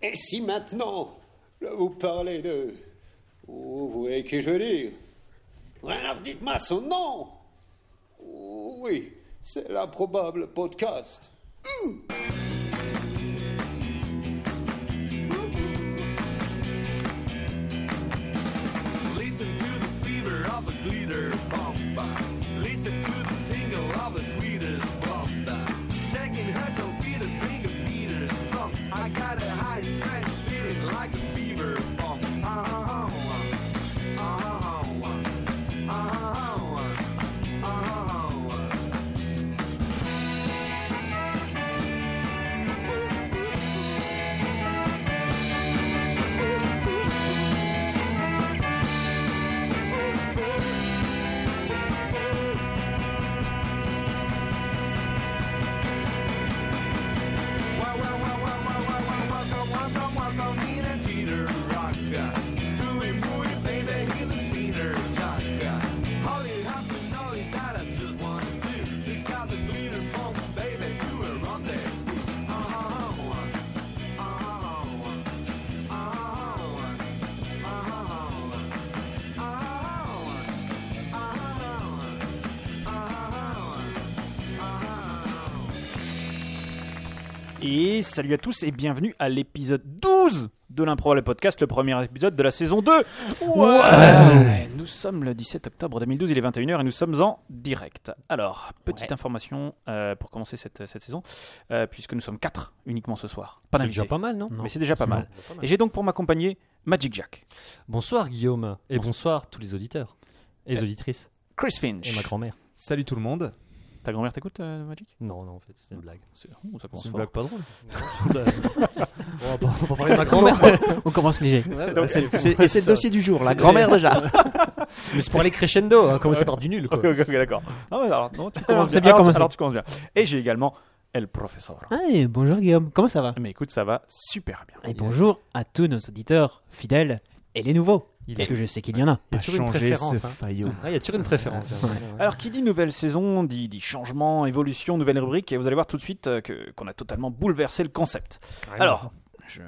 Et si maintenant vous parlez de. Oh, vous voyez qui je dis Alors dites-moi son nom Oh, Oui, c'est l'improbable podcast. Listen to the fever of a glitter bomb. Listen to the tingle of a sweetest bomb. Shaking her toe feet a drink of Peter's trunk. I got a high stress feeling like a beaver bomb. Uh-huh. Uh-huh. Uh-huh. Uh-huh. Well, well, well, well, well, well, well, welcome, welcome, welcome, Nina Jeter Rock. Stewie Moody, baby, he's a senior jock. All you have to know is that I just want to take out the glitter bomb, baby, to a rendezvous. Oh, oh, oh, oh, oh, Et salut à tous et bienvenue à l'épisode 12 de l'improbable podcast, le premier épisode de la saison 2. Ouais. Nous sommes le 17 octobre 2012, il est 21h et nous sommes en direct. Alors, petite information euh, pour commencer cette, cette saison, euh, puisque nous sommes 4 uniquement ce soir. Pas C'est d'invité. déjà pas mal, non, Mais c'est déjà pas mal. Et j'ai donc pour m'accompagner Magic Jack, Bonsoir Guillaume, et bonsoir tous les auditeurs, et les auditrices, Chris Finch. et ma grand-mère. Salut tout le monde. Ta grand-mère t'écoute, euh, Magic Non, non, en fait, c'était une blague. C'est- oh, ça commence C'est une fort. blague pas drôle. on, va pas, on va parler de ma grand-mère, On commence léger. Donc, C'est et c'est le dossier du jour, la grand-mère déjà. mais c'est pour aller crescendo, hein, commencer par du nul, quoi. Ok, ok, ok, d'accord. Ah ouais, alors, non, tu commences C'est bien Alors, tu- commencé. alors tu commences bien. Et j'ai également El Professeur. Hey, bonjour Guillaume, comment ça va Mais écoute, ça va super bien. Eh Et bonjour à tous nos auditeurs fidèles et les nouveaux, Il parce que je sais qu'il y en a. a toujours une changé ce préférence, hein. faillot. Ah, il y a toujours une préférence. hein. Alors, qui dit nouvelle saison, dit, dit changement, évolution, nouvelle rubrique, et vous allez voir tout de suite euh, que- qu'on a totalement bouleversé le concept. Alors, je,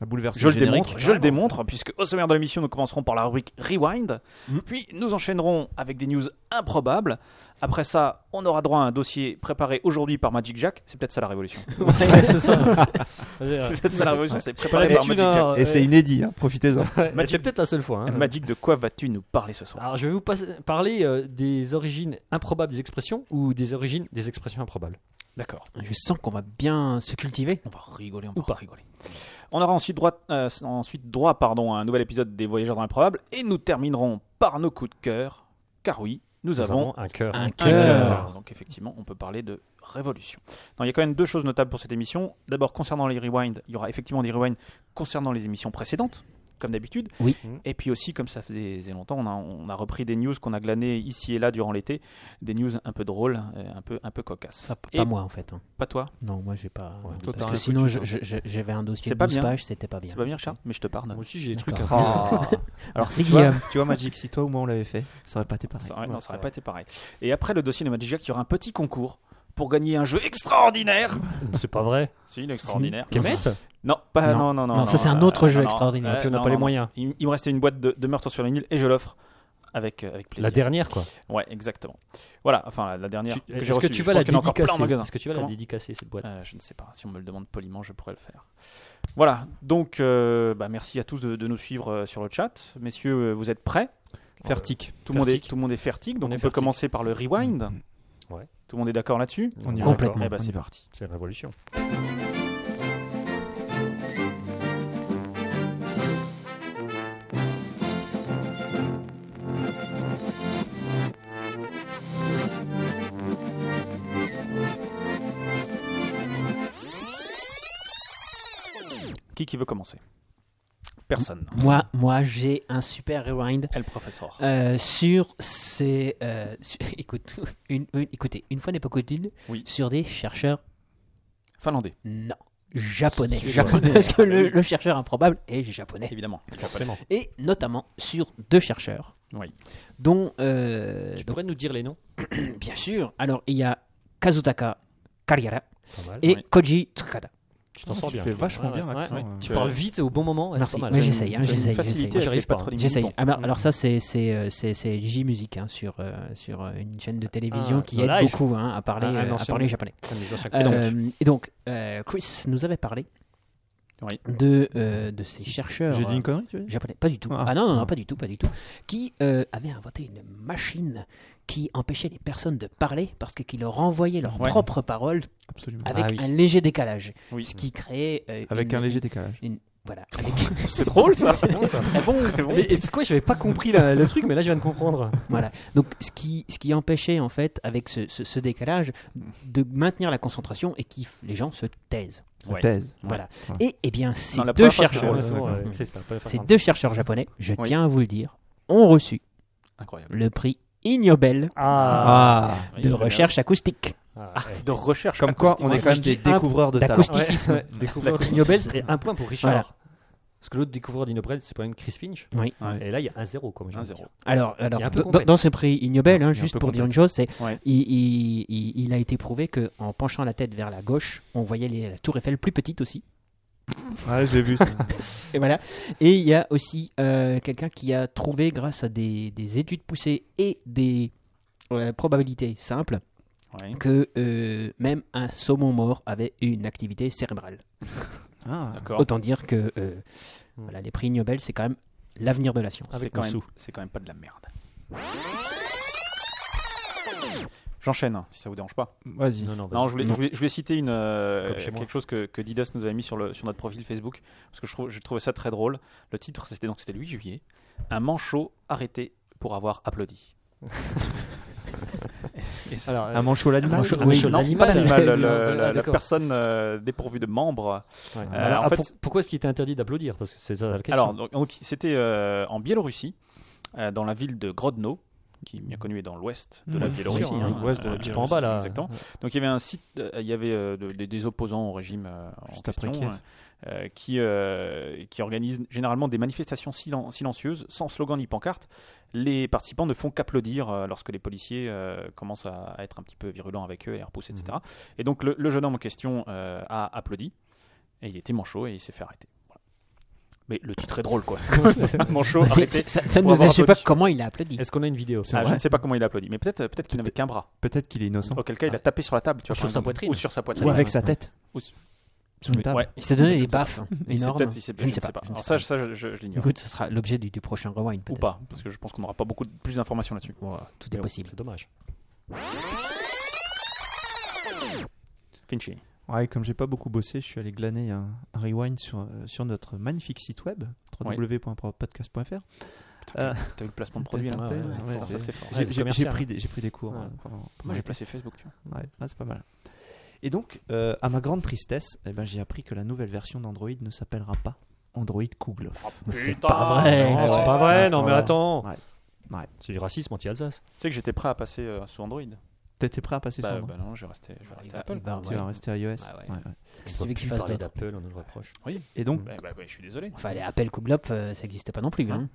La bouleverse je le générique. démontre, je le démontre, puisque au sommaire de l'émission, nous commencerons par la rubrique Rewind, Mm. puis nous enchaînerons avec des news improbables. Après ça, on aura droit à un dossier préparé aujourd'hui par Magic Jack. C'est peut-être ça la révolution. Ouais, c'est ça. c'est peut-être ça la révolution, c'est Pas préparé par l'habitude, Magic Jack. hein, Et c'est ouais. inédit, hein, profitez-en. Ouais, C'est peut-être la seule fois. hein. Magic, de quoi vas-tu nous parler ce soir Alors, je vais vous passer- parler euh, des origines improbables des expressions ou des origines des expressions improbables. D'accord. Je sens qu'on va bien se cultiver. On va rigoler, on Ou va pas. rigoler. On aura ensuite droit, euh, ensuite droit pardon, à un nouvel épisode des Voyageurs dans l'improbable et nous terminerons par nos coups de cœur, car oui, nous, Nous avons avons un cœur. Un un cœur. cœur. Donc effectivement, on peut parler de révolution. Non, il y a quand même deux choses notables pour cette émission. D'abord, concernant les rewinds, il y aura effectivement des rewinds concernant les émissions précédentes, comme d'habitude. Oui. Et puis aussi, comme ça faisait faisait longtemps, on a, on a repris des news qu'on a glanées ici et là durant l'été, des news un peu drôles, euh, un peu, un peu cocasses. Ah, et pas moi en fait. hein. Pas toi Non, moi j'ai pas. toi, t'as parce rien que sinon foutu, je- je- je- j'avais un dossier hein. C'est de pas 12 bien. pages, c'était pas bien. C'est pas bien, Richard Mais je te pardonne. Moi aussi, j'ai des trucs. D'accord. Ah. Alors, c'est tu vois, Guillaume. tu vois, Magic, si toi ou moi on l'avait fait, ça aurait pas été pareil. Ça aurait, non, Ouais, ça c'est aurait pas vrai. été pareil. Et après le dossier de Magic Jack, il y aura un petit concours pour gagner un jeu extraordinaire. C'est pas vrai. Si, il est extraordinaire. Kemet Non, pas, non, Non. non, non. Non, ça, c'est un autre jeu extraordinaire, puis on n'a non, pas les non, moyens. non. Il, il me restait une boîte de, de meurtre sur la Nil et je l'offre avec, euh, avec plaisir. La dernière, quoi. Ouais, exactement. Voilà, enfin la, la dernière. Tu- que j'ai Est-ce que reçue. tu Je vas pense la qu'il y en a encore plein en dédicacer magasin. Est-ce que tu vas la Comment dédicacer cette boîte Euh, je ne sais pas. Si on me le demande poliment, je pourrais le faire. Voilà. Donc, euh, bah, merci à tous de, de nous suivre euh, sur le chat, messieurs. euh, Vous êtes prêts Faire tic. Tout le monde est Fertig. tout le monde est fertig. Donc, On on, est peut fertig. commencer par le rewind. Ouais. Tout le monde est d'accord là-dessus On y va. Complètement. Eh ben, On y c'est va. parti. C'est une révolution. Qui qui veut commencer Personne. Moi, moi j'ai un super rewind. Elle professeur. euh, sur ces. euh, sur- écoute, une, une- écoutez, une fois n'est pas coutume, Oui. sur des chercheurs Finlandais, Non. Japonais. Suédois. Japonais. Parce que le, le chercheur improbable est japonais. évidemment. Forcément. Et notamment sur deux chercheurs. Oui. Dont, euh, Tu donc, pourrais nous dire les noms bien sûr, alors il y a Kazutaka Karihara Pas mal. et Oui. Koji Tsukada. Tu t'en sors Tu bien. fais vachement bien l'accent, euh. Tu Ouais. parles vite au bon moment. ouais, c'est Merci. pas mal. Ouais, j'essaye, hein, J'ai une j'essaye, facilité j'essaye. avec J'arrive les pas. patronymes. J'essaye. Bon. Ah, bah, alors ça, c'est c'est euh, c'est c'est J Music hein, sur euh, sur euh, une chaîne de télévision Ah, qui The aide Life. beaucoup hein, à parler Ah, un euh, à ancien- parler japonais. Comme les anciens Euh, collègues. et donc euh, Chris nous avait parlé Oui. de euh, de ces chercheurs. J'ai dit euh, une connerie, tu veux dire japonais, pas du tout. Ah, Ah. non, non, non, Ah. pas du tout, pas du tout. Qui euh, avait inventé une machine qui empêchait les personnes de parler parce que qui leur renvoyait leurs Ouais. propres paroles Absolument. avec Ah oui. un léger décalage, Oui. ce qui créait euh, Avec une- un léger décalage. une- voilà, avec C'est drôle ça. bon, Mais et tu sais quoi, j'avais pas compris la- le truc, mais là je viens de comprendre. Voilà. Donc, ce qui, ce qui empêchait, en fait, avec ce, ce- ce décalage, Mm. de maintenir la concentration et que les gens se taisent. Ouais. Thèse. Voilà. Ouais. Et, eh bien, ces la deux première fois, c'était chercheurs, drôle. ces deux chercheurs japonais, je Oui. tiens à vous le dire, ont reçu Incroyable. le prix Ignobel Ah, de recherche acoustique. Ah, De recherche. Comme quoi, on est quand même des découvreurs de talent. D'acousticisme. Découvreur L'acoustique. d'Ignobel serait un point pour Richard. Voilà. Parce que l'autre découvreur d'Ignobel, c'est pas même Chris Finch. Oui. Et là, il y a un zéro, comme j'ai Un envie de zéro. dire. Alors, alors Il est un peu dans- dans, complexe. dans ce prix Ignobel, hein, Il est un juste peu pour dire une complexe. chose, c'est Ouais. il, il- il- il a été prouvé que en penchant la tête vers la gauche, on voyait les- la tour Eiffel plus petite aussi. Ouais, j'ai vu ça. Et voilà. Et il y a aussi euh, quelqu'un qui a trouvé, grâce à des, des études poussées et des euh, probabilités simples, Ouais. que euh, même un saumon mort avait une activité cérébrale. Ah. D'accord. Autant dire que euh, voilà, les prix Nobel, c'est quand même l'avenir de la science. C'est Avec Ah quand, mon même- c'est quand même pas de la merde. J'enchaîne, hein, si ça vous dérange pas. Vas-y. Non, non, vas-y. Non, je voulais, je voulais- je voulais citer une, euh, Comme chez moi. quelque chose que, que Didas nous avait mis sur, le, sur notre profil Facebook, parce que je, trouve, je trouvais ça très drôle. Le titre, c'était donc c'était le 8 juillet, Un manchot arrêté pour avoir applaudi. Et ça- Alors, euh, Un manchot l'animal manchot- Oui, manchot non, l'animal. pas l'animal, le- Non, le- la, la d'accord. personne euh, dépourvue de membres. Ouais. Euh, Alors, en ah, fait, pour- pourquoi est-ce qu'il était interdit d'applaudir Parce que c'est ça la question. Alors, donc, donc, c'était euh, en Biélorussie, euh, dans la ville de Grodno, qui bien connue est dans l'ouest de la Mmh. Biélorussie. Bien sûr, hein, l'ouest de la euh, un petit peu en bas là. Exactement. Donc il y avait un site, euh, il y avait euh, de- des, des opposants au régime euh, en Juste après question, Kiev. euh, euh, qui euh, qui organisent généralement des manifestations silen- silencieuses, sans slogan ni pancarte. Les participants ne font qu'applaudir euh, lorsque les policiers euh, commencent à, à être un petit peu virulents avec eux et les repoussent, etc. Et donc le, le jeune homme en question euh, a applaudi et il était manchot et il s'est fait arrêter. Voilà. Mais le titre est drôle quoi. manchot Mais arrêté. c'est- ça ça ne pour nous avoir je sais pas applaudi. comment il a applaudi. Est-ce qu'on a une vidéo Ah, je ne sais pas comment il a applaudi, mais peut-être peut-être qu'il n'avait qu'un bras. Peut-être qu'il est innocent. Auquel cas il a tapé sur la table, tu vois, Sur par sa exemple. poitrine. ou sur sa poitrine. Ou avec sa tête. Ou- Sous une Oui, table. ouais. Il s'est donné des baffes hein, Il s'est énormes. peut-être- il s'est- je ne sais pas. je ne Alors sais ça, pas. je- ça, je, je- je l'ignore. Écoute, ce sera l'objet du, du prochain rewind Ou peut-être. pas, parce que je pense qu'on n'aura pas beaucoup de- plus d'informations là-dessus. Tout est possible. C'est dommage. Finchy. Ouais, comme j'ai pas beaucoup bossé, je suis allé glaner un, un rewind sur, euh, sur notre magnifique site web, Ouais. www.podcast.fr. Euh, T'as eu le placement de produit là Ouais, ouais, ouais, ouais, ouais, Ça, c'est- c'est fort. Ouais, j'ai- c'est J'ai j'ai commercial, pris, des- j'ai pris des cours. Ouais. euh, pendant- pendant Moi les j'ai places. placé Facebook, tu vois. Ouais, ouais, Ah, c'est pas mal. Et donc, euh, à ma grande tristesse, eh ben, j'ai appris que la nouvelle version d'Android ne s'appellera pas Android Ah, Bah, Kougloff. C'est pas vrai. Non, ouais, c'est pas ouais, vrai, c'est non pas mais vrai. attends. Ouais. Ouais. C'est du racisme anti-Alsace. Tu sais que j'étais prêt à passer euh, sous Android T'étais prêt à passer sur Bah Android bah non, je vais rester Ah, je vais rester à Apple. Il va- Tu ouais. vas rester iOS Ah ouais. Ouais, ouais. Qu'est-ce que On tu veux peut que je plus fasse parler d'autre d'Apple, on nous le reproche. Et donc, Bah, bah, ouais, je suis désolé. Enfin, les Apple Kouglop, ça n'existe pas non plus. Hein.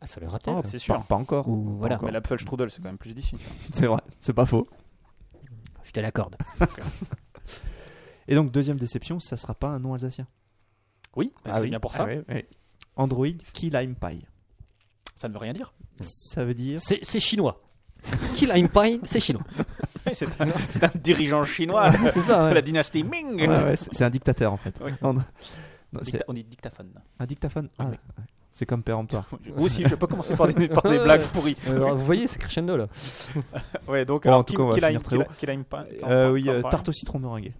Ah, ça verra oh, peut-être. c'est pas, sûr. pas encore. Ou voilà, Mais l'Apple Strudel, c'est quand même plus d'ici. tu vois. C'est vrai, c'est pas faux. Oh. je te l'accorde. Et donc, deuxième déception, ça sera pas un nom alsacien. Oui, bah, c'est bien pour ça. Ah oui, oui. Android Key Lime Pie. Ça ne veut rien dire. Ça veut dire. C'est c'est chinois. Kill I'm Pine, c'est chinois. C'est un, c'est un dirigeant chinois de c'est ça. la dynastie Ming. Ah, Ouais, ouais, c'est c'est un dictateur en fait. Oui. Non, non. Non, c'est Dicta- on dit dictaphone. un dictaphone. Ah, ouais. C'est comme péremptoire. Moi aussi, je peux commencer par des, par des blagues pourries. Alors, vous voyez, c'est crescendo là. Ouais, donc, Bon, alors, en tout cas, on va Kila- finir très Kila- haut. Kila Impa- Euh, oui, euh, Kampa- tarte au citron meringuée.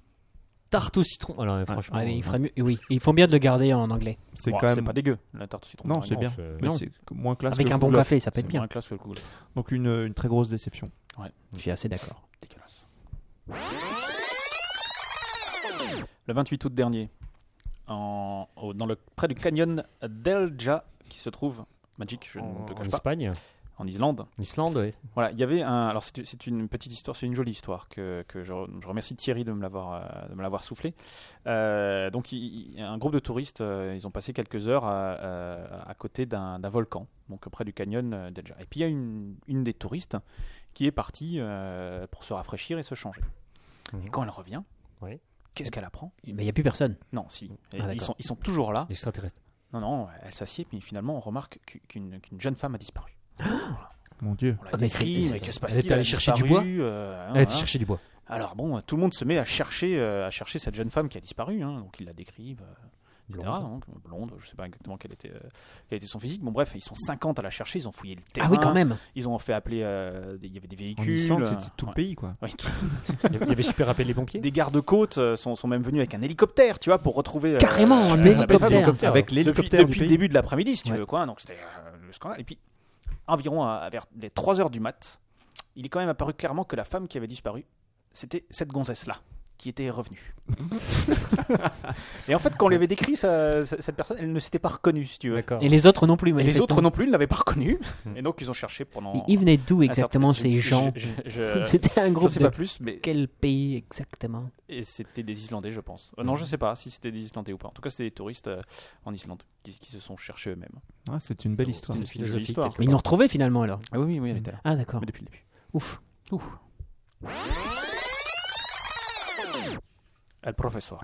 Tarte au citron. Alors, ouais, franchement. euh, Ouais, Ah, mais il hein. ferait mieux. Oui, ils font bien de le garder en anglais. C'est Bon, quand même. pas dégueu, la tarte au citron. Non, vraiment. c'est bien. Mais Non. c'est moins classe. Avec que un bon Kougloff. café, ça peut C'est être bien. moins classe que le Google. Donc une, une très grosse déception. Je suis assez d'accord. Dégueulasse. Le 28 août dernier, en, au- dans le, près du canyon d'Elja, qui se trouve, Magic, je ne te En cache pas, Espagne, en Islande. en Islande, ouais. Voilà, il y avait un. Alors, c'est c'est une petite histoire, c'est une jolie histoire que, que je, re- je remercie Thierry de me l'avoir euh, de me l'avoir soufflé. Euh, donc, il- il- un groupe de touristes, euh, ils ont passé quelques heures à, euh, à- à côté d'un d'un volcan, donc près du canyon euh, d'Elja. Et puis, il y a une, une des touristes qui est partie euh, pour se rafraîchir et se changer. Et quand elle revient, Oui. Ah, Qu'est-ce qu'elle apprend Il n'y a plus personne. Non, si. Et ils, d'accord. sont, ils sont toujours là. Extraterrestre. Non, non, elle s'assied, puis finalement, on remarque qu'u- qu'une qu'une jeune femme a disparu. Mon Dieu. On l'a Ah, mais c'est- décrit, c'est- mais que se elle passe-t-il était allée a chercher du disparu, bois euh, hein, Elle hein. chercher Eh, du bois. Alors bon, tout le monde se met à chercher, euh, à chercher cette jeune femme qui a disparu. hein. donc ils la décrivent, euh, etc. Blonde. Donc, blonde, je ne sais pas exactement quel était, euh, quel était son physique. Bon bref, ils sont 50 à la chercher, ils ont fouillé le terrain. Ah oui, quand même. Ils ont fait appeler, euh, des- il y avait des En véhicules. Islande, euh, c'était tout le ouais. pays, quoi. Ouais, tout- Il y avait super rappelé les pompiers. des gardes-côtes euh, sont, sont même venus avec un hélicoptère, tu vois, pour retrouver... euh, Carrément, un la Ah, hélicoptère. belle femme. Hélicoptère. Avec Depuis, l'hélicoptère depuis du le pays. début de l'après-midi, si tu Ouais. veux, quoi. Donc c'était euh, le scandale. Et puis, environ à- vers les 3 heures du mat, il est quand même apparu clairement que la femme qui avait disparu, c'était cette gonzesse-là, qui était revenue. Et en fait, quand on lui avait décrit ça- ça- cette personne, elle ne s'était pas reconnue, si tu veux. D'accord. Et les autres non plus, Et les manifestement. autres non Ah, plus ne l'avaient pas reconnue. Hmm. Et donc, ils ont cherché pendant. Ils- Ils venaient d'où un certain temps. exactement Je- ces je- gens Je je- je- C'était un euh, je groupe sais de pas plus, mais quel pays exactement et c'était des Islandais, je pense. Euh, non, je sais pas si c'était des Islandais ou pas. En tout cas, c'était des touristes euh, en Islande qui, qui se sont cherchés eux-mêmes. Ah, c'est une belle C'est histoire. une une jolie philosophie. histoire. quelque Mais ils l'ont retrouvé finalement alors. Ah oui, oui, oui, elle était là. Ah d'accord. Mais depuis le début. Ouf. El Ah, professeur.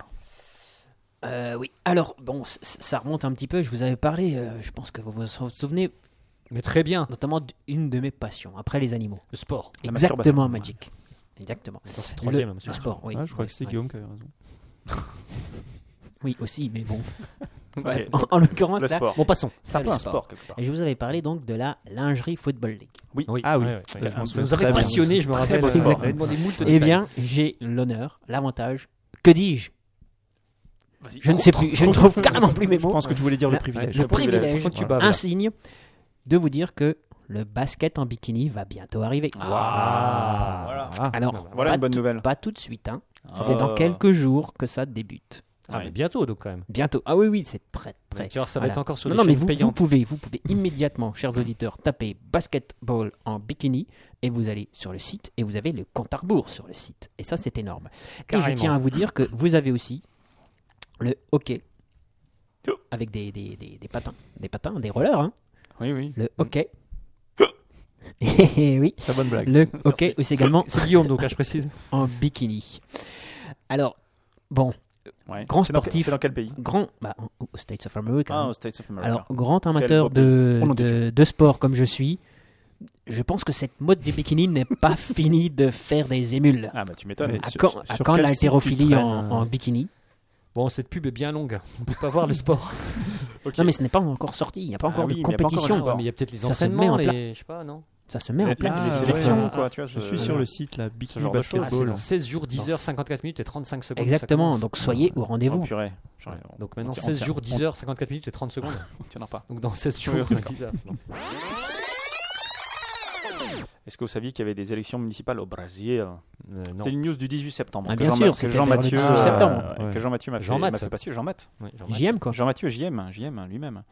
Euh, oui. Alors bon, c- c- ça remonte un petit peu. Je vous avais parlé. euh, je pense que vous vous souvenez part. Mais très bien. notamment d'une de mes passions après les animaux. Le sport. La Exactement, masturbation. Magic. Exactement. Attends, C'est le troisième, hein, Le- monsieur. le sport. Oui. Ah, je crois que c'est c'était Guillaume qui avait raison. Oui aussi, mais bon. Ouais, Ok. En, en l'occurrence Le là, sport. Bon, passons. C'est un peu le un sport. sport, quelque part. Et je vous avais parlé donc de la lingerie Football League. Oui. Ah oui. Ouais, ouais, ouais. Ouais, je Ça m'en souviens nous avait très bien. passionné, je me rappelle. bon euh, sport. on avait demandé moult de Eh détails. bien, j'ai l'honneur, l'avantage, que dis-je Vas-y. Je ne sais plus, je ne trouve carrément plus mes Je mots. pense que tu voulais dire le Ouais. privilège. Le privilège, Pourquoi tu Voilà. bats un là signe de vous dire que le basket en bikini va bientôt arriver. Ah, Voilà. voilà. Alors, Voilà pas une bonne tout- nouvelle. Pas tout de suite, hein. Oh. Ah. c'est dans quelques jours que ça débute. Ah, mais bientôt, donc, quand même. Bientôt. Ah oui, oui, c'est très, très. Tu vois, ça va Voilà. être encore sur Non, des non, mais chaînes vous, vous payantes. pouvez, vous pouvez immédiatement, chers auditeurs, taper basketball en bikini et vous allez sur le site et vous avez le compte à rebours sur le site. Et ça, c'est énorme. Et Carrément. je tiens à vous dire que vous avez aussi le hockey Oh. avec des, des, des, des patins, des patins, des rollers, hein. Oui, oui. le hockey. Eh oui, Très bonne blague. le hockey aussi également C'est Guillaume, donc, hein, je précise. en bikini. Alors, bon, Ouais. Grand C'est dans- sportif. C'est dans quel pays grand, bah, au- aux States of America, hein. Ah, aux States of America. Alors, grand amateur de, Oh mon de, de sport comme je suis, je pense que cette mode du bikini n'est pas finie de faire des émules. ah, bah tu m'étonnes. Mais- À sur- quand, sur à quel quand site tu l'haltérophilie traînes, en, euh, en bikini Bon, cette pub est bien longue. On peut pas voir le sport. Ok. Non, mais ce n'est pas encore sorti, il n'y a pas Ah encore oui, de mais il y a pas encore compétition. le sport. mais il y a peut-être les Ça se met entraînements, en pla- les... je sais pas, non Ah, Ça se met en Les- place. les Ah, sélections, ouais. quoi, tu vois. Je Oh, ce- suis sur euh, le site, la Bikini genre de choses. Ah, c'est Basketball. dans 16 jours, 10 Dans- h 54 minutes et 35 secondes. ça Exactement, commence. donc soyez au Oh, rendez-vous. purée. Genre, on- Donc maintenant, on tient- 16 on jours, tient- 10 h 54 minutes et 30 secondes. On tiendra pas. Donc dans 16 Oui, jours, d'accord. 10 heures. Non. Est-ce que vous saviez qu'il y avait des élections municipales au Brésil Euh, non. C'était une news du 18 septembre. Ah, que bien Jean- sûr, que c'était Jean vers le Mathieu. 18 septembre. euh, Ouais. Que Jean Mathieu m'a fait, Jean m'a Mathieu. fait passer. Jean Mathieu. Ouais, genre, JM, quoi. Jean Mathieu, JM, JM lui-même.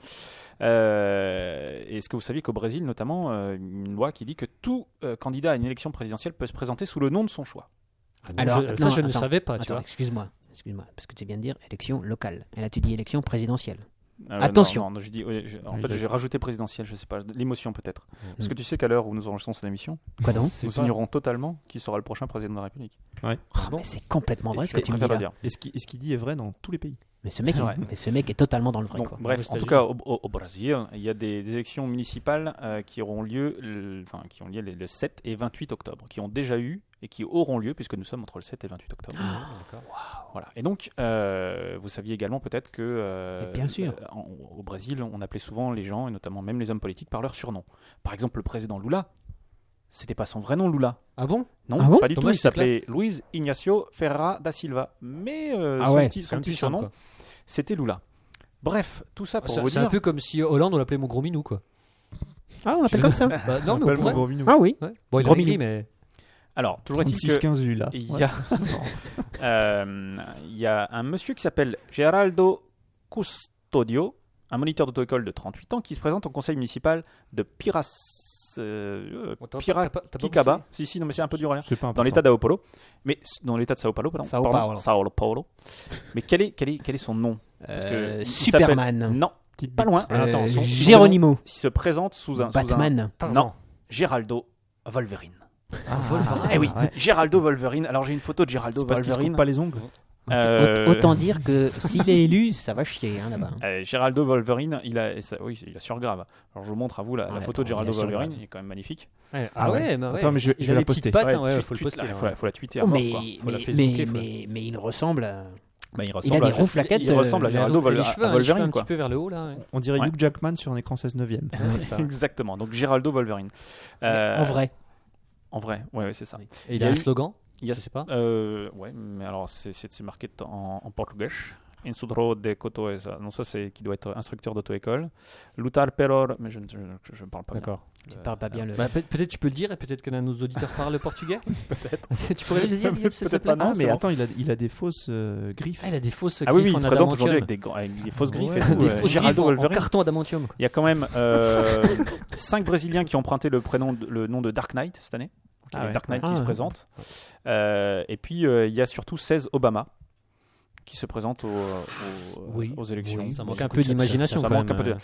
Euh, Est-ce que vous saviez qu'au Brésil, notamment, euh, une loi qui dit que tout euh, candidat à une élection présidentielle peut se présenter sous le nom de son choix ah, non, Alors, je- ça, non, je ne attends, savais pas, Ah, tu Attends, vois. excuse-moi, excuse-moi, parce que tu viens de dire élection locale. Et là, tu dis élection présidentielle. Euh, Attention. non, non, j'ai dit- oui, j'ai- en Oui, fait, d'accord. j'ai rajouté présidentielle, je sais pas, l'émotion peut-être. Mm. Parce que tu sais qu'à l'heure où nous enregistrons cette émission, Quoi donc C'est nous pas- ignorons totalement qui sera le prochain président de la République. Oh, bon mais C'est complètement vrai ce que Je tu me dis préfère le là. dire. Et ce qui et ce qu'il dit est vrai dans tous les pays. Mais ce mec, C'est est- vrai. mais ce mec est totalement dans le vrai. Donc, quoi. Aux bref, en tout États-Unis. cas, au, au- au Brésil, il y a des, des élections municipales euh, qui auront lieu, le, enfin, qui ont lieu le, le 7 et 28 octobre, qui ont déjà eu et qui auront lieu puisque nous sommes entre le 7 et 28 octobre. D'accord. Voilà. Et donc, euh, vous saviez également peut-être que euh, Mais bien sûr. euh, en- au Brésil, on appelait souvent les gens, et notamment même les hommes politiques, par leur surnom. Par exemple, le président Lula, c'était pas son vrai nom Lula. Ah bon Non, Ah bon pas du tout. Dommage, Il c'est s'appelait Luiz Ignacio Ferreira da Silva. Mais euh, Ah son ouais, petit, son Quand même, petit tu sens, surnom, quoi. c'était Lula. Bref, tout ça pour C'est vous c'est un dire. peu comme si Hollande, on l'appelait mon gros minou, quoi. Ah, on l'appelle comme ça Bah, non, mais on Appelle-moi pourrait. Gourminou. Ah oui. Ouais. Bon, il Gros a maigri, minou. mais. Alors, toujours est-il que 36-15 lui là. il y a, Euh, il y a un monsieur qui s'appelle Geraldo Custodio, un moniteur d'auto-école de 38 ans, qui se présente au conseil municipal de Piras. euh, Bon, t'as- Piras- t'as pas- t'as pas Kikaba. bossé Si, si, non, mais c'est un peu dur là. C'est pas Dans l'état d'Ao Paulo. Mais s- dans l'état de Sao Paulo, pardon. Sao Pardon, Paulo. Sao Paulo. Mais quel est, quel est, quel est son nom Parce que Euh, il s'appelle- Superman. Non, pas loin. Ah, attends, son- son- Euh, Geronimo. Il se présente sous un. sous un- Batman. Tarzan. non, Geraldo Wolverine. Ah, Wolverine. eh oui, ouais. Geraldo Wolverine. Alors j'ai une photo de Geraldo Parce qu'il se coupe Wolverine. pas les ongles. Euh, Autant dire que s'il est élu, ça va chier hein, là-bas. euh, Geraldo Wolverine, il a, et ça- oui, il a surgrave. Alors je vous montre à vous la, Ah la Ouais, photo de attends, il a Geraldo surgrave. Wolverine, il est quand même magnifique. Ouais, Ah Ah ouais, bah ouais. Attends, mais je- Il je a les vais la petites poster. pattes, Ouais, hein, ouais, tweet- faut le tweet- poster. là, ouais. faut, la, faut la tweeter à Oh, mort, mais, quoi. Faut la mais- Facebooker, mais- faut la- mais- mais il ressemble à. Bah, il Il ressemble a à- des ronds flaquettes. il ressemble à euh, Geraldo Et Vol- les à cheveux, hein, les cheveux un Wolverine, petit quoi. peu vers le haut, là. ouais. On dirait Ouais. Hugh Jackman sur un écran 16 neuvième. Ouais, c'est ça. Exactement. Donc Geraldo Wolverine. Euh, En vrai. En vrai, ouais, ouais, c'est ça. Et il y a a un eu- slogan il y a- Je sais pas. Euh, ouais, mais alors c'est- c'est c'est marqué en, en portugais. Insudro de Cotoes. Non, ça c'est qui doit être instructeur d'auto-école. Lutar peror. Mais je ne je, je ne parle pas. bien. D'accord. Tu parles pas bien le. Bah, peut- peut-être tu peux le dire et peut-être que l'un de nos auditeurs parle le portugais. peut-être. tu pourrais le dire, Guillaume, s'il te Peut-être plaît. pas, non, Ah, c'est mais bon. attends, il a, il a des fausses euh, griffes. Ah, il a des fausses Ah oui, oui, griffes il en se présente aujourd'hui adamantium. avec des, grands- avec des fausses griffes Ouais, et tout. des euh, fausses Geraldo griffes en- en Wolverine. carton adamantium. quoi. Il y a quand même euh, cinq Brésiliens qui ont emprunté le prénom, de- le nom de Dark Knight cette année. Donc, il y a Ah le ouais. Dark Knight Ah qui se ouais. présente. Euh, et puis euh, il y a surtout 16 Obama qui se présentent aux, aux- Oui. aux élections. Oui, Ça Bon, manque un écoute, peu ça- ça- d'imagination. ça quand manque même, un peu de- euh, ouais.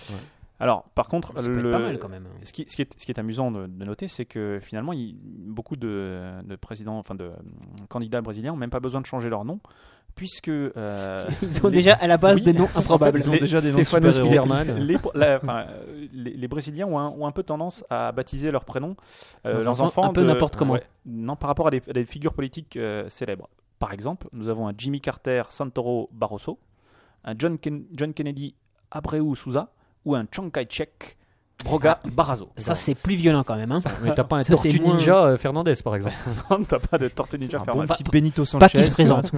Alors, par contre, Ça peut le, être pas mal quand même. hein. ce qui, ce qui est, ce qui est amusant de, de noter, c'est que finalement, il- beaucoup de, de présidents, enfin de mm, candidats brésiliens, n'ont même pas besoin de changer leur nom, puisque euh, Ils ont les- déjà à la base Oui. des noms improbables. Ils ont les- déjà des noms de Stefano super-héros. Spiderman. les, la- enfin, euh, les- les Brésiliens ont un, ont un peu tendance à baptiser leurs prénoms, euh, Leurs leurs enfants, enfants, un peu de- n'importe comment. non, par rapport à des, à des figures politiques euh, célèbres. Par exemple, nous avons un Jimmy Carter Santoro Barroso, un John, Ken- John Kennedy Abreu Souza ou un Chiang Kai-shek Broga Barrazo. Ah. Ça, c'est plus violent quand même. hein. Mais t'as pas un Ça, c'est tortue moins- ninja euh, Fernandez, par exemple. Non, t'as pas de tortue ninja Un faire bon mal. petit Benito Sanchez. Pas qu'ils se présentent.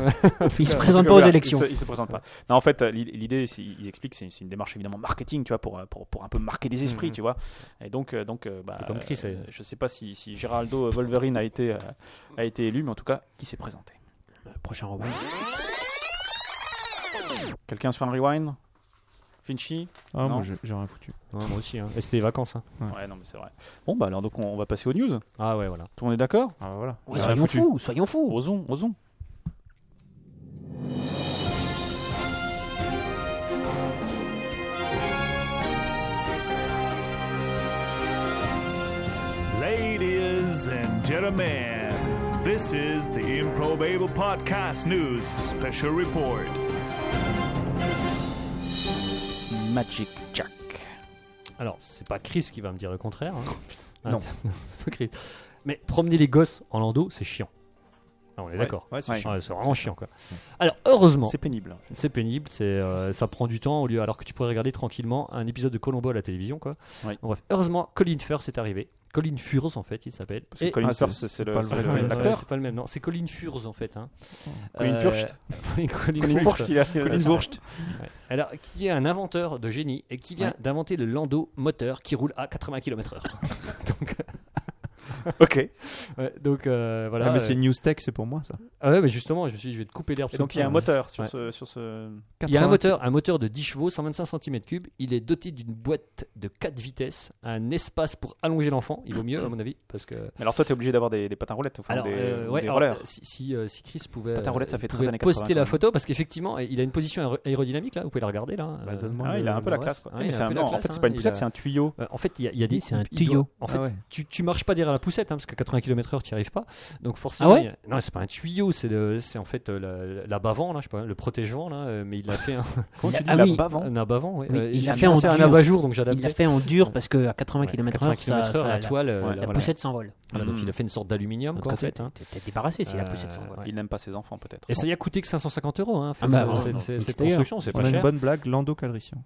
Ils se Ouais, c'est présentent pas que aux voilà, élections. Ils se, ils se présentent pas. Non, en fait, euh, l'i- l'idée, c'est- ils expliquent, c'est une, c'est une démarche évidemment marketing, tu vois, pour, euh, pour, pour un peu marquer des esprits, Mhm. tu vois. Et donc, euh, donc euh, bah, Et comme Chris, euh, euh. je sais pas si, si Geraldo Wolverine a été, euh, a été élu, mais en tout cas, il s'est présenté. Prochain roman. Quelqu'un se fait un rewind Finchi Ah, Non. moi, j'ai j'ai rien foutu. Ouais, moi aussi. hein. Et c'était les vacances. hein. Ouais. Ouais, non, mais c'est vrai. Bon, bah alors, donc, on, on va passer aux news. Ah ouais, voilà. Tout le monde est d'accord Ah, bah, voilà. Ouais, J'ai rien soyons foutu. fous, soyons fous. Osons, osons. Ladies and gentlemen, this is the Improbable Podcast News Special Report. Magic Jack. Alors, c'est pas Chris qui va me dire le contraire. hein. Ah, Non. c'est pas Chris. Mais promener les gosses en landau, c'est chiant. Ah, on est Ouais, d'accord. ouais, c'est Ouais. chiant. Ouais, c'est vraiment chiant, quoi. Alors, heureusement, C'est pénible. hein. c'est pénible, c'est, euh, ça prend du temps au lieu, alors que tu pourrais regarder tranquillement un épisode de Colombo à la télévision, quoi. Oui. Bon, bref, heureusement, Colin Firth est arrivé. Colin Furze, en fait, il s'appelle. Parce que Et- Colin Ah, c'est- Firth, c'est c'est le- pas le c'est vrai Ouais, le- nom. ouais, l'acteur. c'est pas le même, non, c'est Colin Furze, en fait. hein. Colin Euh, Furst. oui, Colin Colin Furst. Firth, il a- Colin Ouais. Alors, qui est un inventeur de génie et qui vient Ouais. d'inventer le Lando moteur qui roule à 80 km/h. donc, Ok. ouais, donc, euh, voilà. Ah, mais euh, c'est News Tech, c'est pour moi ça. ah ouais, mais justement, je me suis dit, je vais te couper l'herbe. Et sous le donc, il y a pied. un moteur sur Ouais. ce- sur ce. Il y a un 80. moteur, un moteur de 10 chevaux, 125 cm3. Il est doté d'une boîte de 4 vitesses, un espace pour allonger l'enfant. Il vaut mieux, à mon avis, parce que. Mais Alors toi, t'es obligé d'avoir des, des patins roulettes, enfin, Alors, des, euh, ou ouais, des alors, rollers. euh, si, si, euh, si Chris pouvait, Patin euh, roulette, ça fait très pouvait années 80, poster la quand même. photo, parce qu'effectivement, il a une position aéro- aérodynamique là, vous pouvez la regarder là. Bah, euh, donne-moi Ah, le- il a un peu la le classe. reste. Quoi. Ouais, Ah, mais il a c'est un un- peu non, la en classe, fait, c'est pas une hein, poussette, il a- c'est un tuyau. Euh, en fait, il y a, il y a des. C'est un il doit- tuyau. En fait, Ah ouais. tu, tu marches pas derrière la poussette, hein, parce qu'à 80 km/h, tu n'y arrives pas. Donc forcément, Ah ouais il y a- non, c'est pas un tuyau, c'est le- c'est en fait euh, la- la bavant là, je sais pas, le protège-vent là, euh, mais il l'a fait un, Comment tu ah dis la oui. bavant un abat-vent. ouais. Oui, Euh, il l'a a fait en pensé à un dur. abat-jour, donc j'ai Il l'a adapté. fait en dur parce que à 80 km/h, 80 ça, km/h, ça- la toile, euh, ouais, la la poussette. poussette s'envole. Voilà, donc Mm. il a fait une sorte d'aluminium, quoi, en Quand fait. t'es hein. t'es débarrassé si la poussette Euh, s'envole. ouais. Il n'aime pas ses enfants, peut-être. Et ça y a coûté que 550 euros. Hein, Ah bah, ce- ouais, cette- non, cette- cette extérieur. construction, c'est On pas a une cher. bonne blague, Lando Calrissian.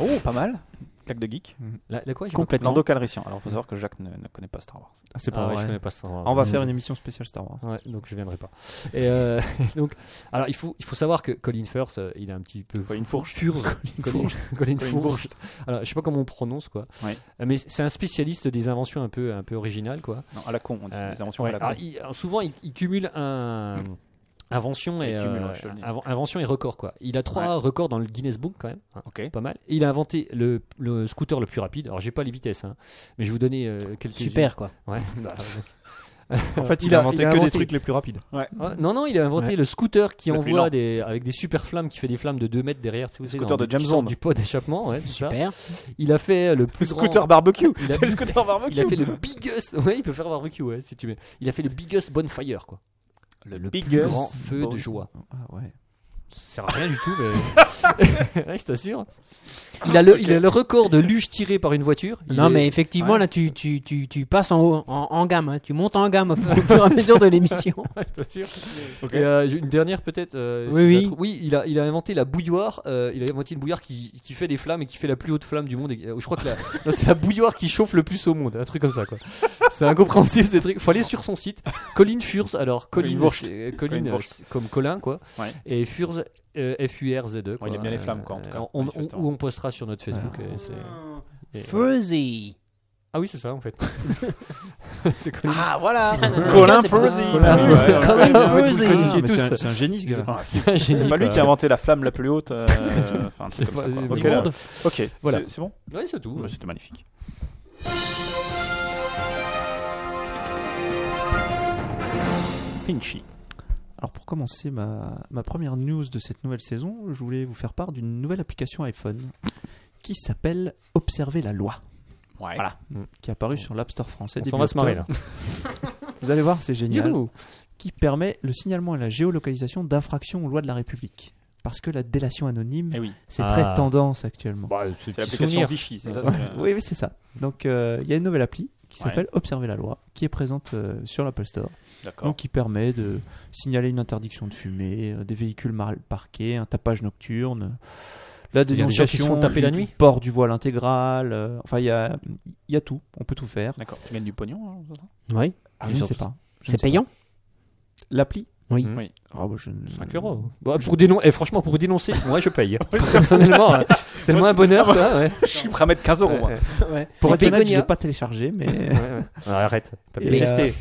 Oh, pas mal. Claque de geek. La, la quoi j'ai pas Complètement. Lando Calrissian. Alors, faut savoir que Jacques ne, ne connaît pas Star Wars. Ah, compris. c'est pas Ah ouais, vrai. je connais pas ça. Ah, On va faire une émission spéciale Star Wars. Ouais, donc je viendrai pas. Et euh, donc, alors il faut, il faut savoir que Colin Firth, euh, il est un petit peu. Colin Fourche. Furze. Colin, Colin Colin Fourche. Fourche. Alors, je sais pas comment on prononce quoi. Ouais. Euh, Mais c'est un spécialiste des inventions un peu, un peu originales quoi. Non, à la con, on dit Euh, des inventions ouais. à la con. Alors, il- alors, souvent, il, il cumule un. Invention Ça, il et, cumule, euh, ouais, je te le dis. inven- invention et record quoi. Il a trois records dans le Guinness Book quand même, hein, Ok. pas mal. Et il a inventé le, le scooter le plus rapide. Alors j'ai pas les vitesses, hein, mais je vais vous donner euh, quelques Super quoi. Ouais. En fait, il, Il a- a inventé il a que inventé- des trucs les plus rapides. Ah, non, non, il a inventé Ouais. le scooter qui Le plus lent. envoie des, avec des super flammes, qui fait des flammes de 2 mètres derrière. tu sais, scooter dans- de James qui sort Bond. Du pot d'échappement, ouais, c'est ça. Super. Il a fait le plus grand- Scooter barbecue. Il a- C'est le scooter barbecue. Il a fait le biggest. Ouais, il peut faire barbecue, ouais, si tu veux. Il a fait le biggest bonfire, quoi. Le, Plus grand feu de joie. Ah ouais. Ça sert à rien du tout, mais. Ouais, je t'assure. Il a, le, il a le record de luge tirée par une voiture. Il Non, est- mais effectivement, Ouais. là, tu, tu, tu, tu passes en, haut, en, en gamme. hein. Tu montes en gamme au fur et à mesure de l'émission. je t'assure. Et, euh, j'ai une dernière peut-être. euh, si Oui, je oui. la trouve. oui il, a, il a inventé la bouilloire. euh, il a inventé une bouilloire qui, qui fait des flammes et qui fait la plus haute flamme du monde. et- euh, je crois que la- non, c'est la bouilloire qui chauffe le plus au monde. Un truc comme ça, quoi. C'est incompréhensible ces trucs. Faut aller sur son site. Colin Furz. Alors, Colin, Colin Wurst. c'est- euh, Colin Colin euh, Wurst. c'est comme Colin, quoi. Ouais. Et Furz. euh, F-U-R-Z-E. quoi. il aime bien les flammes, quoi, en Euh, tout cas, on- on- manifestement. Ou on postera sur notre Facebook. euh, c'est- et- Fuzzy. Ah oui, c'est ça en fait. c'est Colin. Ah, voilà. Colin C'est pour Fuzzy. ça. Colin Furze. Furze. Colin Ouais, ouais, ouais, Furze. vous le connaissiez tous. C'est un génie, ce gars. Ah, C'est un génie, C'est pas lui quoi. qui a inventé la flamme la plus haute. euh, enfin, un truc C'est pas- comme ça, du quoi. Ok, monde. là. Ok, Voilà. voilà. C'est bon Ouais, c'est tout. Bah, C'était magnifique. Finchy. Alors pour commencer ma, ma première news de cette nouvelle saison, je voulais vous faire part d'une nouvelle application iPhone qui s'appelle Observer la loi, Ouais. Voilà. qui est apparue sur l'App Store français. On début s'en va se marrer là. octobre. Vous allez voir, c'est génial. Youhou. Qui permet le signalement et la géolocalisation d'infractions aux lois de la République. Parce que la délation anonyme, Eh oui. c'est Ah. Bah, très tendance actuellement. C'est petit l'application souvenir. Vichy, c'est ça Ouais. c'est euh, la- Oui, oui, c'est ça. Donc euh, il y a une nouvelle appli qui Ouais. s'appelle Observer la loi, qui est présente euh, sur l'Apple Store. D'accord. Donc qui permet de signaler une interdiction de fumer, euh, des véhicules mal parqués, un tapage nocturne, la des gens qui se dénonciation, font taper du la nuit port du voile intégral, euh, enfin il y a, il y a tout, on peut tout faire. D'accord. Tu gagnes du pognon hein, ça Oui. Ah, je ne sais pas. C'est Je ne sais pas. payant L'appli Oui. Mmh. Mm. Ah, bah, je ne- 5 euros. Bah, pour dénon... eh, franchement, pour dénoncer, moi je paye. Personnellement, hein. c'est tellement un bonheur. Quoi, ouais. Je suis prêt à mettre 15 euros. moi. Ouais, Pour Et être honnête, je ne Bégonia. l'ai pas téléchargé, mais... ouais, ouais. Ah, arrête, t'as Et, payé. euh, Resté.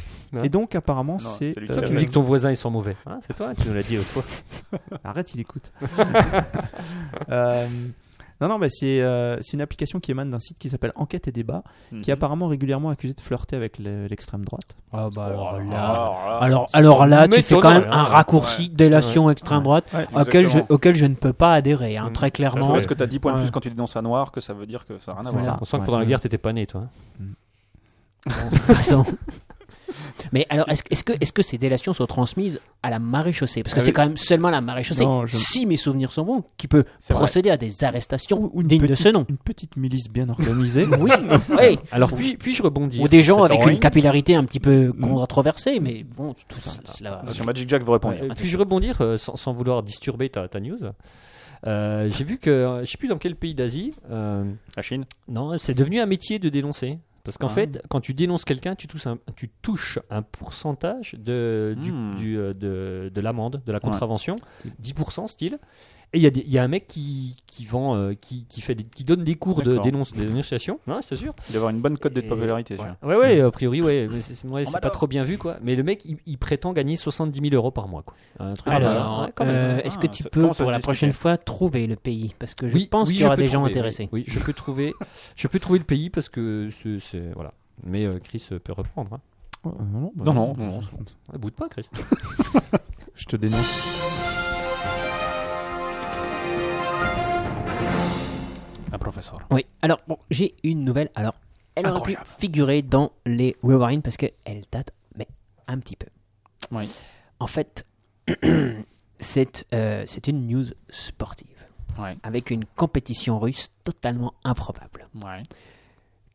Et donc apparemment Non, c'est... c'est lui Toi, euh, tu nous dis que ton voisin, ils sont mauvais. Hein, c'est toi qui nous l'as dit l'autre fois. Arrête, il écoute. Euh, Non, non, mais c'est euh, c'est une application qui émane d'un site qui s'appelle Enquête et Débat, Mmh. qui est Mhm. apparemment régulièrement accusé de flirter avec le- l'extrême droite. Ah, bah alors Oh, là. Alors, Alors, alors là, tu fais quand M'étonnerait, même hein. un raccourci délation extrême droite Ouais. ah, auquel, je, Exactement. auquel je ne peux pas adhérer, hein, Mm. très Je clairement. vois ce que t'as 10 points de plus Ouais. quand tu dénonces un noir, que ça veut dire que ça n'a rien à C'est voir. ça. On sent que ouais. pendant la guerre, t'étais pas né, toi. hein. Passons. Mais alors, est-ce est-ce que, est -ce que ces délations sont transmises à la maréchaussée Parce que Ah c'est oui. quand même seulement la maréchaussée, Non, je- si mes souvenirs sont bons, qui peut C'est vrai. procéder à des arrestations Ou- ou une dignes de petite- ce nom. Une petite milice bien organisée. Oui, oui. Alors, puis, puis-je rebondir Ou des gens C'est- avec Oui. une capillarité un petit peu controversée, mais bon, tout ça. cela- Sur Magic Jack, vous répondez. Ouais, euh, Puis-je rebondir euh, sans, sans vouloir disturber ta, ta news Euh, J'ai vu que, euh, je sais plus dans quel pays d'Asie, euh, La Chine non, c'est devenu un métier de dénoncer. Parce qu'en Ah. fait, quand tu dénonces quelqu'un, tu, touches un- tu touches un pourcentage de, du- Hmm. du, euh, de, de l'amende, de la contravention, 10% style. Et il y, a des- il y a un mec qui, qui vend, euh, qui, qui, fait des- qui donne des cours de D'accord. dénonce, de dénonciation, non, c'est sûr. Il doit avoir une bonne cote de Et- popularité. Ouais, celui-là. ouais, ouais, a priori, ouais, mais c'est ouais, En c'est pas Madoff. trop bien vu, quoi. Mais le mec, il, il prétend gagner 70 000 euros par mois, quoi. Un truc bah, comme ça. Alors, Ouais, quand même, euh, hein. est-ce que Ah, tu ça- peux comment ça pour se la discute, prochaine mais- fois trouver le pays Parce que je Oui, pense oui, qu'il y aura je peux des gens trouver, oui. intéressés. Oui, je peux trouver, je peux trouver le pays parce que c'est, c'est- voilà. Mais euh, Chris euh, peut reprendre. Hein. Oh, non, non, bah, Non, non, non, non, Ah, boude pas, Chris. Je te dénonce. Un professeur. Oui, alors bon, j'ai une nouvelle. Alors, elle aurait pu Incroyable. figurer dans les Rewind parce qu'elle date, mais un petit peu. Oui. En fait, c'est euh, c'est une news sportive Ouais. avec une compétition russe totalement improbable Ouais.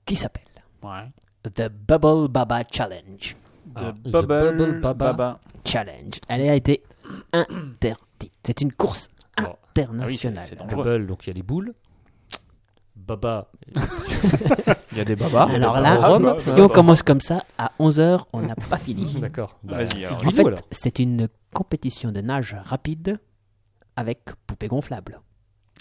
qui s'appelle Ouais. The Bubble Baba Challenge. Ah, Ah, The The Bubble Bubble Baba. Baba. Challenge. Elle a été interdite. C'est une course Bon. internationale. c'est dangereux. Bubble, donc il y a les boules. Baba. Il y a des Ah, babas. alors là, Baba, Baba, si on commence comme ça, à 11h, on n'a pas fini. D'accord. Bah, Vas-y, alors. En aiguille-nous, fait, alors. c'est une compétition de nage rapide avec poupée gonflable.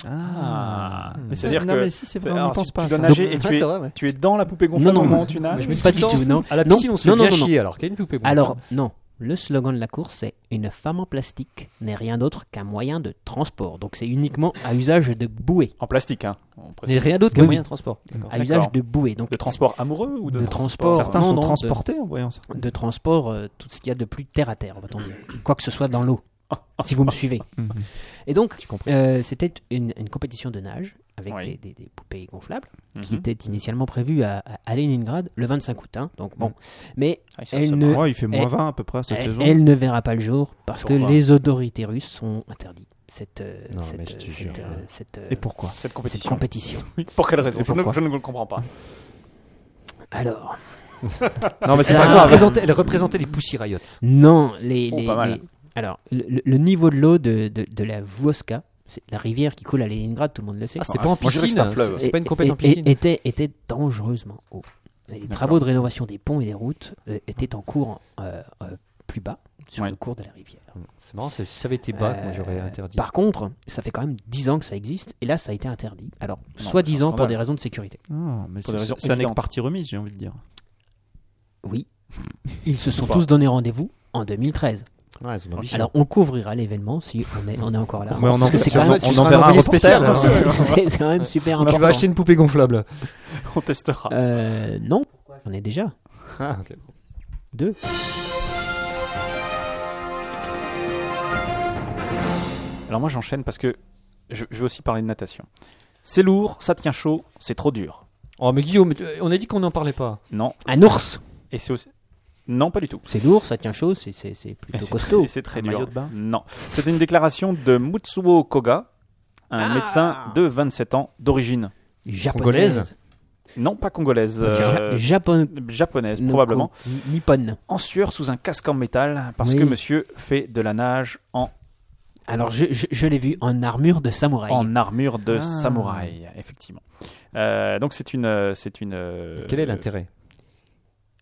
Ah. Hmm. Mais C'est-à-dire non, que. mais si, c'est vrai, on alors, n'y pense si pas. à Tu dois ça. nager et tu Ah, es- c'est vrai, ouais. tu es dans la poupée gonflable Non, au non. moment où tu Mais nages. je me dis Pas Ah, tout du le temps, tout, non. À la Non, piscine, on se fait non, non, bien non, non. chier, alors qu'il y a une poupée. bon, Alors, ça. non. Le slogan de la course est Une femme en plastique n'est rien d'autre qu'un moyen de transport. Donc, c'est uniquement à usage de bouée. En plastique, hein. on Il n'y précise. a rien d'autre qu'un Oui, moyen oui. de transport. À D'accord. usage de bouée. Donc, De transport amoureux ou de, de transport. Certains non, sont non, de- transportés en voyant ça. De transport, euh, tout ce qu'il y a de plus terre à terre, va-t-on dire. Quoi que ce soit dans l'eau, si vous me suivez. Et donc, euh, c'était une, une compétition de nage avec Oui. des, des- des poupées gonflables qui Mhm. était initialement prévue à, à- à Leningrad le 25 août. hein. donc, bon. Mais Ah, ça, ça elle va. ne, Ouais, il fait moins elle- 20 à peu près cette Eh, elle, saison. elle ne verra pas le jour parce que Pourquoi les autorités russes sont interdites. cette, euh, Non, mais cette, je te euh, jure, cette, euh, ouais. cette, euh, Et pourquoi hein, Cette cette compétition. compétition. Pour quelle raison Et je ne, pourquoi je ne le comprends pas. Alors, Non, mais c'est c'est pas ça. grave. Elle représentait- Elle représentait les Pussy Riot. non, les. Oh, les- pas mal. les- alors, le, le- le niveau de l'eau de, de, de la Voska, c'est la rivière qui coule à Leningrad, tout le monde le sait. Ah, c'était pas en moi, je dirais que piscine. c'est un fleuve. c'est- C'est pas une Et- compète en et- piscine. et- était, était dangereusement haut. Et Les travaux de rénovation des ponts et des routes euh, étaient en cours euh, euh, plus bas, sur Ouais. le cours de la rivière. C'est marrant, c'est- si ça avait été bas, moi j'aurais Euh, interdit. Par contre, ça fait quand même 10 ans que ça existe, et là, ça a été interdit. Alors, Non, c'est soit un 10 ans pour scandale. des raisons de sécurité. Ah, mais Pour ça- des raisons Ça n'est que évidentes. partie remise, j'ai envie de dire. Oui. Ils se sont Ou pas. tous donné rendez-vous en 2013. Ouais, ils ont ambition. Alors, on couvrira l'événement si on est, on est encore là. Mais on en- Parce que c'est quand sûrement- même, on en c'est quand verra même- un spécial, c'est- alors. c'est- c'est quand même Ou super tu important. vas acheter une poupée gonflable. On testera. Euh, non, on est déjà. Ah, ok. Deux. Alors moi j'enchaîne parce que je, je vais aussi parler de natation. C'est lourd, ça tient chaud, c'est trop dur. Oh, mais Guillaume, tu- on a dit qu'on n'en parlait pas. Non. Un ours Et c'est aussi... Non, pas du tout. Ah C'est lourd, ça tient chaud, c'est- c'est c'est Et plutôt Ah, C'est costaud. très- C'est très Un dur. maillot de bain Non. C'est une déclaration de Mutsuo Koga, un Ah. médecin de 27 ans d'origine. Japonaise. Non, pas congolaise. euh, Ja- Japon... japonaise, probablement. Ni- Nippone. En sueur sous un casque en métal parce Oui. que monsieur fait de la nage en, Alors, je, je- je l'ai vu en armure de samouraï. Euh, en armure de Ah. samouraï, effectivement. Euh, donc c'est une. euh, c'est une euh, Quel est l'intérêt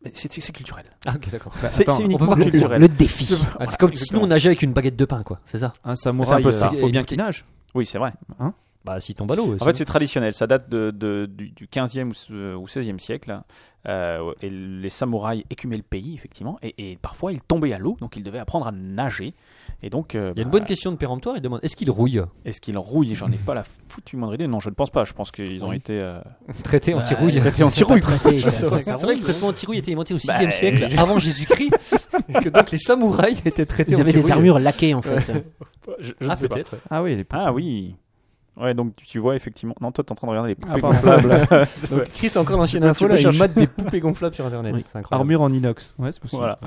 Mais C'est c'est- c'est culturel. Ah, ok, d'accord. C'est attends, c'est on uniquement peut pas- culturel. Le défi. Ah, c'est comme sinon on nageait avec une baguette de pain, quoi. C'est ça Un C'est un samouraï, peu il ça. faut bien qu'il nage. Oui, c'est vrai. Bah, si tombe à l'eau. En fait, c'est traditionnel. Ça date de, de- du, du 15e ou s- euh, ou 16e siècle. Euh, et les samouraïs écumaient le pays, effectivement. Et, et parfois, ils tombaient à l'eau, donc ils devaient apprendre à nager. Et donc, euh, Il y a une bah, bonne question de péremptoire. Il demande est-ce qu'il rouille est-ce qu'ils rouillent J'en ai pas la foutue moindre idée. Non, je ne pense pas. Je pense qu'ils ont Oui. été. euh, Bah, Traité anti-rouille. Traité anti-rouille, quoi. Traité, euh, ça- C'est vrai ça c'est roule, vrai que le traitement anti-rouille était inventé au 6 Bah, e siècle avant Jésus-Christ. et que donc les samouraïs étaient traités Ils avaient anti-rouille. des armures laquées en fait. je- je ne Ah, sais pas. peut-être. Ah oui, les Ah oui. Ouais, donc tu- tu vois effectivement. Non, toi, t'es en train de regarder les Ah, poupées pardon. gonflables. Donc Chris a encore l'enchaîne Tu peux- info tu là, peux il chercher. mate des poupées gonflables sur internet. Oui. C'est incroyable. armures en inox. Ouais, c'est possible. Voilà.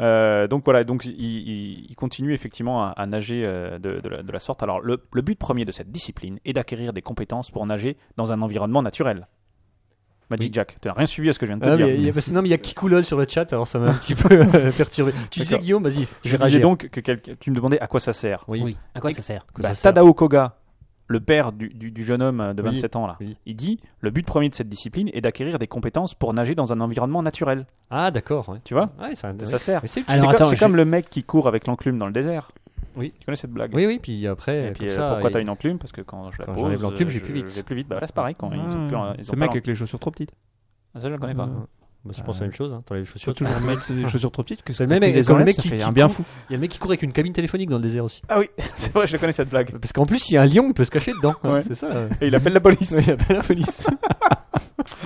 Euh, donc voilà, donc il, il- il continue effectivement à, à nager euh, de, de la, de la sorte. Alors le, le but premier de cette discipline est d'acquérir des compétences pour nager dans un environnement naturel. Magic Oui. Jack, tu n'as rien suivi à ce que je viens de te Ah, dire. mais il y a- parce que- non, mais il y a Kikoulol sur le chat, alors ça m'a un petit peu euh, perturbé. Tu disais, D'accord. Guillaume, vas-y, je disais donc que quelqu'un- tu me demandais à quoi ça sert. Oui. Oui. À quoi ça sert que Bah, ça sert. Tadao Koga, le père du, du- du jeune homme de Oui. 27 ans là, Oui. il dit le but premier de cette discipline est d'acquérir des compétences pour nager dans un environnement naturel. Ah, d'accord. ouais. Tu vois Ouais, ça, Ça sert. Mais c'est- C'est Alors, comme, attends, c'est je- comme le mec qui court avec l'enclume dans le désert. Oui. Tu connais cette blague Oui, oui, Ah, puis après. Et puis comme euh, ça, pourquoi il- t'as une enclume Parce que quand je la quand pose, j'enlève l'enclume, euh, j'ai plus vite. Je vais plus vite. Bah là, c'est pareil. Quand ils ont plus, Ah, un- ils ont Ce pas mec un- avec les chaussures trop petites. Ah, ça, je le connais pas. Euh, Bah, je pense à la même chose, hein. t'enlèves les Faut chaussures. tu- toujours mettre des chaussures trop petites. que C'est le quand même- tu les Eh ben, comme le enlèves, mec ça qui- fait qui un bien coupe. fou. Il y a le mec qui court avec une cabine téléphonique dans le désert aussi. Ah oui, c'est vrai, je connais cette blague. Parce qu'en plus, il y a un lion, il peut se cacher dedans. Ouais. C'est ça. là. Et il appelle la police. il appelle la police.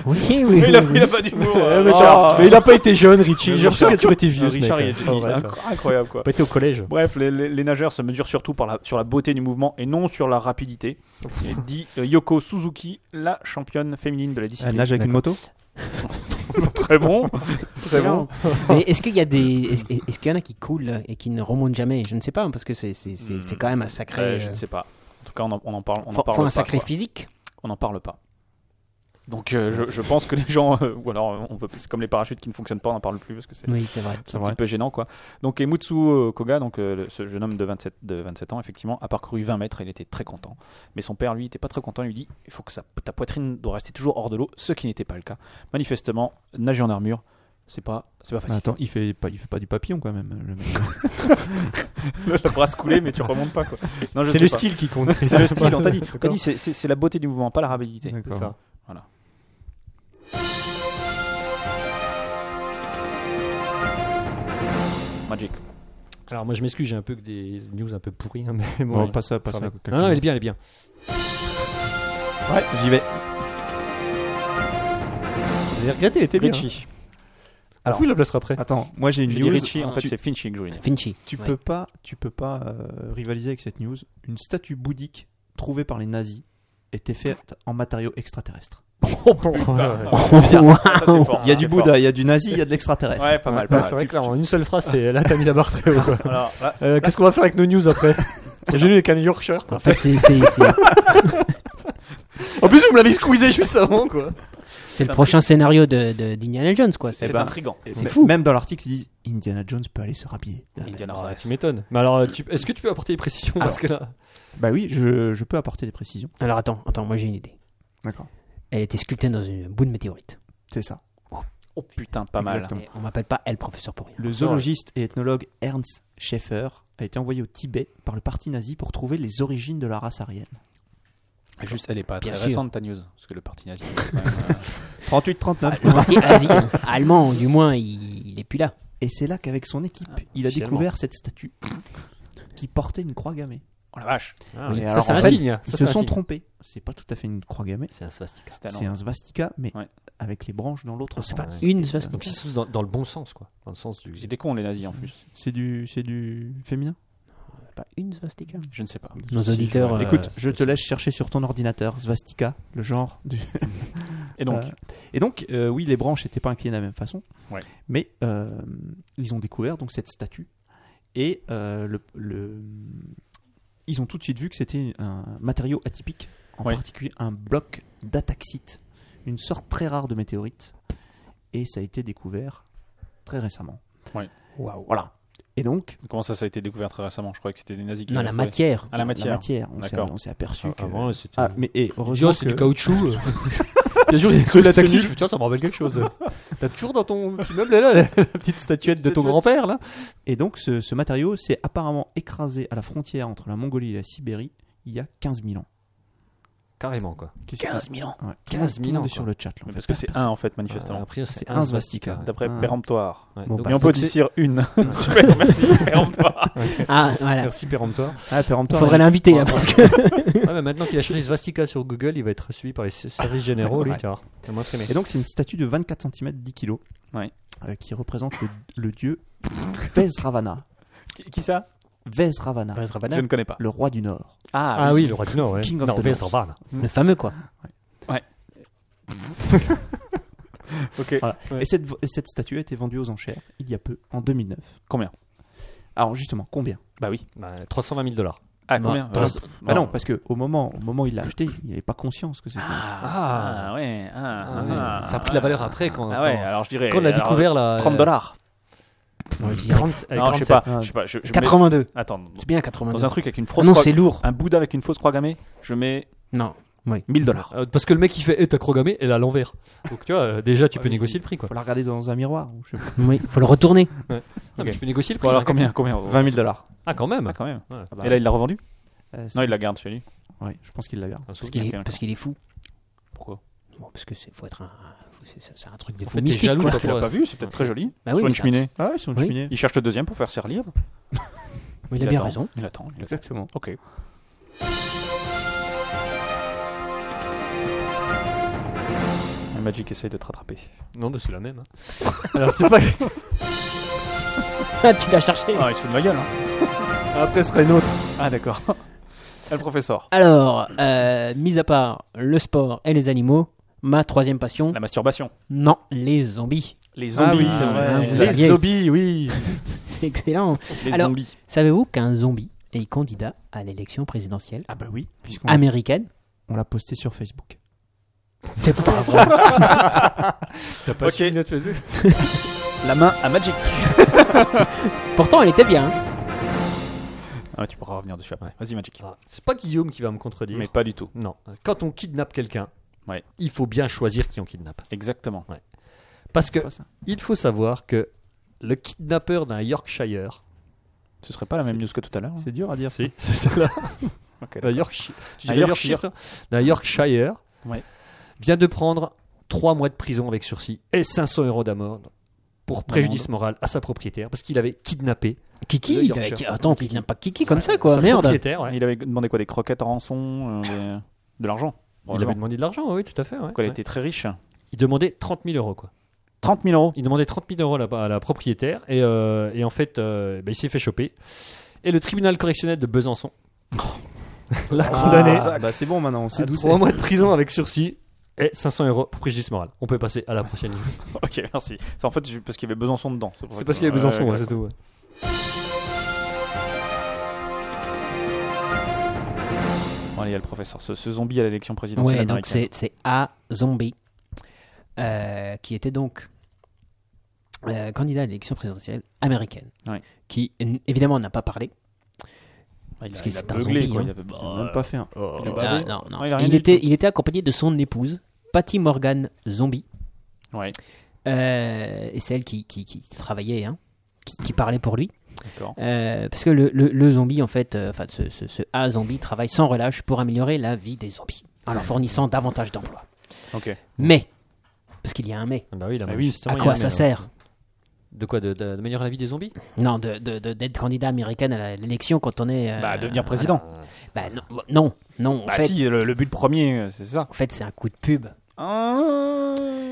Oui, oui, oui, Mais il, a, oui. il Ah, a pas d'humour. euh, Ah, mais, oh. il a pas été jeune, Richie. J'ai l'impression qu'il a toujours été vieux. Euh, ce Richard, il mec, est là. génie, Ah, ouais, c'est ça. inc- incroyable quoi. Pas été au collège. Bref, les, les- les nageurs se mesurent surtout par la, sur la beauté du mouvement et non sur la rapidité, Et dit euh, Yoko Suzuki, la championne féminine de la Ah, Elle discipline. nage avec une moto Très bon, Euh, très bon. Mais est-ce qu'il y a des, est-ce est-ce qu'il y en a qui coulent et qui ne remontent jamais Je ne sais pas hein, parce que c'est c'est c'est- c'est quand même un sacré. Euh, je euh, ne sais pas. En tout cas, on en, on en parle. On en faut- parle faut pas, un sacré quoi. physique. on n'en parle pas. Donc euh, je, je pense que les gens, euh, ou alors euh, on veut, c'est comme les parachutes qui ne fonctionnent pas, on n'en parle plus parce que c'est Oui, c'est vrai. c'est un petit peu gênant quoi. Donc Emutsu euh, Koga, donc euh, le- ce jeune homme de 27, de 27 ans, effectivement, a parcouru 20 mètres, il était très content. Mais son père, lui, était pas très content, il lui dit, il faut que ça- ta poitrine doit rester toujours hors de l'eau, ce qui n'était pas le cas. Manifestement, nager en armure, c'est pas, c'est pas facile. Attends, il fait pas, il fait pas du papillon quand même. le mec. Le bras se coulait, mais tu remontes pas quoi. Non, je C'est sais le pas. style qui compte. C'est le style, on t'a dit, on t'a D'accord. dit, c'est- c'est c'est la beauté du mouvement, pas la rapidité. D'accord. C'est ça. Magic. Alors moi je m'excuse, j'ai un peu que des news un peu pourries, hein, mais bon. Bon, allez. passe à, passe à Enfin, quelqu'un. non, non, elle est bien, elle est bien. Ouais, j'y vais. Vous avez regretté, elle était bien. hein. Richie. Alors- Vous la placera après. Attends, moi j'ai une Je dis news. Richie, en fait Tu- c'est Finching que je voulais dire. Finchi. Tu Ouais. peux pas, tu peux pas euh, rivaliser avec cette news. Une statue bouddhique trouvée par les nazis était faite en matériaux extraterrestres. Oh, Ah, Il y a du Bouddha, il y a du nazi, il y a de l'extraterrestre. Ouais, pas mal, Ouais, pas Bah, c'est mal. vrai que là, en une seule phrase, c'est là, t'as mis la barre très haut. quoi. Alors, là, Euh, Qu'est-ce qu'on va faire avec nos news après C'est venu avec un Yorkshire. quoi. En fait, c'est- c'est- c'est- En plus, vous me l'avez squeezé juste avant, quoi. c'est le prochain scénario de- de- d'Indiana Jones, quoi. Eh C'est ben, intrigant. Et C'est m- fou. Même dans l'article, ils disent Indiana Jones peut aller se rhabiller. Indiana Ah, Jones. tu m'étonnes. Mais alors, euh, tu- est-ce que tu peux apporter des précisions Parce que là, Bah oui, je, je peux apporter des précisions. Alors attends, attends, moi j'ai une idée. D'accord. Elle a été sculptée dans une boule de météorite. C'est ça. Oh putain, pas mal. Exactement. Et on m'appelle pas elle professeur pour rien. Le zoologiste et ethnologue Ernst Schaeffer a été envoyé au Tibet par le parti nazi pour trouver les origines de la race aryenne. Juste, elle est pas Bien très sûr. récente ta news, parce que le parti nazi. c'est quand même, euh, 38-39. Le parti asi- ah, euh, allemand, du moins, il, il est plus là. Et c'est là qu'avec son équipe, Ah, il a finalement. découvert cette statue qui portait une croix gammée. Oh la vache, oui. Ah ça, alors, c'est en un fait, signe. Ils Ça, c'est se un sont signe. trompés. C'est pas tout à fait une croix gammée, C'est un swastika. c'est talent. c'est un svastika, mais Ouais. avec les branches dans Ah, l'autre sens. pas Ouais. une svastika. Donc, ils sont dans, dans le bon sens, quoi. Dans le sens du. C'est des cons les nazis en plus. C'est du, c'est du féminin. Pas une svastika. Je ne sais pas. Nos auditeurs. vois. euh, Écoute, c'est je te possible. laisse chercher sur ton ordinateur svastika, le genre du. Et donc, Euh, et donc, euh, oui, les branches n'étaient pas inclinées de la même façon, Ouais. mais euh, ils ont découvert donc cette statue et euh, le, le- ils ont tout de suite vu que c'était un matériau atypique, en Ouais. particulier un bloc d'ataxite, une sorte très rare de météorite, et ça a été découvert très récemment. Ouais. Voilà. Et donc, comment ça, ça a été découvert très récemment Je croyais que c'était des nazis qui Non, l'avaient la trouvé. matière. Ah, la la matière. matière, on s'est- D'accord. on s'est aperçu que. Avant, c'était. Ah, mais et Il dit, heureusement oh, c'est que du caoutchouc. euh. Bien sûr, il a cru la taxi. Je fais, Tiens, ça me rappelle quelque chose. T'as toujours dans ton petit meuble là, la la petite statuette de ton grand-père là Et donc, ce, ce matériau s'est apparemment écrasé à la frontière entre la Mongolie et la Sibérie il y a 15 000 ans. Carrément quoi. 15 000 ans. 15 000 ans, ans quoi. sur le chat. là, on Mais parce fait que peur à c'est personne. un en fait, manifestement. A priori, C'est un svastika. D'après Ah. péremptoire. Ouais, Bon, donc- bah, Et on peut c'est- dire une. Super, merci. Péremptoire. Ah, voilà. Merci péremptoire. Ah, péremptoire, Faudrait là. l'inviter là parce que. Ouais, mais maintenant qu'il a cherché svastika sur Google, il va être suivi par les s- services généraux, lui, Ouais. tu vois. Il va m'imprimer. Et donc, c'est une statue de 24 cm 10 kg Ouais. euh, qui représente le, le dieu Vesravana. Qui, qui ça Vesravana, Je ne connais pas. le roi du Nord. Ah oui, le roi du Nord, ouais. King of non, the mais North. ça va, là. Le fameux quoi. Ok. Voilà. Ouais. Et cette, vo- et cette statue a été vendue aux enchères il y a peu, en 2009. Combien Alors, justement, combien Bah oui. Bah, 320 000 dollars. Ah, Non, combien trois- Euh, Bah non, parce qu'au moment, au moment où il l'a acheté, il n'avait pas conscience que c'était. Ah, ouais. ah, Ah, ah, ouais. Ça a pris de la valeur après, quand- Ah ouais, quand- alors je dirais. Quand on a alors, découvert euh, la. 30 dollars. Bon, je dirais 30, Non, je sais pas. Je sais pas. je- je mets- 82. Attends, C'est bien 82. dans un truc avec une Ah fausse non, croix- c'est lourd. Un Bouddha avec une fausse croix gammée, je mets Non. Oui. 1000 dollars. parce que le mec, il fait, eh, ta croix gammée, elle est à l'envers. Donc, tu vois, euh, déjà, Ah tu peux négocier le prix, quoi. Faut la regarder dans un miroir. ou je sais pas. Oui, faut le retourner. Ah, mais Ok. Tu peux négocier le prix. Bon, alors d'accord. combien, combien 20 000 dollars. Ah, bah, quand même. Ah, quand même. Ouais. Et là, il l'a revendu Euh, c'est- Non, il la garde chez lui. Ouais, je pense qu'il l'a bien. Un Parce souvenir. qu'il est, d'accord. parce qu'il est fou. Pourquoi Bon, parce que c'est faut être un. faut- c'est- C'est c'est un truc de En fou fait, t'es mystique. jaloux, quoi. toi. Tu l'as pas vu, c'est peut-être très joli. Bah oui, Sur mais une ça- cheminée. Ah ouais, sur une Oui. cheminée. Il cherche le deuxième pour faire ses reliefs. Mais Il a bien attend. raison. Il attend. il attend. Exactement. Ok. Et Magic essaye de te rattraper. Non, mais c'est la même. hein. alors, c'est pas. Ah, tu l'as cherché. Ah, il se fout de ma gueule. hein. Après, ce serait une autre. Ah, d'accord. Ah, le professeur. Alors, euh, mis à part le sport et les animaux, ma troisième passion, La masturbation. non, les zombies. Les Ah zombies. oui, c'est vrai. Les, Les les zombies, oui. Excellent. Alors- zombies. Savez-vous qu'un zombie est candidat à l'élection présidentielle Ah bah oui, puisqu'on américaine on l'a posté sur Facebook. C'est pas vrai. T'as pas Ok. suivi notre faisait La main à Magic. Pourtant, elle était bien. hein. Ah, tu pourras revenir dessus après. Vas-y, Magic. Ah, C'est pas Guillaume qui va me contredire. Mais pas du tout. Non. Quand on kidnappe quelqu'un, Ouais. il faut bien choisir qui on kidnappe. Exactement. Parce que Pas ça. il faut savoir que le kidnappeur d'un Yorkshire. Ce serait pas la même news que tout à l'heure. hein C'est dur à dire. Si, c'est celle-là. Ok, D'un Yorkshire. Tu Euh, Un dis Yorkshire. Yorkshire, toi D'un Yorkshire. Ouais. Vient de prendre 3 mois de prison avec sursis et 500 euros d'amende pour préjudice moral à sa propriétaire parce qu'il avait kidnappé Le Kiki. Yorkshire. euh, Attends, qui n'aime pas Kiki comme ça, quoi. sa Merde. propriétaire. ouais. Il avait demandé quoi Des croquettes en rançon euh, des- De l'argent Il avait demandé de l'argent, oui, tout à fait. ouais. Donc, elle Ouais. était très riche. Il demandait 30 000 euros, quoi. 30 000 euros. Il demandait 30 000 euros là-bas à la propriétaire et, euh, et en fait, euh, bah, il s'est fait choper. Et le tribunal correctionnel de Besançon l'a condamné Ah, bah c'est bon maintenant, on sait à d'où 3 c'est. mois de prison avec sursis et 500 euros pour préjudice moral. On peut passer à la prochaine news. Ok, merci. C'est en fait je- parce qu'il y avait Besançon dedans. pour ça C'est que- parce qu'il y a Ouais, Besançon, ouais, ouais, c'est tout. ouais. Allez, il y a le professeur, ce, ce zombie à l'élection présidentielle. Ouais, donc américaine. c'est c'est A Zombie, euh, qui était donc euh, candidat à l'élection présidentielle américaine, Ouais. qui n- évidemment n'a pas parlé. Ah, il a- parce que il a c'est un beuglé, zombie, quoi. hein. Il a fait, bah, Il a même pas fait un. il a Ah, bavé. non, non. Ah, il a rien Il, dit était, du il était accompagné de son épouse, Patty Morgan Zombie, tout. Ouais, euh, et c'est elle qui, qui, qui travaillait, hein, qui, qui parlait pour lui. d'accord. Euh, parce que le, le- le zombie, en fait, euh, enfin, ce, ce- ce A zombie travaille sans relâche pour améliorer la vie des zombies, en leur fournissant davantage d'emplois. Ok. Mais, parce qu'il y a un mais, Ah Bah oui, là, Bah bah, oui. justement, à il y a quoi un ça mais, hein. sert alors. De quoi de- de- D'améliorer la vie des zombies Non, de, de- de- d'être candidat américaine à la- l'élection quand on est. euh, Bah, devenir président. voilà. Bah, non, non, non, en Bah, fait, si, le, le but premier, euh, c'est ça. en fait, c'est un coup de pub.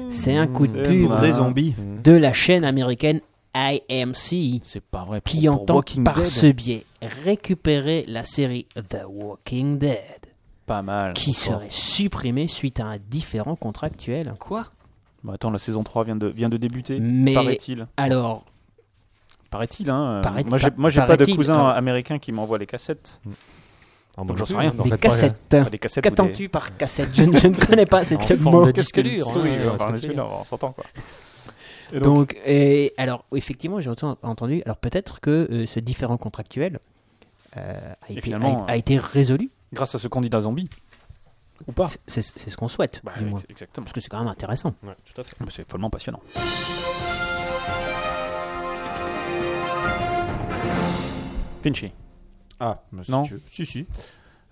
C'est un coup de Mmh, C'est pub marrant. Des zombies. de la chaîne américaine IMC C'est pas vrai. qui Pour- pour entend Walking par Dead. ce biais récupérer la série The Walking Dead Ah, Pas mal. qui encore. serait supprimée suite à un différent contractuel. Quoi Bon, attends, la saison 3 vient de, vient de débuter. Mais- Paraît-il. Alors, Paraît-il, hein. euh, Paraît- moi, j'ai, pa- moi, j'ai pas de paraît-il, Ah. cousin alors. américain qui m'envoie les cassettes. Ah, bah, Donc, j'en sais rien. des cassettes. Enfin, des cassettes. ou des- Qu'attends-tu par cassette je, ne- je ne connais pas cette En forme mot. de disque Oui, dur. hein, oui, euh, enfin, parce que celui-là, on s'entend, quoi. Donc, euh, alors, effectivement, j'ai autant entendu. Alors, peut-être que euh, ce différent contractuel euh, a, Et été, finalement, a- a euh, été résolu. Grâce à ce candidat zombie. Ou pas C'est- C'est c'est ce qu'on souhaite, Bah, du moins. ex- Exactement. Parce que c'est quand même intéressant. Ah, Mais C'est follement passionnant. Pinchy. Ah, mais si Non. tu veux. Si, si.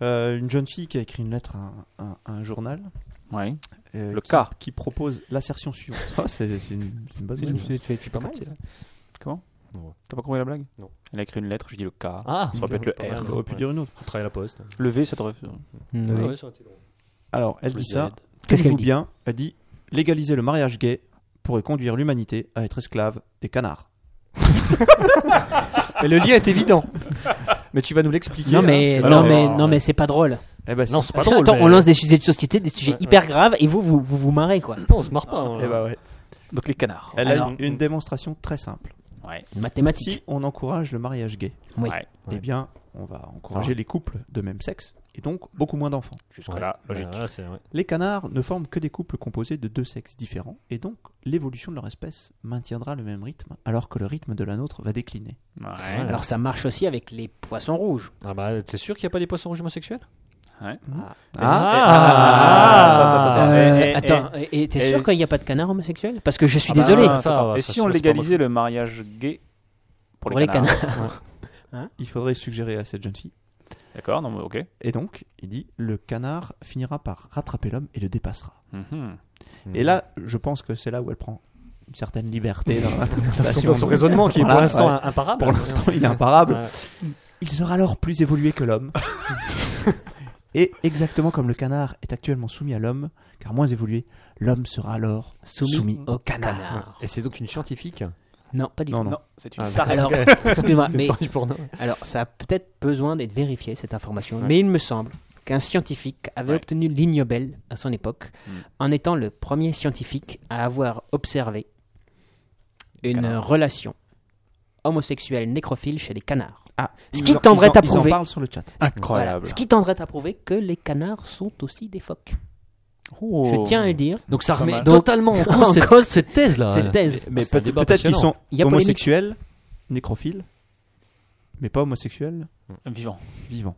Euh, une jeune fille qui a écrit une lettre à un, à un- à un journal. Ouais. euh, Le qui, cas. Qui propose l'assertion suivante. Ah, c'est c'est une, c'est une bonne idée. pas mal, ça. Comment Ouais. T'as pas compris la blague Non. Elle a écrit une lettre, je dis le K. Ah, Ça aurait pu être pas le bah, mal. R. On aurait pu Ouais. dire une autre. On travaille à la poste. Le V, ça devrait. Oui. Ah Ouais, ça aurait été drôle. Alors, elle Le dit ça. Z. Qu'est-ce qu'elle Tenez-vous dit bien Elle dit légaliser le mariage gay pourrait conduire l'humanité à être esclave des canards. Mais le lien est évident. mais tu vas nous l'expliquer. Non mais, hein, parce que- non, Alors, mais, euh, non mais c'est pas drôle. Eh ben, Non, si. c'est pas drôle. Attends, mais- on lance des sujets de société, des sujets Ouais, hyper graves et vous vous, vous vous marrez quoi. Non, on se marre pas. hein. Eh ben ouais. Donc les canards. Elle a Alors- une- une démonstration très simple. Ouais. Mathématiques. Si on encourage le mariage gay, Oui. Ouais. eh bien, on va Ah. encourager les couples de même sexe et donc beaucoup moins d'enfants. Jusque-là, Ouais, logique. ouais, c'est vrai. Les canards ne forment que des couples composés de deux sexes différents et donc l'évolution de leur espèce maintiendra le même rythme alors que le rythme de la nôtre va décliner. Ouais. Alors ça marche aussi avec les poissons rouges. Ah bah, t'es sûr qu'il n'y a pas des poissons rouges homosexuels Ah. Attends, attends, attends. Euh, Eh, eh, attends, et et t'es sûr eh. qu'il n'y a pas de canard homosexuel Parce que je suis Ah bah, désolé. ça, ça, Attends, va, et ça, si ça, on c'est pas légalisait le mariage gay pour les, Pour les canards, Il faudrait suggérer à cette jeune fille. D'accord, non, mais ok. Et donc, il dit, le canard finira par rattraper l'homme et le dépassera. Mhm. Mhm. Et là, je pense que c'est là où elle prend une certaine liberté dans l'interprétation. Bah, Son, son raisonnement qui est pour Voilà, l'instant ouais. imparable. Ah, Pour l'instant, il est imparable. Ouais. Il sera alors plus évolué que l'homme. Et exactement comme le canard est actuellement soumis à l'homme, car moins évolué, l'homme sera alors soumis, au canard. Et c'est donc une scientifique. Euh, Non, pas du tout. Non, non. Non, c'est une Ah, star. Alors, Ok. excuse-moi, C'est Ah, mais sorti pour nous. alors ça a peut-être besoin d'être vérifié cette information, mais il me semble qu'un scientifique avait Ouais. obtenu l'Ig Nobel à son époque Hmm. en étant le premier scientifique à avoir observé une Canard. relation homosexuelle nécrophile chez les canards. Ah, Ce ils qui en- tendrait ils en- à prouver. Ils en parlent sur le chat. Incroyable. Voilà. Ce qui tendrait à prouver que les canards sont aussi des phoques. Oh. Je tiens à le dire. Donc ça remet mal. totalement en cause En cette, cause cette thèse là. Cette thèse. Mais c'est un peut- débat peut-être qu'ils sont Il y a polémique. homosexuels, nécrophiles, mais pas homosexuels, Vivant. vivants.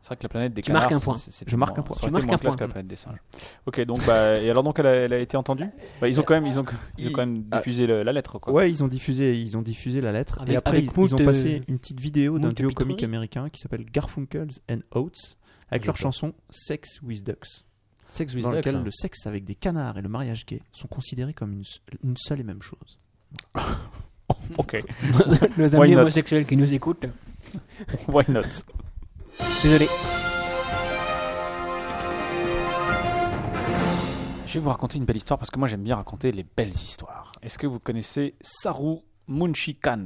C'est vrai que la planète des Tu canards. marques un c'est- point. c'est- c'est Je marque moins- un point. ça Tu aurait été marques moins un classe que point. la planète des singes. Ok, donc bah, et alors donc elle a, elle a été entendue. Bah, ils ont quand même, ils ont, ils ont quand même Ah. diffusé le- la lettre quoi. Ouais, ils ont diffusé, ils ont diffusé la lettre. Avec- et après, avec ils, moult ils ont euh, de- passé une petite vidéo d'un moult de duo pitreries. comique américain qui s'appelle Garfunkels and Oates Ah, avec leur chanson Sex with Ducks, Sex with dans Ducks, lequel hein. le sexe avec des canards et le mariage gay sont considérés comme une, s- une seule et même chose. Ok. Nos Why amis not homosexuels qui nous écoutent. Why not Désolé. Je vais vous raconter une belle histoire parce que moi j'aime bien raconter les belles histoires. Est-ce que vous connaissez Saru Munchikan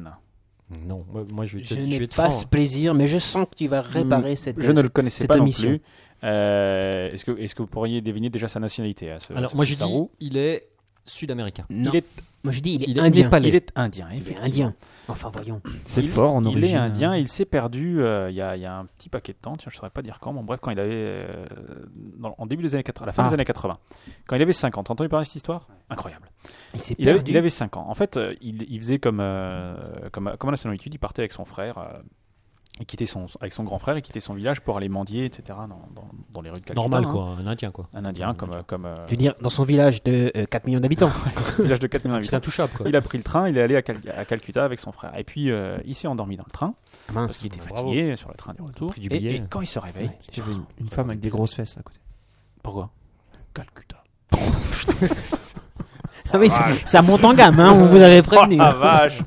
Non, moi, moi, je vais Je te- je n'ai vais te pas franc. ce plaisir, mais je sens que tu vas réparer Hmm, cette. Je ne le connaissais cette pas non omission. plus. Euh, est-ce que est-ce que vous pourriez deviner déjà sa nationalité à ce, à Alors ce moi petit j'ai Saru dit, il est sud-américain. Non. Il est, Moi je dis il est il est indien. népalais. il est indien, Il est effectivement. indien. Enfin voyons. C'est fort en Il origine. euh. est indien, il s'est perdu euh, il y, a, il y a un petit paquet de temps, tiens, je ne saurais pas dire quand, bon, bref, quand il avait. euh, dans- en début des années 80, à la fin Ah. des années 80. Quand il avait 50, t'as entendu parler de cette histoire Incroyable. Il s'est Il avait, perdu. il avait 5 ans. En fait, euh, il, il faisait comme, euh, comme, comme à la Solitude, il partait avec son frère, euh, il quittait son, avec son grand frère, il quittait son village pour aller mendier, etc., dans, dans, dans les rues de Calcutta. Normal hein. quoi, un indien quoi. Un indien, comme, euh, comme euh, Tu veux dire dans son village de euh, 4 millions d'habitants. village de 4 000 C'est habitants. intouchable quoi. Il a pris le train, il est allé à, Cal- à Calcutta avec son frère. Et puis, euh, il s'est endormi dans le train, Ah, mince. parce qu'il était Bravo. fatigué sur le train du retour. pris du Et- billet. et, quand il se réveille, Une femme avec des grosses fesses à côté. pourquoi Calcutta. Ah oui, ça, ça monte en gamme, hein, on vous avait prévenu. Ah vache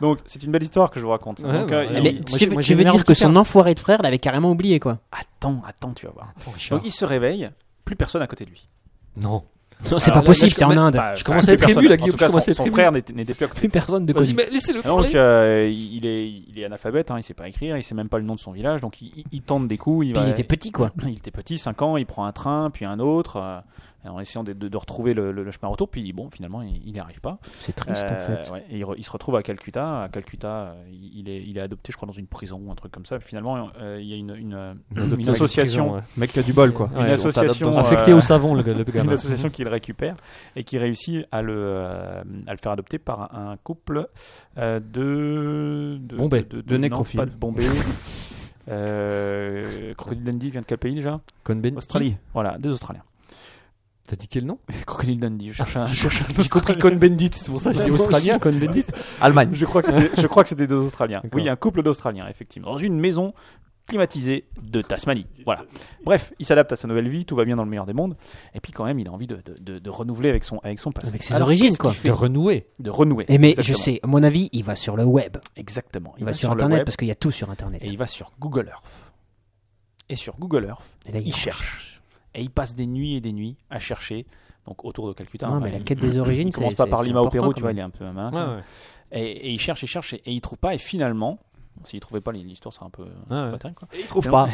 Donc, c'est une belle histoire que je vous raconte. Ouais, Donc, bah, euh, ouais. il- Mais moi, tu j'ai- tu veux, moi, j'ai une dire que énorme son enfoiré de frère l'avait carrément oublié quoi. Attends, attends, tu vas voir. Attends, Oh, Richard. Donc, il se réveille, plus personne à côté de lui. Non. Non, c'est Alors pas là, possible, là, c'est en même- Inde. bah, Je bah, commence à plus être ému, personne. là, En Guillaume, tout cas, je commence à son- être Son ému. frère n'était- n'était plus à côté. Plus personne de Vas-y, connu. mais laissez-le Et Donc, parler. euh, il, est, il est analphabète, hein, il sait pas écrire, il sait même pas le nom de son village, donc il, il- il tente des coups. Il, Puis va- il était petit quoi. il était petit, 5 ans, il prend un train, puis un autre, euh, en essayant de, de- de retrouver le, le- le chemin retour, puis bon, finalement, il n'y arrive pas. C'est triste en Euh, fait. ouais, et il, re- il se retrouve à Calcutta. À Calcutta, euh, il il est, il est adopté, je crois, dans une prison ou un truc comme ça. Finalement, euh, il y a une, une, euh, une association, Mec qui a du bol quoi. une association euh, Affecté au savon le, le une gamin. Mhm. association qui le récupère et qui réussit à le, euh, à le faire adopter par un couple euh, de, de Bombay. de, De non, nécrophiles. pas de Bombay. Euh, Crocodile Dundee vient de quel pays déjà Conben- Australie. Voilà, deux Australiens. T'as dit quel nom Crocodile Dundee, je cherche un. je cherche un J'ai compris Con Bendit, c'est pour ça que j'ai dit Moi aussi. Australien, Con Bendit. Allemagne. Je crois que c'était- je crois que c'était deux Australiens. D'accord. Oui, un couple d'Australiens, effectivement. Dans une maison climatisée de Tasmanie. Voilà. Bref, il s'adapte à sa nouvelle vie, tout va bien dans le meilleur des mondes. Et puis quand même, il a envie de, de- de- de renouveler avec son, avec son passé. Avec ses Alors, origines, qu'est-ce qu'il quoi. fait De renouer. De renouer. Et mais je Exactement. sais, à mon avis, il va sur le web. Exactement. Il, va, sur, le internet web parce qu'il y a tout sur internet. et il va sur Google Earth. Et sur Google Earth, Et là, il cherche. Et il passe des nuits et des nuits à chercher, donc autour de Calcutta. Non, hein, mais il- la quête des origines, il commence c'est- pas c'est- par c'est Lima au important, Pérou, quand tu vois, même. il est un peu malin. Ouais, ouais. Et, et il cherche, il cherche, et, et il trouve pas. Et finalement, s'il trouvait pas, l'histoire serait un peu Ah ouais. pas terrible. Quoi. Il trouve pas.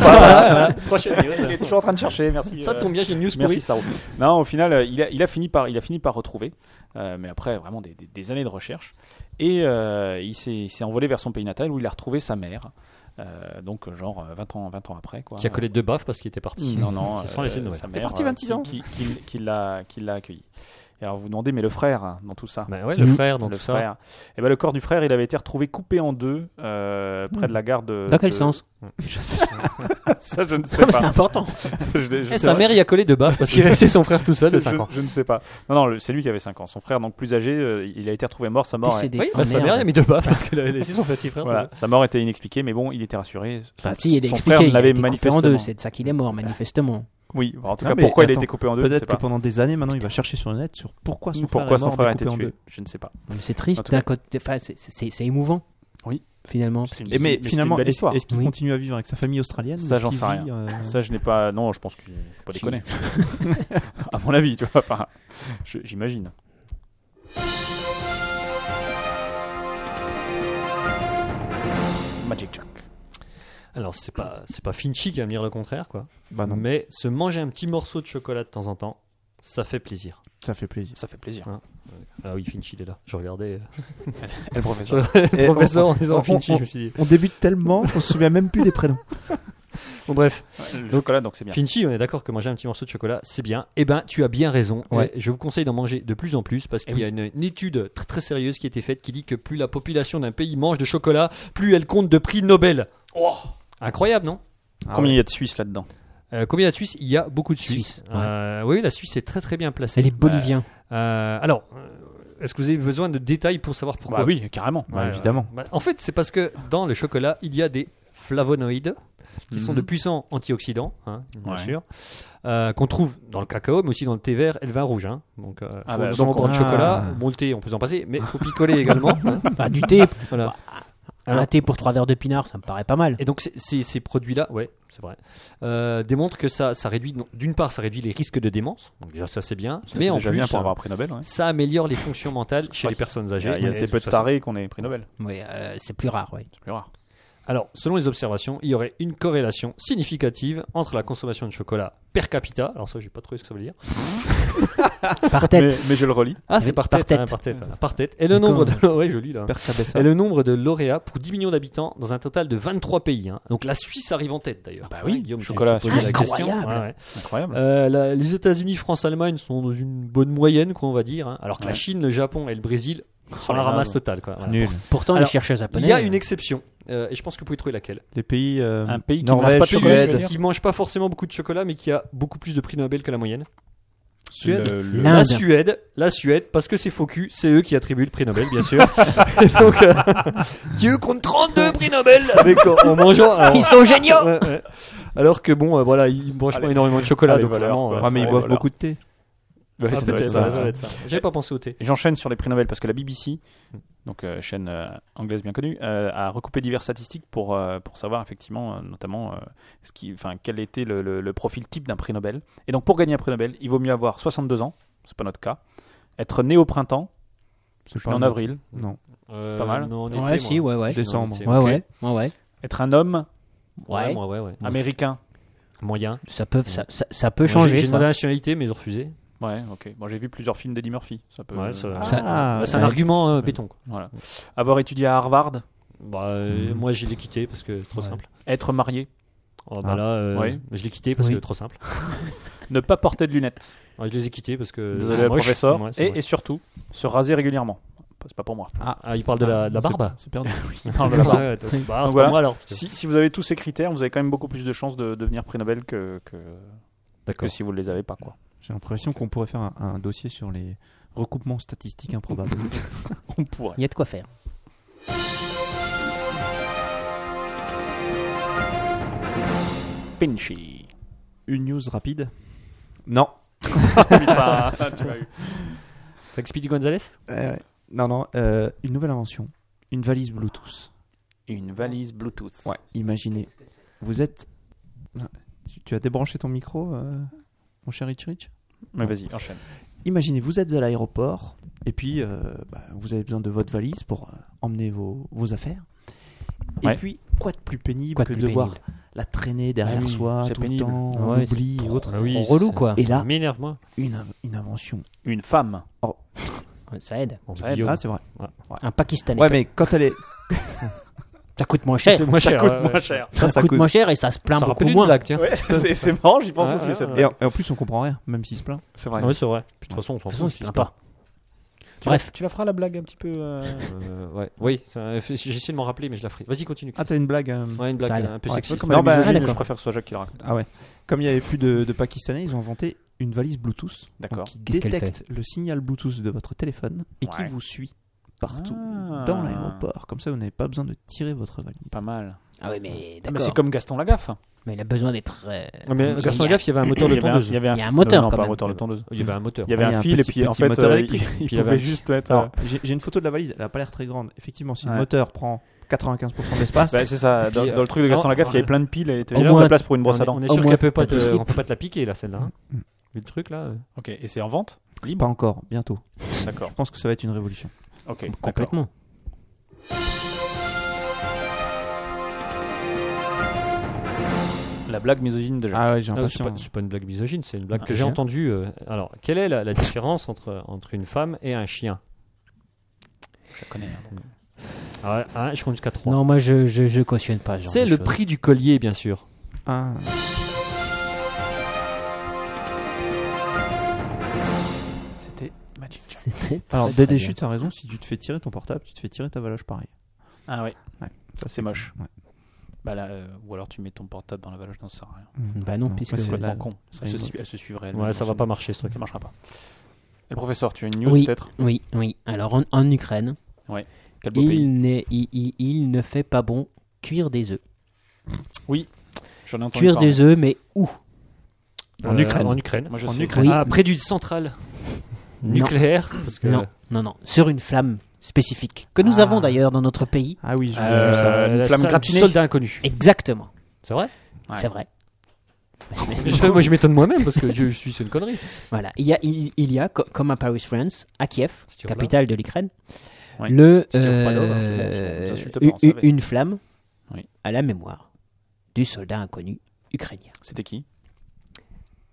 pas. il est toujours en train de chercher. Merci. Ça euh, tombe bien, j'ai une news Merci pourrie. Saro. Non, au final, euh, il a, il a fini par, il a fini par retrouver, euh, mais après vraiment des, des- des années de recherche, et euh, il s'est il s'est envolé vers son pays natal où il a retrouvé sa mère, euh, donc genre euh, 20 ans, 20 ans après quoi. Euh, Qui a collé deux baffes parce qu'il était parti. Non non, Sans laisser de nouvelles. sa T'es mère. parti 26 euh, ans. Qui, qui- qui l'a, qui l'a accueilli. Et alors vous vous demandez, mais le frère hein, dans tout ça Bah ouais, le Mm. frère, donc le tout ça. frère. Et ben le corps du frère, il avait été retrouvé coupé en deux euh, près de la gare de. Dans quel de- Hmm. sens Ça, je ne sais Non, mais C'est pas. important. Je- je- Eh, sa mère y a collé deux baffes parce qu'il a laissé son frère tout seul de 5 ans. Je, je ne sais pas. Non, non, le- c'est lui qui avait 5 ans. Son frère, donc plus âgé, euh, il a été retrouvé mort. Sa mort, hein. Décédé. Oui, Oh, bah, sa merde. mère y a mis deux baffes parce qu'elle avait laissé son petit frère. voilà, sa mort était inexpliquée, mais bon, il était rassuré. Son- Enfin, Bah, si, il est son expliqué. frère il a l'avait été coupé en deux. manifestement. C'est de ça qu'il est mort, manifestement. Oui, enfin, en tout Non, cas, mais pourquoi il a attends, été coupé en deux, je sais Peut-être que pas. pendant des années maintenant, il va chercher sur le net sur pourquoi son Pourquoi frère son est mort frère a et été coupé en tué deux. Je ne sais pas. Mais C'est En triste tout d'un côté. Enfin, c'est- c'est c'est émouvant. Oui. Finalement. C'est une- Et mais c'est une finalement, belle est-ce histoire. est-ce qu'il Oui. continue à vivre avec sa famille australienne Ça, Est-ce j'en qu'il sais vit, euh, Ça, je n'ai pas. Non, je pense qu'il faut pas déconner. à mon avis, tu vois. Enfin, je- j'imagine. Magic Jack. Alors, c'est pas, c'est pas Finchy qui va me dire le contraire, quoi. Bah non, Mais se manger un petit morceau de chocolat de temps en temps, ça fait plaisir. ça fait plaisir. Ça fait plaisir. Ah oui, Finchy, il est là. Je regardais euh, Et le professeur. Et le professeur en disant on- Finchy, on- je me suis dit. On débute tellement qu'on se souvient même plus des prénoms. Bon, bref. Le chocolat, donc c'est bien. Finchy, on est d'accord que manger un petit morceau de chocolat, c'est bien. Eh ben, tu as bien raison. Ouais. Et Je vous conseille d'en manger de plus en plus parce qu'il y a une, une étude très très sérieuse qui a été faite qui dit que plus la population d'un pays mange de chocolat, plus elle compte de prix Nobel. Incroyable, non Combien il y a de Suisses là-dedans Euh, Combien il y a de Suisse Il y a beaucoup de Suisses. Suisse, ouais. Euh, oui, la Suisse est très très bien placée. C'est les Boliviens. Euh, alors, euh, est-ce que vous avez besoin de détails pour savoir pourquoi Bah oui, carrément. Bah, évidemment. Bah, en fait, c'est parce que dans le chocolat, il y a des flavonoïdes qui sont Mhm. de puissants antioxydants, hein, bien Ouais. sûr, euh, qu'on trouve dans le cacao, mais aussi dans le thé vert et le vin rouge. hein. Donc, euh, Ah faut bah, nous donc en prendre on- le chocolat, Ah. bon, le thé, on peut s'en passer, mais faut picoler également. hein. Ah, du thé. Voilà. Un thé pour trois verres de pinard, ça me paraît pas mal. Et donc, ces- ces ces produits-là, ouais, c'est vrai, euh, démontrent que ça, ça réduit, non, d'une part, ça réduit les risques de démence, donc déjà, ça c'est bien, mais en déjà plus, bien pour avoir un prix Nobel. ouais. ça améliore les fonctions mentales chez Ouais. les personnes Il âgées. y a, il y a Et assez toute peu de façon, tarés qu'on ait prix Nobel. Ouais, euh, c'est plus rare, ouais. C'est plus rare. Alors, selon les observations, il y aurait une corrélation significative entre la consommation de chocolat per capita, alors ça, j'ai pas trouvé ce que ça veut dire. Par Mais, tête. mais je le relis. Ah, c'est Oui, par par tête, tête. hein, par tête, hein, par tête. Et le nombre de. Ouais, je lis là. Père Cabessa. Et le nombre de lauréats pour 10 millions d'habitants dans un total de 23 pays. hein. Donc la Suisse arrive en tête d'ailleurs. Bah oui, Guillaume, tu- chocolat, tu posais la Suisse. question. Incroyable. Ouais, ouais. Incroyable. Euh, la- les États-Unis, France, Allemagne sont dans une bonne moyenne, quoi, on va dire. hein. Alors que la Ouais. Chine, le Japon et le Brésil sont la là, ramasse ouais. totale. Quoi. Voilà. Nul. Pourtant, Alors, les chercheurs japonais. Il y a une exception. euh, et je pense que vous pouvez trouver laquelle. Les pays. euh, Un pays qui mange Norvège, pas de chocolat, Suède. je veux dire. Qui mange pas forcément beaucoup de chocolat, mais qui a beaucoup plus de prix Nobel que la moyenne. Suède. Euh, Le- le- L'Inde. La Suède, la Suède, parce que c'est faux cul, c'est eux qui attribuent le prix Nobel, bien sûr. et donc, euh, qui eux comptent 32 prix Nobel avec, en, en mangeant. alors- Ils sont géniaux Ouais, ouais. Alors que bon, euh, voilà, ils mangent pas Allez. énormément de chocolat, Allez, donc voilà, vraiment, quoi. euh, Ah, mais ils Ouais, boivent voilà. beaucoup de thé. Ouais, ah, ça doit être peut-être, ça, ouais, ça ça doit doit être ça. J'avais pas pensé au thé. J'enchaîne sur les prix Nobel parce que la BBC, Mm. donc euh, chaîne euh, anglaise bien connue, euh, a recoupé diverses statistiques pour, euh, pour savoir effectivement, euh, notamment, euh, ce qui, enfin, quel était le, le- le profil type d'un prix Nobel. Et donc, pour gagner un prix Nobel, il vaut mieux avoir 62 ans, c'est pas notre cas, être né au printemps, C'est né en avril, Non. Pas mal. Non, Ouais, si, ouais, ouais. Décembre. Ouais, ouais, ouais, ouais. être un homme Ouais, Ouais. moi, ouais, ouais. américain. Moyen. Ça peut, ça, ça, ça peut J'ai- changer. J'ai ça. demandé la nationalité, mais ils ont refusé. Ouais, ok. Bon, j'ai vu plusieurs films d'Eddie Murphy. Ça peut. Ouais, ça- Ça- Ah, Bah, c'est un ouais. argument euh, béton. quoi. Voilà. Avoir étudié à Harvard, Bah, euh, Moi, je l'ai quitté parce que trop Ouais. simple. être marié, Oh, bah Ah. là, euh, Ouais. je l'ai quitté parce Oui. que trop simple. ne pas porter de lunettes. Ouais, je les ai quittés parce que. Désolé, c'est le moche. professeur. Ouais, c'est et, moche. et surtout, se raser régulièrement. C'est pas pour moi. Ah, il parle de la, de la c'est- barbe C'est perdu. Il parle de la barbe. Ouais, t'as- Bah, c'est voilà. pas moi alors. Si, si vous avez tous ces critères, vous avez quand même beaucoup plus de chances de devenir prix Nobel que, que, que D'accord. si vous ne les avez pas. Quoi. J'ai l'impression qu'on pourrait faire un, un dossier sur les recoupements statistiques improbables. On pourrait. Il y a de quoi faire. Pinchy. Une news rapide Non. Putain, Ah, tu m'as eu. Avec Speedy Gonzalez Euh, non, non. euh, une nouvelle invention. Une valise Bluetooth. Une valise Bluetooth. Ouais. Imaginez. Vous êtes. Tu- Tu as débranché ton micro, euh, mon cher Rich Rich Mais vas-y, enchaîne. Imaginez, vous êtes à l'aéroport et puis euh, bah, vous avez besoin de votre valise pour euh, emmener vos, vos affaires. Et Ouais. puis, quoi de plus pénible Quoi de que de plus devoir la traîner derrière Ah oui, soi c'est tout pénible. le temps, on Ouais, l'oublie et Ah autres. On relou, quoi. Et là, M'énerve, moi. une, in- une invention. Une femme. Ouais, Ça aide. Bon, Ça aide. Guillaume. Ah, c'est vrai. Un Pakistanais. Ouais, mais quand elle est. Ça coûte moins cher. C'est moins ça cher. coûte ouais, moins ouais. cher. Ça, Ça coûte moins cher et ça se plaint Ça beaucoup rappelle une moins. blague, tiens. Ouais, c'est c'est marrant, j'y pense Ah, aussi. ah, cette- ah. Et en, et en plus, on comprend rien, même s'il se plaint. C'est vrai. Ouais, c'est vrai. Puis de toute façon, on s'en De toute façon, fout. il se s'il plaint plaint. pas. Tu Bref. la- tu la feras la blague un petit peu. euh, Euh, ouais. Oui, ça- j'essaie de m'en rappeler, mais je la ferai. Vas-y, continue. Ah, t'as une blague. euh, Ouais, une blague Sale. un peu Ouais, sexiste. comme Non, la bah, misogyne, ah, je d'accord. préfère que ce soit Jacques qui la raconte. Ah ouais. Comme il n'y avait plus de, de Pakistanais, ils ont inventé une valise Bluetooth D'accord. qui Qu'est-ce qu'elle détecte le signal Bluetooth de votre téléphone et qui Ouais. vous suit partout Ah. dans l'aéroport. Comme ça, vous n'avez pas besoin de tirer votre valise. Pas mal. Ah ouais, mais Ah, mais d'accord. c'est comme Gaston Lagaffe. Mais il a besoin d'être. euh, Ah, mais il- Gaston il y a- Lagaffe, il y avait un moteur de Il y avait un- tondeuse. Il y avait un, Il y a un moteur, Euh, Non, quand pas un même. moteur de tondeuse. Ah, Il y avait un moteur. Il y avait Ouais, il y a un un fil et petit- puis en petit fait, moteur euh, électrique. il il y avait pouvait un- juste mettre. euh, Alors, j'ai j'ai une photo de la valise, elle a pas l'air très grande. Effectivement, si Ouais. le moteur prend 95% d'espace, Bah, c'est ça, dans, Puis, euh, dans le truc de Gaston non, Lagaffe, il y voilà. avait plein de piles et t'avais Au déjà de la moins, place pour une On brosse à est, dents. on est Au sûr moins, qu'elle peut pas t'as te, du slip. on peut pas te la piquer là, celle-là. hein. Mm. Vu le truc là. euh. Ok, et c'est en vente pas encore, bientôt. D'accord. Je pense que ça va être une révolution. Ok, Complètement. La blague misogyne déjà. Ah ouais, j'ai Ah, c'est l'impression. pas, c'est pas une blague misogyne, c'est une blague Ah, que j'ai chien. entendue. euh, alors, quelle est la, la différence entre, entre une femme et un chien Je la connais. hein, donc. Ah ouais, hein, Je compte jusqu'à 3. Non, moi, je, je, je cautionne pas. ce genre C'est de le choses. prix du collier, bien sûr. Ah. C'était Magic Jack. C'était Alors, très, très Dédé bien. Chute, t'as raison, si tu te fais tirer ton portable, tu te fais tirer ta valage pareil. Ah ouais. Ouais. Ça c'est moche. Ouais. Bah là, euh, ou alors tu mets ton portable dans la valoche, non, ça sert à rien. Bah non, puisque ouais, C'est c'est complètement la- con. serait Elle se, une- suit- elle se suivrait. elle-même Ouais, ça dans va son- pas marcher ce truc. Ça marchera pas. Et le professeur, tu as une news Oui. peut-être Oui, oui. Alors, en, en Ukraine, Quel beau pays. il, n'est- il, il- il ne fait pas bon cuire des œufs. J'en ai entendu Cuire parler. des œufs, mais où En Ukraine. Euh, En Ukraine. Moi je En sais. Ukraine. Oui. Ah, près d'une centrale Non. nucléaire. Parce que euh, Non, non, non. Sur une flamme spécifique, que nous Ah. avons d'ailleurs dans notre pays. Ah oui, Euh, je voulais ça. une la flamme salle du gratinée. Soldat inconnu. Exactement, C'est vrai Ouais. c'est vrai. Moi je m'étonne moi-même parce que je suis, c'est une connerie. Voilà, il y a, il, il y a co- comme à Paris, France, à Kiev, Styropor. capitale de l'Ukraine, Ouais. le Styropor, euh, hein, c'est bon, on vous insulte pas, une- on savait. une flamme Oui. à la mémoire du soldat inconnu ukrainien. C'était qui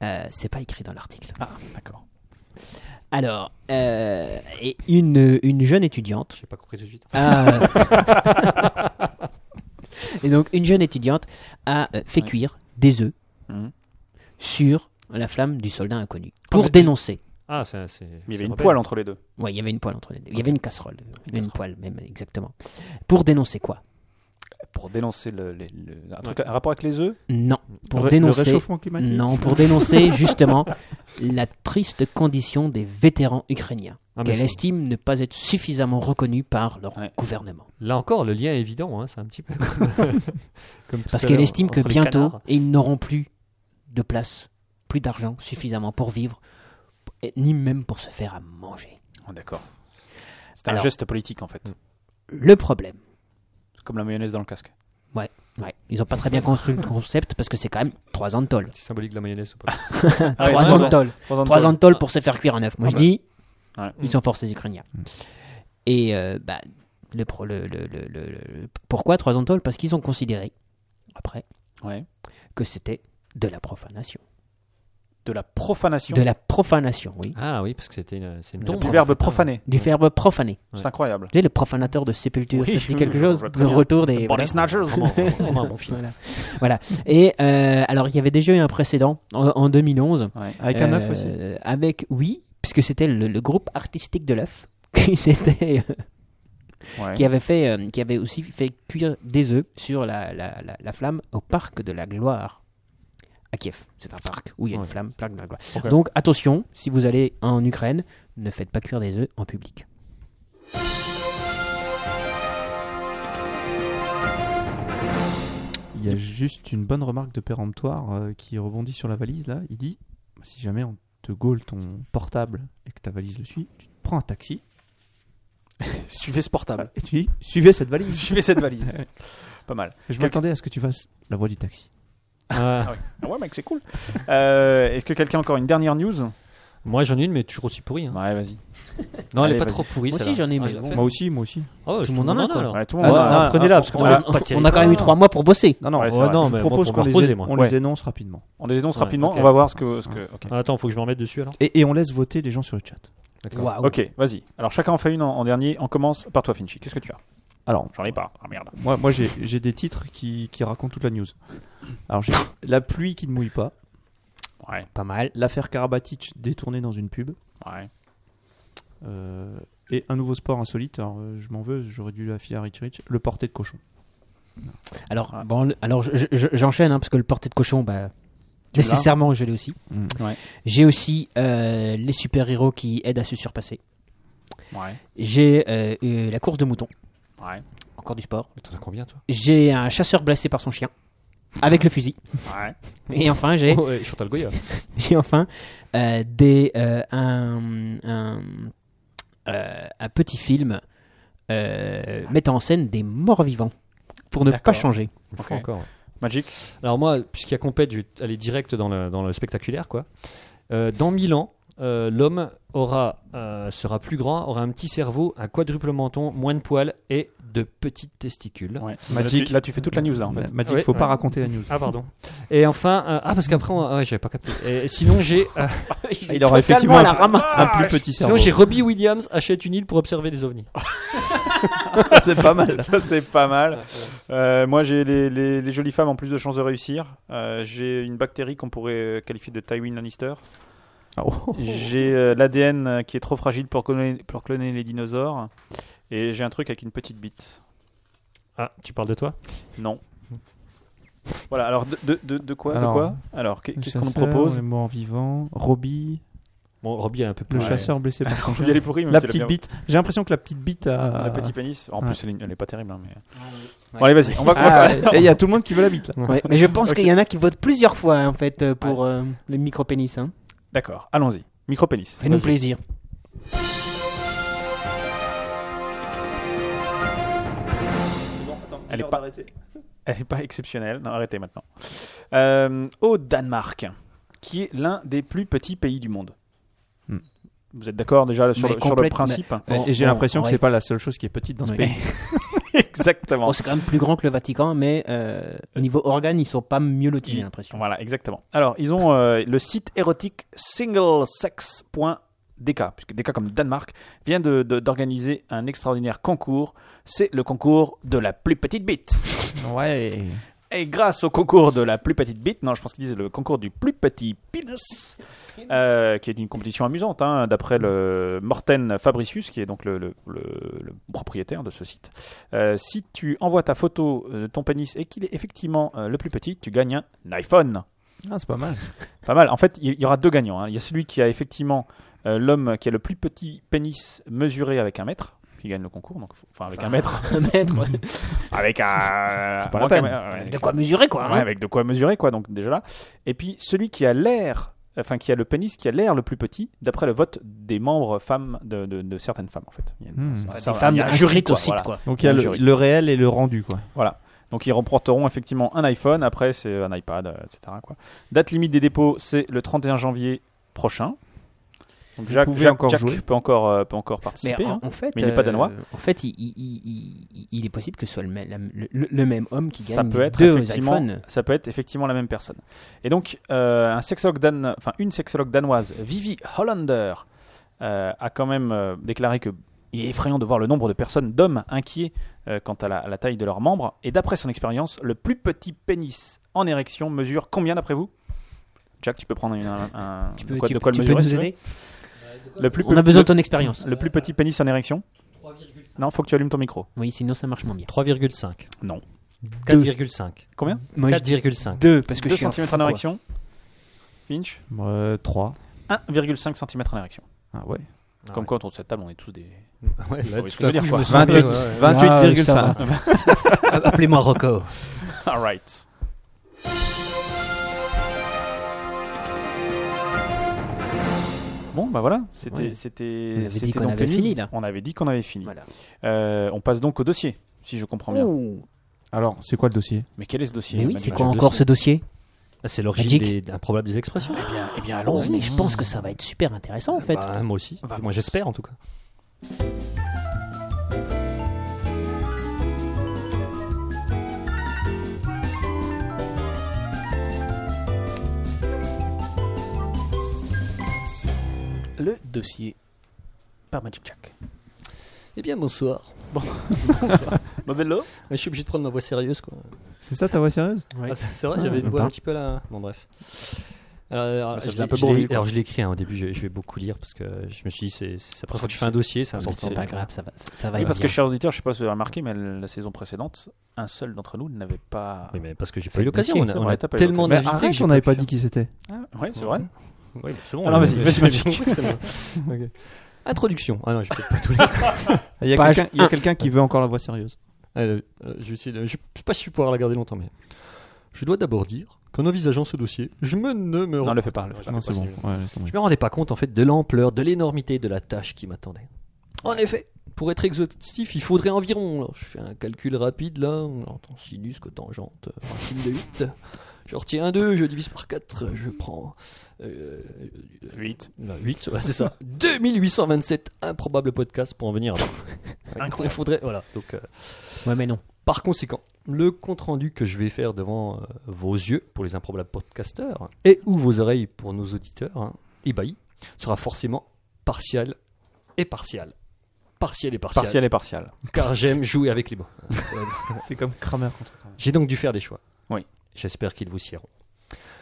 Euh, c'est pas écrit dans l'article. Ah, d'accord. Alors, euh, et une, une jeune étudiante J'ai pas compris tout de suite. Ah. Et donc, une jeune étudiante a euh, fait Ouais. cuire des œufs Mhm. sur la flamme du soldat inconnu mais pour tu- dénoncer. Ah, c'est. c'est- c'est Mais il y avait une rebelle. poêle entre les deux. Ouais, il y avait une poêle entre les deux. Il y avait une casserole, une, poêle même exactement. Pour dénoncer quoi Pour dénoncer le, le- le- un, truc- un rapport avec les œufs Non, pour Le ré- dénoncer Le réchauffement climatique. Non, pour dénoncer justement la triste condition des vétérans ukrainiens Ah, mais qu'elle c'est- estime ne pas être suffisamment reconnue par leur Ouais. gouvernement. Là encore, le lien est évident. hein, c'est un petit peu comme. comme tout Parce à qu'elle l'heure, estime que entre les bientôt, canards. ils n'auront plus de place, plus d'argent suffisamment pour vivre, et ni même pour se faire à manger. Oh, D'accord. C'est un Alors- geste politique en fait. Le problème, C'est Comme la mayonnaise dans le casque. ouais, ils n'ont pas très bien construit le concept parce que c'est quand même 3 ans de tôle. C'est symbolique de la mayonnaise ou pas Ah oui, 3 ans de tôle. Trois ans de 3 ans tôle. de tôle pour se faire cuire un œuf. Ah Moi, je bah. dis, Ouais. ils sont forts, les Ukrainiens. Mm. Et euh, bah, le, pro- le- le- le- le- le- pourquoi 3 ans de tôle Parce qu'ils ont considéré, après, Ouais. que c'était de la profanation. De la profanation. De la profanation, oui. Ah oui, parce que c'était une. C'est une Donc, tombe, Ah, du en verbe fait. profaner. Du verbe profaner. C'est incroyable. Tu sais, le profanateur de sépulture, Oui, ça te dit je- quelque je chose vois très Le bien. retour des... Body voilà. snatchers. Vraiment, vraiment un bon film. Voilà. Voilà. Et euh, alors, il y avait déjà eu un précédent en, en 2011. Avec un œuf Euh, aussi. Avec, oui, puisque c'était le, le groupe artistique de l'œuf qui, s'était- euh, Ouais. qui, avait fait, euh, qui avait aussi fait cuire des œufs sur la, la, la, la flamme au parc de la gloire à Kiev. C'est un parc où il y a une Ouais. flamme, parc de la gloire. Ok. Donc attention, si vous allez en Ukraine, ne faites pas cuire des œufs en public. Il y a juste une bonne remarque de péremptoire euh, qui rebondit sur la valise là. Il dit si jamais on te gaule ton portable et que ta valise le suit, tu te prends un taxi Suivez ce portable. et tu dis suivez cette valise. Suivez cette valise. Pas mal. Je m'attendais à ce que tu fasses la voix du taxi. Ah, Ah ouais, mec, c'est cool. Euh, Est-ce que quelqu'un a encore une dernière news Ouais, Moi j'en ai une, mais toujours aussi pourrie. hein. vas-y. Non, elle Allez, est pas vas-y. trop pourrie. Moi aussi, celle-là. j'en ai, Ah, mais je la bon. fais. Moi aussi, moi aussi. Ah ouais, Tout le monde en a, quoi. alors. Ouais, tout le Ah, monde en non, a. non, Prenez-la, parce que on, moi, a, on a quand même eu trois mois pour bosser. Non, non, Ouais, je c'est vrai. non, vous mais moi, propose pour qu'on me les, reposer, é- moi. on Ouais. les énonce rapidement. On les énonce Ouais, rapidement. ok. On va voir ce que. Ce que... ok. Ah, Attends, faut que je m'en remette dessus alors. Et, et on laisse voter les gens sur le chat. D'accord. Waouh. Ok, vas-y. Alors chacun en fait une en, en dernier. On commence par toi, Finchy. Qu'est-ce que tu as Alors, J'en ai pas. Ah merde. moi, moi j'ai j'ai des titres qui, qui racontent toute la news. Alors, j'ai La pluie qui ne mouille pas, Ouais, Pas mal. l'affaire Karabatic détournée dans une pub, ouais. euh, et un nouveau sport insolite. Alors, euh, je m'en veux, j'aurais dû la filer à Rich Rich, le porté de cochon. Alors, bon, le- alors je- je- j'enchaîne, hein, parce que le porté de cochon, bah, nécessairement, je l'ai aussi. Hmm. Mm. Ouais. J'ai aussi euh, les super-héros qui aident à se surpasser. Ouais, J'ai euh, eu la course de moutons, ouais, encore du sport. Mais t'en as combien toi J'ai un chasseur blessé par son chien, avec le fusil. ouais. Oh, Et enfin, j'ai Ouais, Chantal Goya. j'ai enfin euh, des, euh, un, un, euh, un petit film euh, mettant en scène des morts vivants, pour ne pas D'accord. changer. Une fois Ok. encore. ouais. Magic. Alors moi, puisqu'il y a compète, je vais aller direct dans le, dans le spectaculaire quoi. Euh, dans mille ans, euh, l'homme aura euh, sera plus grand, aura un petit cerveau, un quadruple menton, moins de poils et de petites testicules. Ouais. Là Magic. tu, là, tu fais toute la news là en fait. Magic, Ouais. faut pas Ouais. raconter la news. Ah pardon. Et enfin, euh, ah parce qu'après, on- ah ouais, j'avais pas capté. Et sinon j'ai, euh, il aura effectivement à la un, ramasse. un plus petit cerveau. sinon j'ai Robbie Williams achète une île pour observer des ovnis. Ça, c'est pas mal. Ça c'est pas mal. Euh, moi j'ai les, les- les jolies femmes en plus de chances de réussir. Euh, j'ai une bactérie qu'on pourrait qualifier de Tywin Lannister. Ah, oh. J'ai euh, l'ADN qui est trop fragile pour cloner, pour cloner les dinosaures. Et j'ai un truc avec une petite bite. Ah, tu parles de toi Non. Voilà, alors de, de, de, de quoi Alors, Alors, quoi alors qu'est- qu'est-ce qu'on nous Chasseur, propose Les morts vivants, Robbie, Bon, Robbie elle est un peu le plus. chasseur blessé par son Il y a chien. les pourris, mais La Ah, tu l'as petite bien- bite. J'ai l'impression que la petite bite a. Le petit pénis. En Ouais. plus, elle est, elle est pas terrible. hein, mais... Bon, allez, vas-y. On va Ah, et il y a tout le monde qui veut la bite là. Ouais, mais je pense qu'il y en a qui votent plusieurs fois en fait euh, pour euh, le micro-pénis. Hein. D'accord, allons-y. Micro-pénis. Fais-nous Vas-y. plaisir. Elle est pas, elle est pas exceptionnelle. Non, arrêtez maintenant. Euh, au Danemark, qui est l'un des plus petits pays du monde. Hmm. Vous êtes d'accord déjà sur, Mais le, sur le complète- principe Et j'ai on- l'impression que ouais. c'est pas la seule chose qui est petite dans ce Oui. pays. exactement. Bon, c'est quand même plus grand que le Vatican, mais euh, au niveau organes, ils sont pas mieux lotis, j'ai l'impression. Voilà, exactement. Alors, ils ont euh, le site érotique singlesex.dk, puisque DK comme Danemark vient de- de- d'organiser un extraordinaire concours. C'est le concours de la plus petite bite. Ouais. Et grâce au concours de la plus petite bite, non, je pense qu'ils disent le concours du plus petit penis, euh, qui est une compétition amusante, hein, d'après le Morten Fabricius, qui est donc le, le- le- le propriétaire de ce site. Euh, si tu envoies ta photo euh, de ton pénis et qu'il est effectivement euh, le plus petit, tu gagnes un iPhone. Ah, c'est pas mal. Pas mal. En fait, il il y aura deux gagnants. hein. Il y a celui qui a effectivement euh, l'homme qui a le plus petit pénis mesuré avec un mètre, qui gagne le concours, donc faut- enfin avec un mètre, Un mètre, ouais. Ah. avec un. pas la moins peine. qu'un- ouais. De quoi mesurer, quoi. Ouais, hein. avec de quoi mesurer, quoi, donc déjà là. Et puis celui qui a l'air, enfin qui a le pénis qui a l'air le plus petit, d'après le vote des membres femmes, de, de- de certaines femmes en fait. Il y a Hmm. ça- Des ça- femmes il y a un jury, inscrites quoi, au site, voilà. quoi. Donc il y a Un le, jury. le réel et le rendu, quoi. Donc ils remporteront effectivement un iPhone, après c'est un iPad, euh, etc. Quoi. Date limite des dépôts, c'est le 31 janvier prochain. Donc Jacques, pouvez Jacques- encore Jacques jouer. peut encore, euh, peut encore participer. Mais en, hein. en fait, euh, Mais il est pas danois. En fait, il, il- il- il- il est possible que ce soit le, mê- la- le- le- le même homme qui gagne ça peut être deux effectivement, iPhones. ça peut être effectivement la même personne. Et donc euh, un sexologue dan- enfin une sexologue danoise, Vivi Hollander, euh, a quand même euh, déclaré que il est effrayant de voir le nombre de personnes d'hommes inquiets euh, quant à la, à la taille de leurs membres. Et d'après son expérience, le plus petit pénis en érection mesure combien d'après vous Jack, tu peux prendre une- un, un- Tu de peux, quoi, tu- de quoi tu le peux mesurer nous si tu aider veux le plus, On a le- besoin le- de ton expérience. Le plus petit pénis en érection Non, faut que tu allumes ton micro. Oui, sinon ça marche moins bien. 3,5. Non. 4,5. Combien Moi, je dis 4,5. deux parce que 2 je suis un cm fou, en quoi. érection. Finch 3. 1,5 cm en érection. Ah ouais. Ah Comme ouais. quoi, autour de cette table, on est tous des. Ouais, Faut là, tout tout à dire, coup, je quoi. me sens un peu, 28, ouais, ouais. 28,5. Ah, ça va. Appelez-moi Rocco. Alright. Bon, bah voilà, c'était. Ouais. c'était- On avait dit c'était qu'on donc avait les fini, news. là. On avait dit qu'on avait fini. Voilà. Euh, on passe donc au dossier, si je comprends bien. Ouh. Alors, c'est quoi le dossier Mais quel est ce dossier Oh, Mais oui, Emmanuel c'est quoi j'ai encore deux ce dossier C'est l'origine Magic. des- d'un problème des expressions. Eh bien, allons-y. mais je pense que ça va être super intéressant en Ah fait. Bah, moi aussi. Vamos. Moi, j'espère en tout cas. Le dossier par Magic Jack. Eh bien, bonsoir. Bah, bello. Je suis obligé de prendre ma voix sérieuse, quoi. C'est ça ta voix sérieuse Ah, c'est c'est vrai, j'avais une voix un petit peu là. Bon, bref. Alors, alors, Ça je faisait un l'ai- peu je bourru, l'ai- quoi. alors, je l'ai écrit hein, au début, je, je vais beaucoup lire parce que je me suis dit, c'est c'est la première fois que je fais un dossier, c'est important. C'est pas grave, ça va. Ça va Oui, y parce que, venir. chers auditeurs, je sais pas si vous avez remarqué, mais la saison précédément, un seul d'entre nous n'avait pas. Ah Oui, mais parce que j'ai pas eu l'occasion, dossier, on a, c'est on vrai, a t'as pas eu tellement Mais d'invités. que arrête, j'ai on n'avait pu pas dit faire. qui c'était. Ah, ouais, c'est vrai. Oui, c'est bon. Alors, euh, vas-y, j'ai- vas-y, j'ai- Ah, Magic. j'ai compris que c'était moi. Introduction. Ah non, je peux pas tout lire. Il y a Page quelqu'un il y a quelqu'un qui veut encore la voix sérieuse. Allez, euh, je vais essayer de- je sais pas si je vais pouvoir la garder longtemps, mais. Je dois d'abord dire qu'en envisageant ce dossier, je me ne me. Non, le fais pas. le fais pas. Non, c'est bon. Ouais, laisse tomber. Je me rendais pas compte en fait de l'ampleur, de l'énormité de la tâche qui m'attendait. En effet, pour être exhaustif, il faudrait environ, alors, je fais un calcul rapide là, alors, tant sinus que tangente, euh, racine de 8, je retiens 1, 2, je divise par 4, je prends euh, 8. 8, ouais, c'est ça, 2827 improbables podcasts pour en venir à Il faudrait, voilà, donc... euh, Ouais, mais non. par conséquent, le compte-rendu que je vais faire devant euh, vos yeux pour les improbables podcasteurs et ou vos oreilles pour nos auditeurs hein, ébahis sera forcément partial et partial. Partiel et partial. Partiel et partial. Car j'aime jouer avec les mots. Euh, C'est comme Kramer. J'ai donc dû faire des choix. Oui. J'espère qu'ils vous sieront.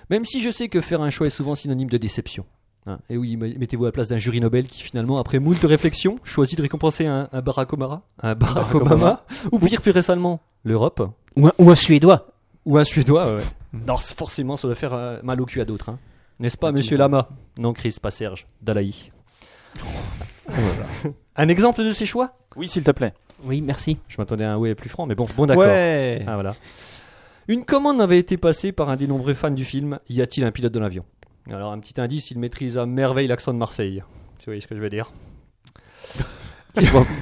Même si je sais que faire un choix est souvent synonyme de déception. Hein, et oui, me- mettez-vous à la place d'un jury Nobel qui finalement, après moult réflexions, choisit de récompenser un, un Barack Obama, un Barack, Obama, ou pire plus récemment, l'Europe, Ou un, ou un suédois. ou un Suédois, ouais. non, c'est- forcément, ça doit faire euh, mal au cul à d'autres. hein. N'est-ce pas, monsieur Lama Non, Chris, pas Serge. Dalaï. Oh un exemple de ces choix Oui, s'il te plaît. Oui, merci. Je m'attendais à un ouais plus franc, mais bon, bon d'accord. Ouais. Ah, voilà. Une commande avait été passée par un des nombreux fans du film Y a-t-il un pilote dans l'avion Alors, un petit indice, il maîtrise à merveille l'accent de Marseille. Tu vois ce que je veux dire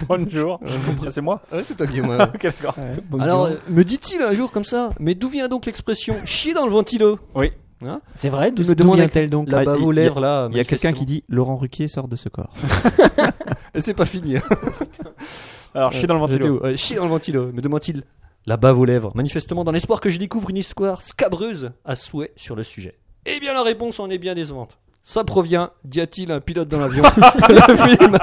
Bonjour. c'est moi. Ouais, c'est toi, Guillaume. Ok, d'accord. Alors, euh, me dit-il un jour comme ça, mais d'où vient donc l'expression chier dans le ventilo C'est vrai, Il d'où me D'où demande vient-elle donc là-bas Il- vos il y a- lèvres, là. Il y a quelqu'un manifestement. qui dit Laurent Ruquier sort de ce corps. Et c'est pas fini. hein. Alors, chier dans le J'étais ventilo. où Ouais, chier dans le ventilo, me demande-t-il. La bave aux lèvres, manifestement dans l'espoir que je découvre une histoire scabreuse à souhait sur le sujet. Eh bien, la réponse en est bien décevante. Ça provient, d'y a-t-il un pilote dans l'avion Le film.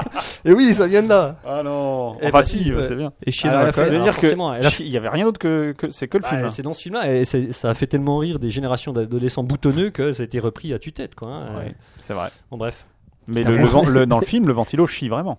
Et Eh oui, ça vient de là. Ah non. Eh Enfin, bah, si, si, bah, ouais. c'est bien. Et chier Ah, dans la la colle. fête. Ça veut Alors, dire que forcément, elle a- chi- il y avait rien d'autre que, que- c'est que le Bah, film. hein. c'est dans ce film-là, et c'est- ça a fait tellement rire des générations d'adolescents boutonneux que ça a été repris à tue-tête, quoi. hein. Ouais, c'est vrai. Bon, bref. Mais le, le vent- le- dans le film, le ventilo chie vraiment.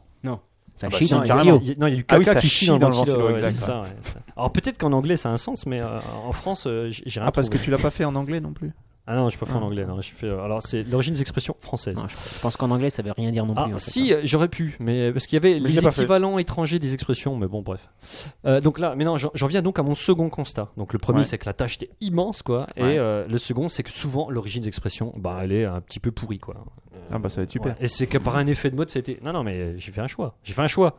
Ça Ah bah, chie sinon, dans le carrément, tuyau. Il y a- non, il y a du Ah caca oui, ça qui chie chie dans, dans le le ventilo. ventilo, ouais, exact, c'est ça, ouais, c'est ça. Alors peut-être qu'en anglais ça a un sens, mais euh, en France, euh, j- j'ai rien Ah, parce que trouvé. tu l'as pas fait en anglais non plus. Ah non, je peux pas en Ah. anglais. Non, je fais, euh, alors c'est l'origine des expressions françaises. Non, je, je pense qu'en anglais, ça veut rien dire non plus. Ah, en fait, hein. si, euh, j'aurais pu, mais parce qu'il y avait Mais je l'ai les pas fait. équivalents étrangers des expressions, mais bon, bref. Euh, donc là, mais non, j'en j'en viens donc à mon second constat. Donc le premier, Ouais. c'est que la tâche était immense, quoi, Ouais. et euh, le second, c'est que souvent l'origine des expressions, bah, elle est un petit peu pourrie, quoi. Euh, Ah, bah, ça va être super. ouais. Et c'est que par un effet de mode, c'était. Non, non, mais euh, j'ai fait un choix. J'ai fait un choix.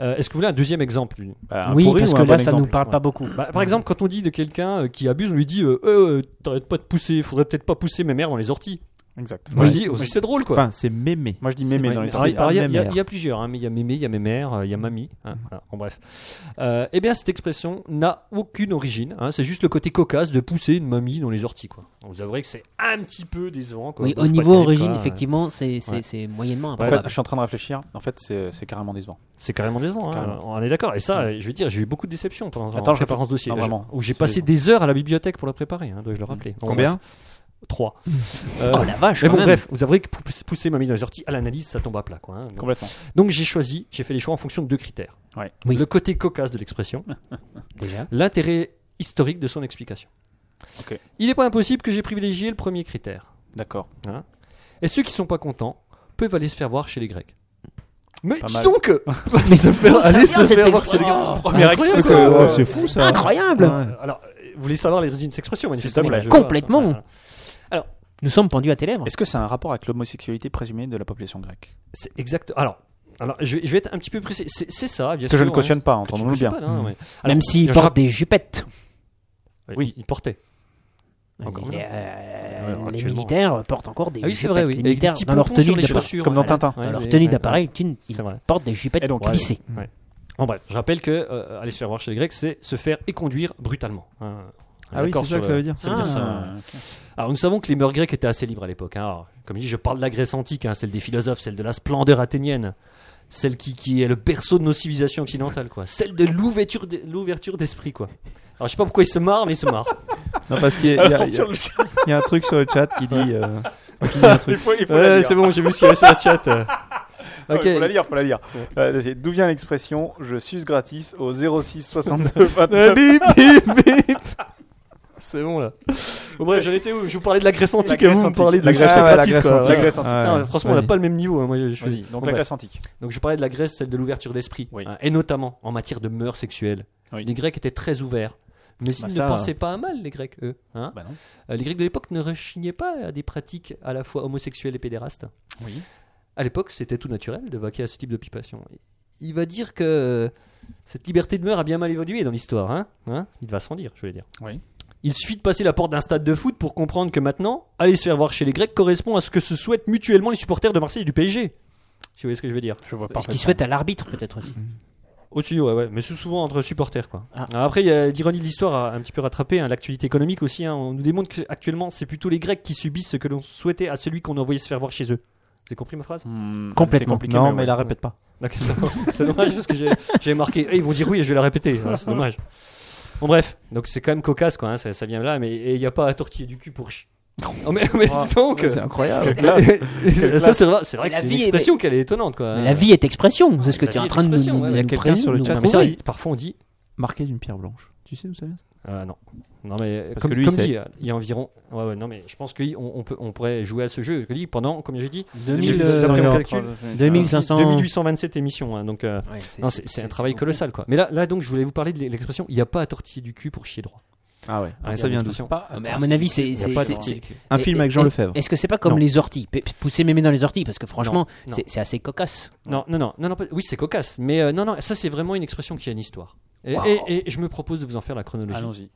Euh, Est-ce que vous voulez un deuxième exemple Bah, hein. un Oui, pourri parce ou que un là, bon ça nous exemple parle ouais. pas beaucoup. Bah, Par exemple, quand on dit de quelqu'un euh, qui abuse, on lui dit euh, Euh, T'arrêtes pas de pousser, faudrait peut-être pas pousser mes mères dans les orties. Exact. Moi, Ouais. je dis aussi, c'est drôle, quoi. Enfin, c'est mémé. Moi, je dis mémé Ouais, dans les mais sorties. alors, alors, Il y a- Pas il y, a- mémère. il y a plusieurs, hein, mais il y a mémé, il y a mémère, euh, il y a mamie. hein, voilà, en bref. Euh, eh bien, cette expression n'a aucune origine. hein, c'est juste le côté cocasse de pousser une mamie dans les orties. Quoi. Donc, vous avouerez que c'est un petit peu décevant. Quoi. Oui, Bon, au c'est pas niveau terrible, origine, quoi, euh, effectivement, c'est c'est- Ouais. c'est moyennement En improbable. fait, je suis en train de réfléchir. En fait, c'est c'est carrément décevant. C'est carrément décevant. hein, Carrément. On est d'accord. Et ça, je veux dire, j'ai eu beaucoup de déceptions pendant Attends, en je préparant réfléchis. ce dossier. Non, Je- vraiment. Où j'ai C'est passé des heures à la bibliothèque pour la préparer, hein, dois-je le rappeler. Bon, bref. Combien Trois. Euh, oh la vache, Mais quand bon, même. bref, vous avouerez que pou- pousser mamie dans les orties, à l'analyse, ça tombe à plat. Quoi, hein. Donc, Complètement. Donc j'ai choisi, j'ai fait les choix en fonction de deux critères. Ouais. Oui. Le côté cocasse de l'expression, l'intérêt historique de son explication. Ok. Il n'est pas impossible que j'ai privilégié le premier critère. D'accord. Et ceux qui sont pas contents peuvent aller se faire voir chez les Grecs. Mais Pas dis mal. donc Mais se faire- d'où ça allez vient, se cette faire voir expo- chez les gars. Oh, Première incroyable. expression, Ouais, quoi. c'est fou, ça. Incroyable. Ouais. Alors, euh, vous voulez savoir les origines d'une expression manifestement, plaît. je vois, hein. Complètement. ça, voilà. Nous sommes pendus à tes lèvres. Est-ce que c'est un rapport avec l'homosexualité présumée de la population grecque C'est exact. Alors, alors je, vais, je vais être un petit peu précis. C'est c'est ça, bien Que sûr. je ne hein. Mmh. cautionne pas, Que tu entendons-nous cautionnes bien. pas, non, mais- Alors, Même s'il je porte des jupettes. Oui, il portait. Encore Il y a, Ouais, euh, les actuellement. militaires portent encore des Ah oui, c'est jupettes. vrai, oui. Les Avec des militaires, petits dans leur pompons tenue sur les d'appareil, chaussures, Comme dans voilà. Tintin. Ouais, dans leur c'est- tenue ouais, d'appareil, ouais. ils- C'est ils vrai. portent des jupettes Et donc, glissées. En bref, je rappelle que euh, aller se faire voir chez les Grecs, c'est se faire éconduire brutalement. hein. Ah oui, D'accord c'est sur ça que le- ça veut dire. ça veut dire ça, Ah. ouais. Euh. Alors nous savons que les mœurs grecques étaient assez libres à l'époque. hein. Alors, Comme je dis, je parle de la Grèce antique, hein, celle des philosophes, celle de la splendeur athénienne, celle qui, qui est le berceau de nos civilisations occidentales, quoi. Celle de l'ouverture de- l'ouverture d'esprit, quoi. Alors je sais pas pourquoi ils se marrent, mais ils se marrent. Non, parce qu'il y, a- il y a- il y a- il y a un truc sur le chat qui dit. euh, qui dit un truc. Ouais, c'est bon, j'ai vu ce qu'il y avait sur le chat. Ah oui, Ok. faut la lire, faut la lire. Euh, c'est- D'où vient l'expression je suce gratis au 06 62 Euh, 29 bip, bip, bip. C'est bon là. Bon, bref, j'en étais où Je vous parlais de la Grèce antique et vous me parlez de La Grèce Socrate, antique, la quoi. Grèce antique. Ouais. La Grèce antique. Ah, Putain, ouais. franchement, on n'a Vas-y. pas le même niveau. hein, Moi, je, je- Vas-y, donc Bon, la bref. Grèce antique. Donc, je parlais de la Grèce, celle de l'ouverture d'esprit, Oui. hein, et notamment en matière de mœurs sexuelles. Oui. Les Grecs étaient très ouverts, mais ils Bah, ne ça, pensaient pas à mal, les Grecs, eux. hein. Bah non. Euh, Les Grecs de l'époque ne rechignaient pas à des pratiques à la fois homosexuelles et pédérastes. Oui. À l'époque, c'était tout naturel de vaquer à ce type d'occupation. Il va dire que euh, cette liberté de mœurs a bien mal évolué dans l'histoire. Hein Hein Il va s'en dire, je voulais dire. Oui. Il suffit de passer la porte d'un stade de foot pour comprendre que maintenant, aller se faire voir chez les Grecs correspond à ce que se souhaitent mutuellement les supporters de Marseille et du PSG. Si vous voyez ce que je veux dire. Je vois Ce qu'ils souhaitent à l'arbitre, peut-être aussi. Aussi, ouais, ouais, mais c'est souvent entre supporters, quoi. Ah. Alors Après, il y a l'ironie de l'histoire a un petit peu rattrapé, hein, l'actualité économique aussi. hein. On nous démontre qu'actuellement, c'est plutôt les Grecs qui subissent ce que l'on souhaitait à celui qu'on envoyait se faire voir chez eux. Vous avez compris ma phrase Complètement. Non, mais il la répète pas. Bah, D'accord, c'est dommage parce que j'ai- j'ai marqué. Eh, ils vont dire oui et je vais la répéter. Ah, C'est dommage. Bon, bref, donc c'est quand même cocasse, quoi. hein, ça, ça vient là, mais et il n'y a pas à tortiller du cul pour chi. Oh, mais, mais dis donc C'est incroyable. Ça, c'est vrai, c'est vrai Mais que Ah, la c'est une vie est- expression qu'elle est étonnante, quoi. La vie est expression, c'est ce que La tu es vie en est train de nous, expression, nous, ouais. Il y a nous quelqu'un présenter, sur le nous- chat. Non, mais c'est vrai. Parfois, on dit Marqué d'une pierre blanche. Tu sais où ça vient ça Euh, non. Non, mais Parce comme, que lui, comme il sait. dit, euh, il y a environ. Ouais, ouais, non, mais je pense qu'on on peut- on pourrait jouer à ce jeu. Je dis, pendant, comme j'ai dit, 2000, euh, euh, d'après mon calcul, 2500. 2827 émissions. hein, donc, euh, Ouais, c'est- non, c'est- c'est c'est un travail colossal, quoi. Mais là, là, donc, je voulais vous parler de l'expression il n'y a pas à tortiller du cul pour chier droit. Ah ouais. Hein, ça vient d'où l'expression. Ah, mais à mon avis, c'est. Il n'y a c'est- pas à c'est- tortiller du c'est- cul. Un Et- film et- avec Jean Lefebvre. Est-ce que c'est pas comme Non. les orties P- Pousser mémé dans les orties, parce que franchement, non. c'est c'est assez cocasse. Non, non, non, non, non, pas- oui, c'est cocasse. Mais euh, non, non, ça, c'est vraiment une expression qui a une histoire. Et, Wow. et- et je me propose de vous en faire la chronologie. Allons-y.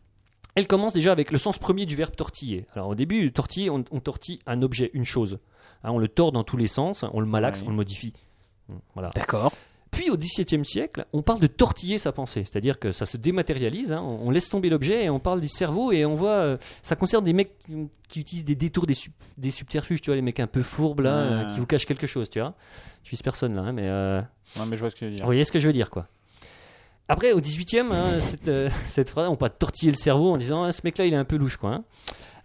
Elle commence déjà avec le sens premier du verbe tortiller. Alors au début, tortiller, on, on tortille un objet, une chose. Hein, on le tord dans tous les sens, on le malaxe, Ouais. on le modifie. Hmm, Voilà. D'accord. Puis au XVIIe siècle, on parle de tortiller sa pensée, c'est-à-dire que ça se dématérialise, hein, on, on laisse tomber l'objet et on parle du cerveau et on voit, euh, ça concerne des mecs qui, qui utilisent des détours, des, sub- des subterfuges, tu vois, les mecs un peu fourbes là, euh, Ah. qui vous cachent quelque chose, tu vois. Je vise personne là, hein, mais euh, Non, mais je vois ce que tu veux vous dire. voyez ce que je veux dire quoi. Après, au 18e, hein, cette, euh, cette phrase, on peut tortiller le cerveau en disant Ah, ce mec-là, il est un peu louche. quoi. hein.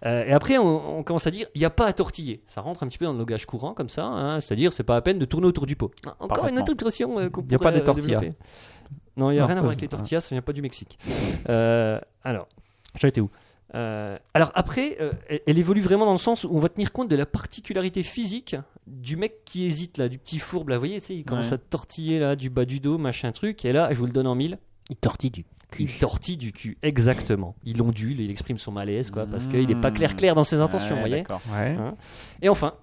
Euh, et après, on, on commence à dire il n'y a pas à tortiller. Ça rentre un petit peu dans le langage courant, comme ça. hein, C'est-à-dire, c'est pas à peine de tourner autour du pot. Ah, Encore une Parfaitement. autre expression euh, qu'on Il y a pas pourrait, des euh, tortillas. développer. Non, il n'y a Non, rien à pas- voir avec les tortillas, ça vient pas du Mexique. Euh, alors, j'en étais où Euh, alors après, euh, elle, elle évolue vraiment dans le sens où on va tenir compte de la particularité physique du mec qui hésite là, du petit fourbe là, vous voyez, tu sais, il commence Ouais. à tortiller là, du bas du dos, machin truc, et là, je vous le donne en mille, Il tortille du cul. il tortille du cul, exactement. Il ondule, il exprime son malaise, quoi, parce qu'il n'est pas Mmh. clair clair dans ses intentions, vous Ouais, voyez. d'accord. Ouais. Et enfin,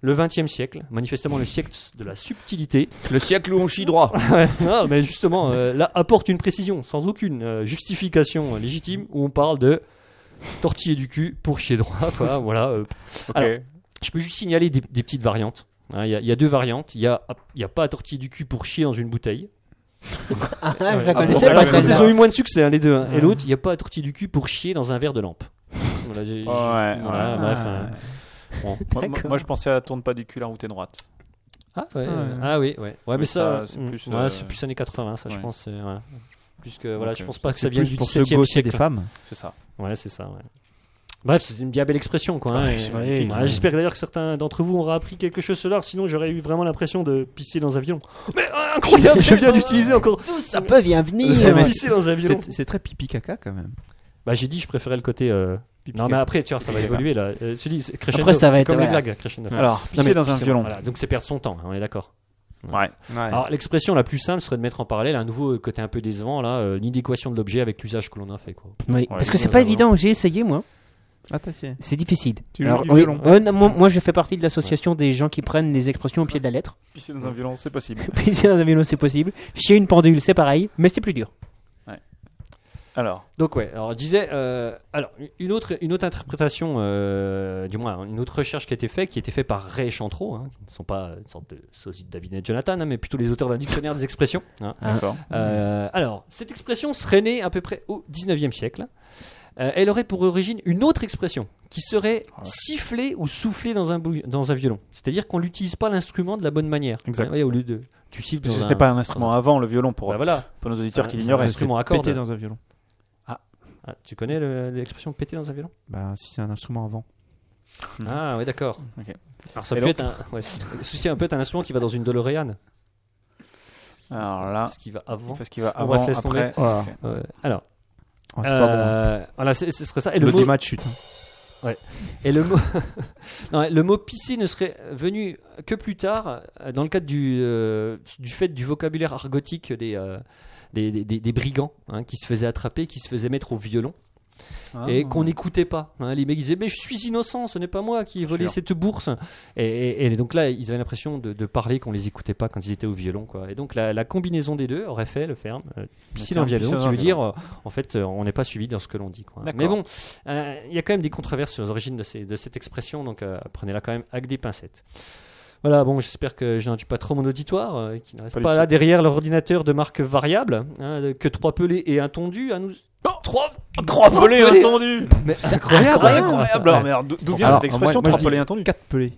le 20 e siècle, manifestement le siècle de la subtilité, Le siècle où on chie droit. non, mais justement, euh, là, apporte une précision, sans aucune euh, justification euh, légitime, où on parle de tortiller du cul pour chier droit, quoi, voilà. euh. Alors, je peux juste signaler des, des petites variantes. hein, Il y, a- il y a deux variantes. Il n'y a, il y a pas à tortiller du cul pour chier dans une bouteille. Ah, je la Ah, bon, ouais, connaissais pas Parce celle-là. qu'ils celle-là. ont eu moins de succès, hein, les deux. Ah. hein. Et l'autre, il n'y a pas à tortiller du cul pour chier dans un verre de lampe. Voilà, j'ai- j'ai- Ouais, voilà, Ah, ouais. bref, hein. Moi, moi- moi, je pensais à tourne pas du cul la route est droite. Ah, ouais, euh, ah oui, ouais. Ouais, mais Mais ça, ça, c'est mm, plus, ouais, euh, c'est plus années 80, ça, je ouais. pense. c'est- ouais. Plus que, voilà, Donc, je euh, pense pas que ça C'est vienne plus du pour se 17 e gausser siècle. des femmes. C'est ça. Ouais, c'est ça, ouais. Bref, c'est une bien belle expression, quoi. hein, Ouais, et- c'est magnifique. voilà, J'espère d'ailleurs que certains d'entre vous auront appris quelque chose ce soir, sinon j'aurais eu vraiment l'impression de pisser dans un violon. Mais euh, incroyable Je viens c'est- d'utiliser encore. Tous, ça peut bien venir. mais- pisser dans un violon. C'est c'est très pipi caca quand même. Bah, j'ai dit, je préférais le côté. euh, Non, mais après, tu vois, ça va évoluer là. Euh, tu dis, c'est crescendo, Après, ça va c'est être, comme les voilà. blagues, crescendo. Alors, Non, pisser mais dans un pisser, violon. voilà, donc c'est perdre son temps, hein, on est d'accord. Ouais. Ah. Alors, l'expression la plus simple serait de mettre en parallèle un nouveau euh, côté un peu décevant, là, euh, l'inadéquation de l'objet avec l'usage que l'on a fait, quoi. Oui, parce que c'est pas vraiment. évident. J'ai essayé, moi. Attends, c'est- C'est difficile. Tu joues du oui, violon. ouais, non, moi, moi, je fais partie de l'association des gens qui prennent les expressions au pied de la lettre. Pisser dans un violon, c'est possible. Pisser dans un vélo, c'est possible. Chier une pendule, c'est pareil, mais c'est plus dur. Alors, Donc ouais, alors je disais, euh, alors une autre, une autre interprétation, euh, du moins une autre recherche qui a été faite, qui a été faite par Ray Chantreau, hein, qui ne sont pas une sorte de sosie de David et Jonathan, hein, mais plutôt les auteurs d'un dictionnaire des expressions. hein. d'accord. Euh, alors, cette expression serait née à peu près au 19e siècle. Euh, elle aurait pour origine une autre expression, qui serait siffler ou souffler dans un, bou- dans un violon. C'est-à-dire qu'on n'utilise pas l'instrument de la bonne manière. Exact. Ouais, au lieu de... Tu siffles Parce que dans C'était un... pas un instrument avant le violon pour, Bah voilà, pour nos auditeurs C'est qui un- l'ignoraient. c'est un instrument à Péter cordes. dans un violon. Ah, tu connais le- l'expression péter dans un violon Bah, si c'est un instrument avant. Ah oui, d'accord. Ok. Alors ça Et peut être un, ouais, ceci peut être un instrument qui va dans une DeLorean, Alors là, ce qui va avant. parce qu'il va On va avant, te laisse tomber. après. Voilà. Euh, alors, Oh, c'est pas bon. euh, voilà, c'est- ce serait ça. Et Le le, mot, démat chute. hein. et le mot, non, le mot pisser ne serait venu que plus tard euh, dans le cadre du euh, du fait du vocabulaire argotique des euh, des, des- des- des brigands hein, qui se faisaient attraper, qui se faisaient mettre au violon. Ah. et qu'on n'écoutait pas. hein. les mecs ils disaient mais je suis innocent, ce n'est pas moi qui ai volé cette bourse. Et, et- et donc là ils avaient l'impression de, de parler qu'on les écoutait pas quand ils étaient au violon quoi. Et donc la, la combinaison des deux aurait fait le ferme euh, piscine en terme piscine violon, qui en veut dire violon. euh, en fait euh, on n'est pas suivi dans ce que l'on dit quoi. D'accord. Mais bon, euh, il y a quand même des controverses sur les origines de, ces- de cette expression donc euh, prenez-la quand même avec des pincettes. Voilà, bon, j'espère que je n'induis pas trop mon auditoire, euh, qui ne reste Pas pas, du tout. là derrière l'ordinateur de marque variable, hein, de- que trois pelés et un tondu. à nous... trois, Trois pelés entendus C'est incroyable. Incroyable Alors, mais alors, d'o- d'où vient Alors, cette expression, moi- moi, je trois dis pelés entendus 4 pelés.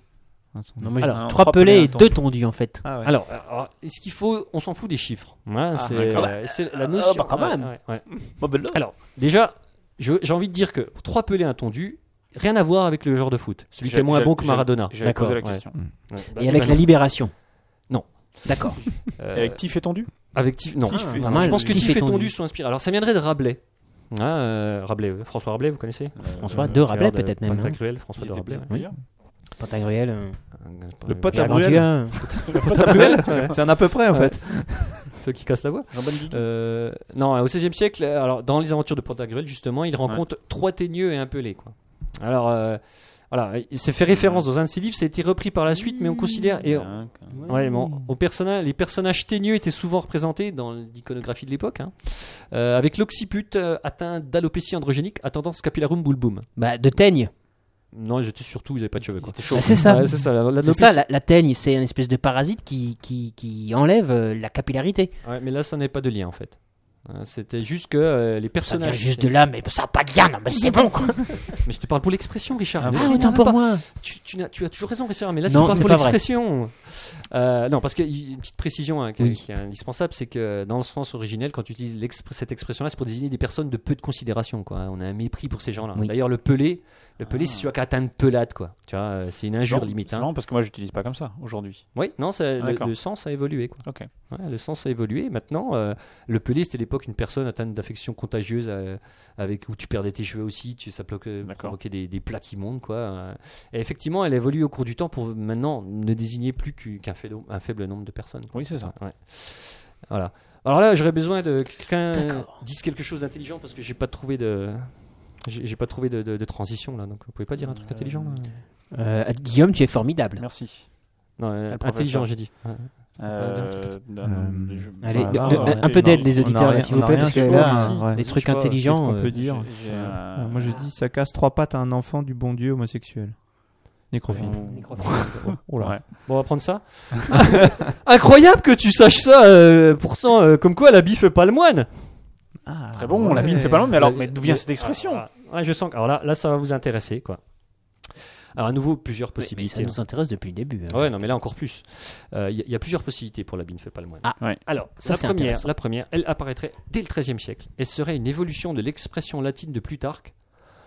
Attends. Non, moi, j'ai Alors, trois trois pelés pelés et deux tondus en fait. Ah ouais. Alors, alors, est-ce qu'il faut On s'en fout des chiffres. Hein, Ah, c'est euh, c'est la notion. bah, quand ouais, même. ouais, ouais. Alors, déjà, je- j'ai envie de dire que trois pelés un tondu, rien à voir avec le genre de foot. Celui qui est J'ai- moins j'ai- bon que j'ai- Maradona. J'avais posé la ouais. question. Ouais, bah, Et avec la imagine. libération. Non. D'accord. Euh, Et Avec Tiff étendu avec Tiff. Non. Tiff Ah, et- non, Mal, je pense que Tiff Tiff et et Tondu Tondu sont inspirés. Alors, ça viendrait de Rabelais. Hein, euh, Rabelais, euh, François Rabelais, vous connaissez François Euh, de Rabelais, créateur de peut-être même, hein. Pantagruel, François de Rabelais. ouais. Pantagruel. euh, Le pote à Bien, Bruel. Gargantua. C'est un à peu près en fait. Ceux qui cassent la voix. Euh, non, au XVIe siècle, euh, alors dans les aventures de Pantagruel, justement, il rencontre trois teigneux et un pelé. Quoi. Alors, euh, voilà, il s'est fait référence dans un de ses livres, ça a été repris par la suite, mais on considère. Et, euh, ouais, mais on- au personnage, les personnages teigneux étaient souvent représentés dans l'iconographie de l'époque, hein, euh, avec l'occiput euh, atteint d'alopécie androgénique à tendance capillarum bulbum. Bah, de teigne. Non, ils étaient surtout, ils avaient pas de cheveux. quoi. Bah, c'est ça. Ouais, c'est ça, la, la C'est noblesse. ça, la, la teigne, c'est une espèce de parasite qui, qui, qui enlève euh, la capillarité. Ouais, mais là, ça n'est pas de lien en fait. Euh, C'était juste que euh, les Ça vient personnages. juste de là, mais ça n'a pas de lien, non, mais c'est bon quoi. Mais je te parle pour l'expression, Richard. Ah, Mais tu autant n'as pour pas- moi. Tu, tu n'as- tu as toujours raison, Richard, mais là, Non, tu parles c'est pour pas vrai. l'expression. Euh, non, parce qu'il y a une petite précision hein, qui, Oui. qui est indispensable, c'est que dans le sens originel, quand tu utilises l'expr- cette expression-là, c'est pour désigner des personnes de peu de considération. Quoi. hein. On a un mépris pour ces gens-là. Oui. Ah. D'ailleurs, le pelé, le pelé, c'est celui qui a atteint de pelade. Quoi. Tu vois, euh, c'est une injure Non, limite. c'est hein. marrant parce que moi, j'utilise pas comme ça aujourd'hui. Oui, non, ça- Ah, le, d'accord. le sens a évolué. Quoi. Ok. Ouais, le sens a évolué. Maintenant, euh, le pelé, c'était à l'époque une personne atteinte d'affection contagieuse euh, avec où tu perdais tes cheveux aussi, tu, ça provoquait D'accord. provoquait des, des plaques immondes. Quoi. euh. Et effectivement, elle évolue au cours du temps pour maintenant ne désigner plus qu'u- qu'un faible, un faible nombre de personnes. quoi. Oui, c'est ça. Ouais. Voilà. Alors là, j'aurais besoin de que quelqu'un D'accord. dise quelque chose d'intelligent parce que j'ai pas trouvé de. J'ai j'ai pas trouvé de, de- de transition là, donc vous pouvez pas dire un truc Euh, intelligent hein. là Euh, Guillaume, tu es formidable. Merci. Non, euh, le professeur. intelligent, j'ai dit. Ouais. Euh, non, non, Euh, je- Allez, Bah, de- là, de- on a- un peu d'aide, les on a auditeurs, rien- là, s'il vous on a plaît, rien parce que sur là, ici. Ouais. des Je trucs sais pas, intelligents. qu'est-ce qu'on euh, peut dire J'ai- j'ai un- Euh, Moi je dis ça casse trois pattes à un enfant du bon Dieu homosexuel. Nécrophile. Oh là. Ouais. Bon, on va prendre ça. Incroyable que tu saches ça. euh, pourtant, euh, comme quoi la bille fait pas le moine. Euh, Ah, Très bon, ouais. la vie ne fait pas long, mais alors, La- mais d'où vient cette expression Ah, ah, ouais, je sens. que- Alors là, là, ça va vous intéresser, quoi. Alors à nouveau, plusieurs mais- mais ça possibilités. nous intéresse depuis le début. hein. Ah Ouais, non, mais là encore plus. Euh, Il y, a- il y a plusieurs possibilités pour la bille ne fait pas le moine. Ah. Ouais. Alors, Ça, la c'est première, intéressant. la première, elle apparaîtrait dès le XIIIe siècle et serait une évolution de l'expression latine de Plutarque.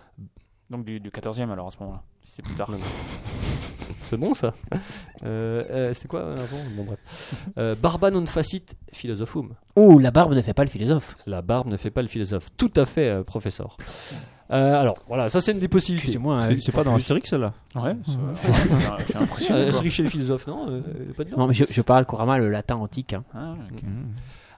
Donc du, du 14e alors à ce moment-là. Si c'est plus tard. C'est bon ça. euh, euh, c'est quoi euh, avant Bon bref. Euh, Barba non facit philosophum. Oh, la barbe ne fait pas le philosophe. La barbe ne fait pas le philosophe. Tout à fait, euh, professeur. Euh, alors, voilà, ça c'est une des possibilités. Excusez-moi. hein. C'est- C'est pas dans Astérix celle-là. Ouais. c'est- Je suis impressionné. Euh, quoi. c'est chez les philosophes, non Euh, euh, pas dedans Non, mais je, je parle couramment le latin antique. hein. Ah, ok.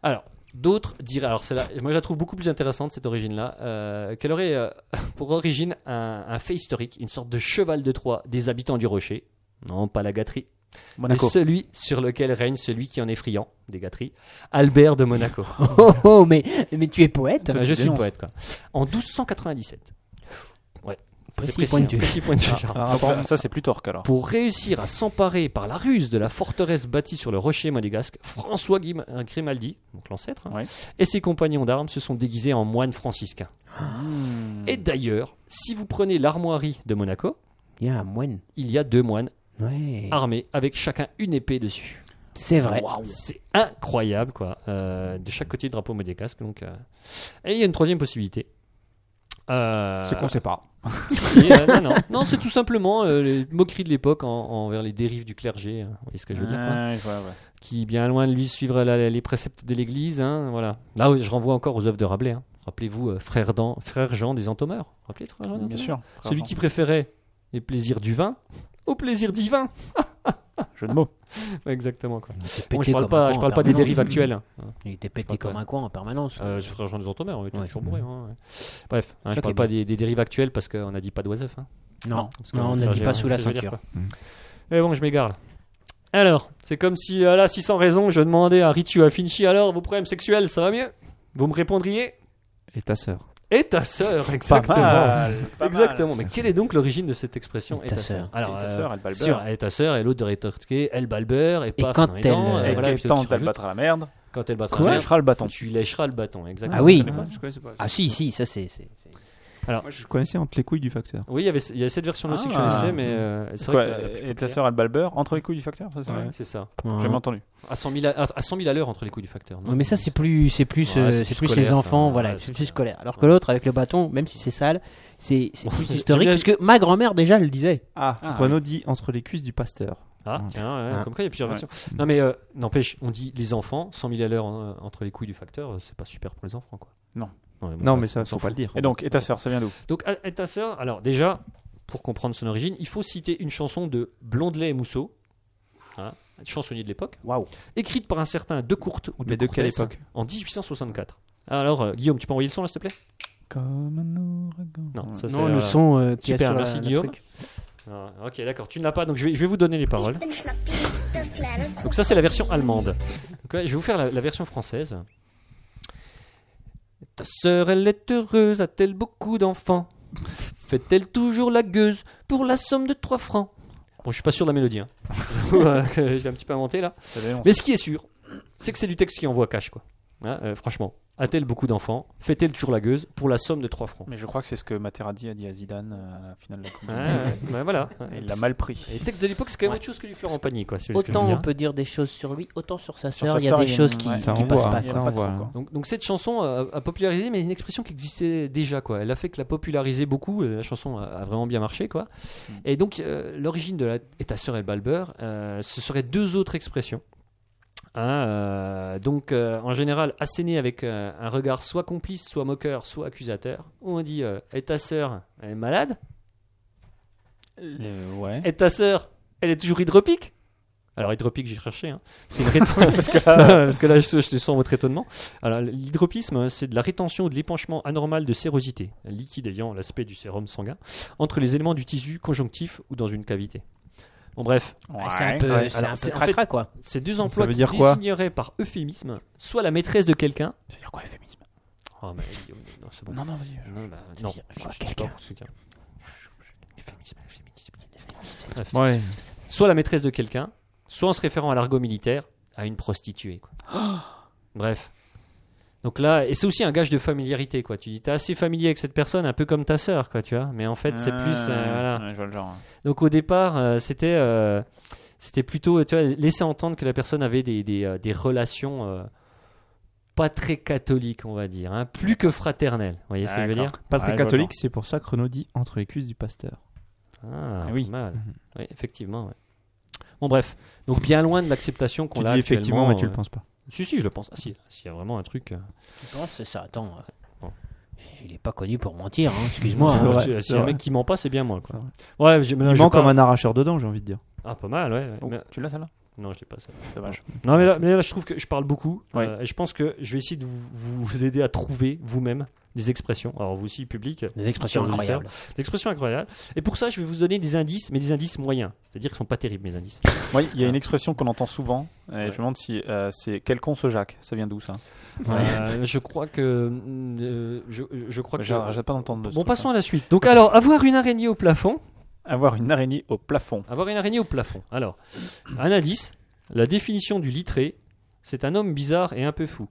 Alors, d'autres diraient, alors celle-là, moi je la trouve beaucoup plus intéressante cette origine-là, euh, qu'elle aurait euh, pour origine un, un fait historique, une sorte de cheval de Troie des habitants du rocher. Non, pas la gâterie. Mais Monaco. celui sur lequel règne celui qui en est friand, des gâteries, Albert de Monaco. Oh, oh, mais, mais tu es poète. Ah, je suis dénonces. poète, quoi. En 1297. Ouais. Précis, C'est précis, pointu. hein, précis, pointu, Gérard. Ah, Donc, ça c'est plus torque alors. Pour réussir à s'emparer par la ruse de la forteresse bâtie sur le rocher monégasque, François Guim- euh, Grimaldi, donc l'ancêtre, hein, Ouais. et ses compagnons d'armes se sont déguisés en moines franciscains. Et d'ailleurs, si vous prenez l'armoirie de Monaco, Il y a un moine. il y a deux moines Ouais. armés avec chacun une épée dessus. c'est vrai. C'est incroyable, quoi. Euh, de chaque côté, le drapeau monégasque. Donc, euh. Et il y a une troisième possibilité. Euh, sait pas. Et, euh, non, non. Non, c'est tout simplement euh, les moqueries de l'époque en- envers les dérives du clergé. hein. Vous voyez ce que je veux dire quoi Ouais, ouais, ouais. Qui, bien loin de lui, suivre la- les préceptes de l'Église. hein, voilà. Là, oui, je renvoie encore aux œuvres de Rabelais. hein. Rappelez-vous, euh, frère, Dan- frère Jean des Entomeurs. Vous vous Rappelez, frère Jean des Bien Entomeurs sûr. Celui qui préférait les plaisirs du vin au plaisir divin. Jeu de mots. Ouais, Exactement. Quoi. Il était Bon, pété je parle comme pas, un je coin parle en pas des permanence. dérives actuelles. Il Je était parle pété pas. comme un coin en permanence. Euh, je frère Jean des Entomeurs, on était Ouais. toujours bourrés. hein, ouais. Bref, hein, je Ça qui est parle pas bien. des, des dérives actuelles parce qu'on n'a dit pas d'oiseuf. hein. non, Parce que non, le on ne dit clergé, pas hein, sous c'est la ce que je veux ceinture. dire, quoi. Mmh. Mais bon, je m'égare là. Alors, c'est comme si, euh, là, si sans raison, je demandais à Ritu à Finchi, alors, vos problèmes sexuels, ça va mieux Vous me répondriez Et ta sœur. Et ta sœur, exactement. exactement. Mais Ça quelle est donc l'origine de cette expression Et ta sœur. Alors, Et ta euh, sœur, elle balbe. Sûr, et ta sœur, et l'autre de rétorquer, elle balber, et paf, quand non, elle, dents, euh, et et Et voilà, voilà, puis tant tu elle rajoutes, battra la merde. quand elle battra Tu la merde, lècheras le bâton. tu lècheras le bâton, exactement. Ah oui. Moi, je connaissais pas. Ah si, si, ça c'est. c'est- c'est- Moi, je connaissais entre les couilles du facteur. Oui, il y avait il y a cette version-là aussi que je Ah. connaissais, mais euh, c'est Quoi, vrai que, euh, et ta sœur, elle balber entre les couilles du facteur, ça c'est vrai C'est ça. Ouais. J'ai jamais entendu. À 100 000 à, à 100 000 à l'heure entre les coups du facteur. non Ouais, mais ça c'est plus, c'est plus, Ouais, euh, c'est c'est plus plus scolaire, les ça. enfants, Ouais, voilà, c'est c'est clair. plus scolaire. Alors que l'autre avec le bâton, même si c'est sale, c'est c'est plus J'aime historique bien- parce que ma grand-mère déjà le disait. Ah, Renaud dit entre les cuisses du pasteur. Ah, Ouais. tiens, ouais, Ah. comme quoi il y a plusieurs Ouais. versions. Non, mais euh, n'empêche, on dit les enfants, 100 000 à l'heure en- entre les couilles du facteur, euh, c'est pas super pour les enfants, quoi. Non. bon, Non, bref, mais ça, on s'en faut pas fout. le dire. Et donc, et ta sœur, ça vient d'où Donc, à- à ta sœur, alors déjà, pour comprendre son origine, il faut citer une chanson de Blondelet et Mousseau, hein, un chansonnier de l'époque, Waouh. écrite par un certain De Courte ou De, Mais de quelle Courtes, époque En 1864. Alors, euh, Guillaume, tu peux envoyer le son, là, s'il te plaît Comme un ouragan. Non, ça, c'est, Non, le euh, son euh, qu'il y a super, sur la- merci, la Guillaume. truc. Ah, ok, d'accord, tu ne l'as pas, donc je vais, je vais vous donner les paroles. Donc ça, c'est la version allemande. Donc là, je vais vous faire la, la version française. Ta sœur, elle est heureuse, a-t-elle beaucoup d'enfants fait-elle toujours la gueuse pour la somme de 3 francs Bon, je suis pas sûr de la mélodie. hein. J'avoue, euh, que J'ai un petit peu inventé là. Ça dénonce. Mais ce qui est sûr, c'est que c'est du texte qui envoie cash, quoi. Hein, euh, franchement, a-t-elle beaucoup d'enfants Fait-elle toujours la gueuse pour la somme de 3 francs Mais je crois que c'est ce que Materazzi a dit à Zidane euh, à la finale de la Coupe. du Ouais, Monde. ouais, ouais, Voilà. Et Il l'a mal pris. Et le texte de l'époque, c'est quand même Ouais. autre chose que du Florent Pagny, quoi. c'est ce que je Autant veux on dire. peut dire des choses sur lui, autant sur sa Sur sœur, sa il y a sœur, des il y a choses une- qui, ouais, qui ça envoie, passent hein. pas. Il y quoi. en Ça, a pas on trop, voit. quoi. Donc, donc cette chanson a, a popularisé, mais une expression qui existait déjà, quoi. Elle a fait que la popularisé beaucoup. euh, La chanson a, a vraiment bien marché, quoi. Et donc euh, l'origine de la et ta sœur et le Balber, euh, ce seraient deux autres expressions. Hein, euh, donc euh, en général asséné avec euh, un regard soit complice, soit moqueur, soit accusateur. Où on dit euh, et ta sœur, elle est malade. Le- ouais. Et ta sœur, elle est toujours hydropique Alors, hydropique, j'ai cherché. hein. C'est une rétention. parce, que, parce que là, je, je sens votre étonnement. Alors, l'hydropisme, hein, c'est de la rétention ou de l'épanchement anormal de sérosité, liquide ayant l'aspect du sérum sanguin, entre les éléments du tissu conjonctif ou dans une cavité. Bon, bref, Ouais, C'est un peu, Ouais, c'est alors, un peu c'est- en cracra, quoi. ces deux emplois veut qui dire quoi désigneraient par euphémisme soit la maîtresse de quelqu'un. Ça veut dire quoi, euphémisme Oh, mais Guillaume, non, c'est bon. Non, non, vas-y. Non, bah, non, dire, je genre suis pas quelqu'un. pour ce soutien. Euphémisme, euphémisme, euphémisme. Bref Ouais. soit la maîtresse de quelqu'un, soit en se référant à l'argot militaire, à une prostituée. quoi. Bref. Donc là, et c'est aussi un gage de familiarité, quoi. Tu dis, t'es assez familier avec cette personne, un peu comme ta sœur, quoi, tu vois. Mais en fait, c'est plus, euh, Ah. voilà. Ouais, je vois le genre. Donc au départ, euh, c'était, euh, c'était plutôt, tu vois, laisser entendre que la personne avait des, des, euh, des relations euh, pas très catholiques, on va dire, hein, plus que fraternelles. Vous voyez ce que je veux dire D'accord. Pas très Ouais, je vois le genre. catholique, c'est pour ça que Renaud dit entre les cuisses du pasteur. Ah, Eh Oui. oui. mal. Mhm. Oui, effectivement, ouais. Bon, bref. Donc bien loin de l'acceptation qu'on tu a dis effectivement, mais tu actuellement, euh, le penses pas. Si, si, je le pense. Ah, si, s'il y a vraiment un truc. euh, Tu penses, c'est ça. Attends. euh, Bon. Il est pas connu pour mentir, hein, excuse-moi. c'est hein. vrai, c'est si y a un vrai. mec qui ment pas, c'est bien moi. C'est Quoi. Ouais, j'ai- mais non, Il j'ai ment pas- comme un arracheur dedans, j'ai envie de dire. Ah, pas mal, ouais. ouais. Oh, Mais- Tu l'as, celle-là Non, je l'ai pas ça. Dommage. Non, mais là, mais là, je trouve que je parle beaucoup. Ouais. Euh, et je pense que je vais essayer de vous, vous aider à trouver vous-même des expressions. Alors, vous aussi, public, Des expressions Chers incroyables. des expressions incroyables. Et pour ça, je vais vous donner des indices, mais des indices moyens. C'est-à-dire qu'ils sont pas terribles, mes indices. Oui, il y a une expression qu'on entend souvent. Et Je me demande si euh, c'est quel con ce Jacques. Ça vient d'où ça Euh, je crois que. euh, je, je crois que. J'ai- J'arrête pas d'entendre de ce hein. Bon, truc-là. passons à la suite. Donc, alors, avoir une araignée au plafond. Avoir une araignée au plafond. Avoir une araignée au plafond. Alors, un indice, la définition du littré, c'est un homme bizarre et un peu fou.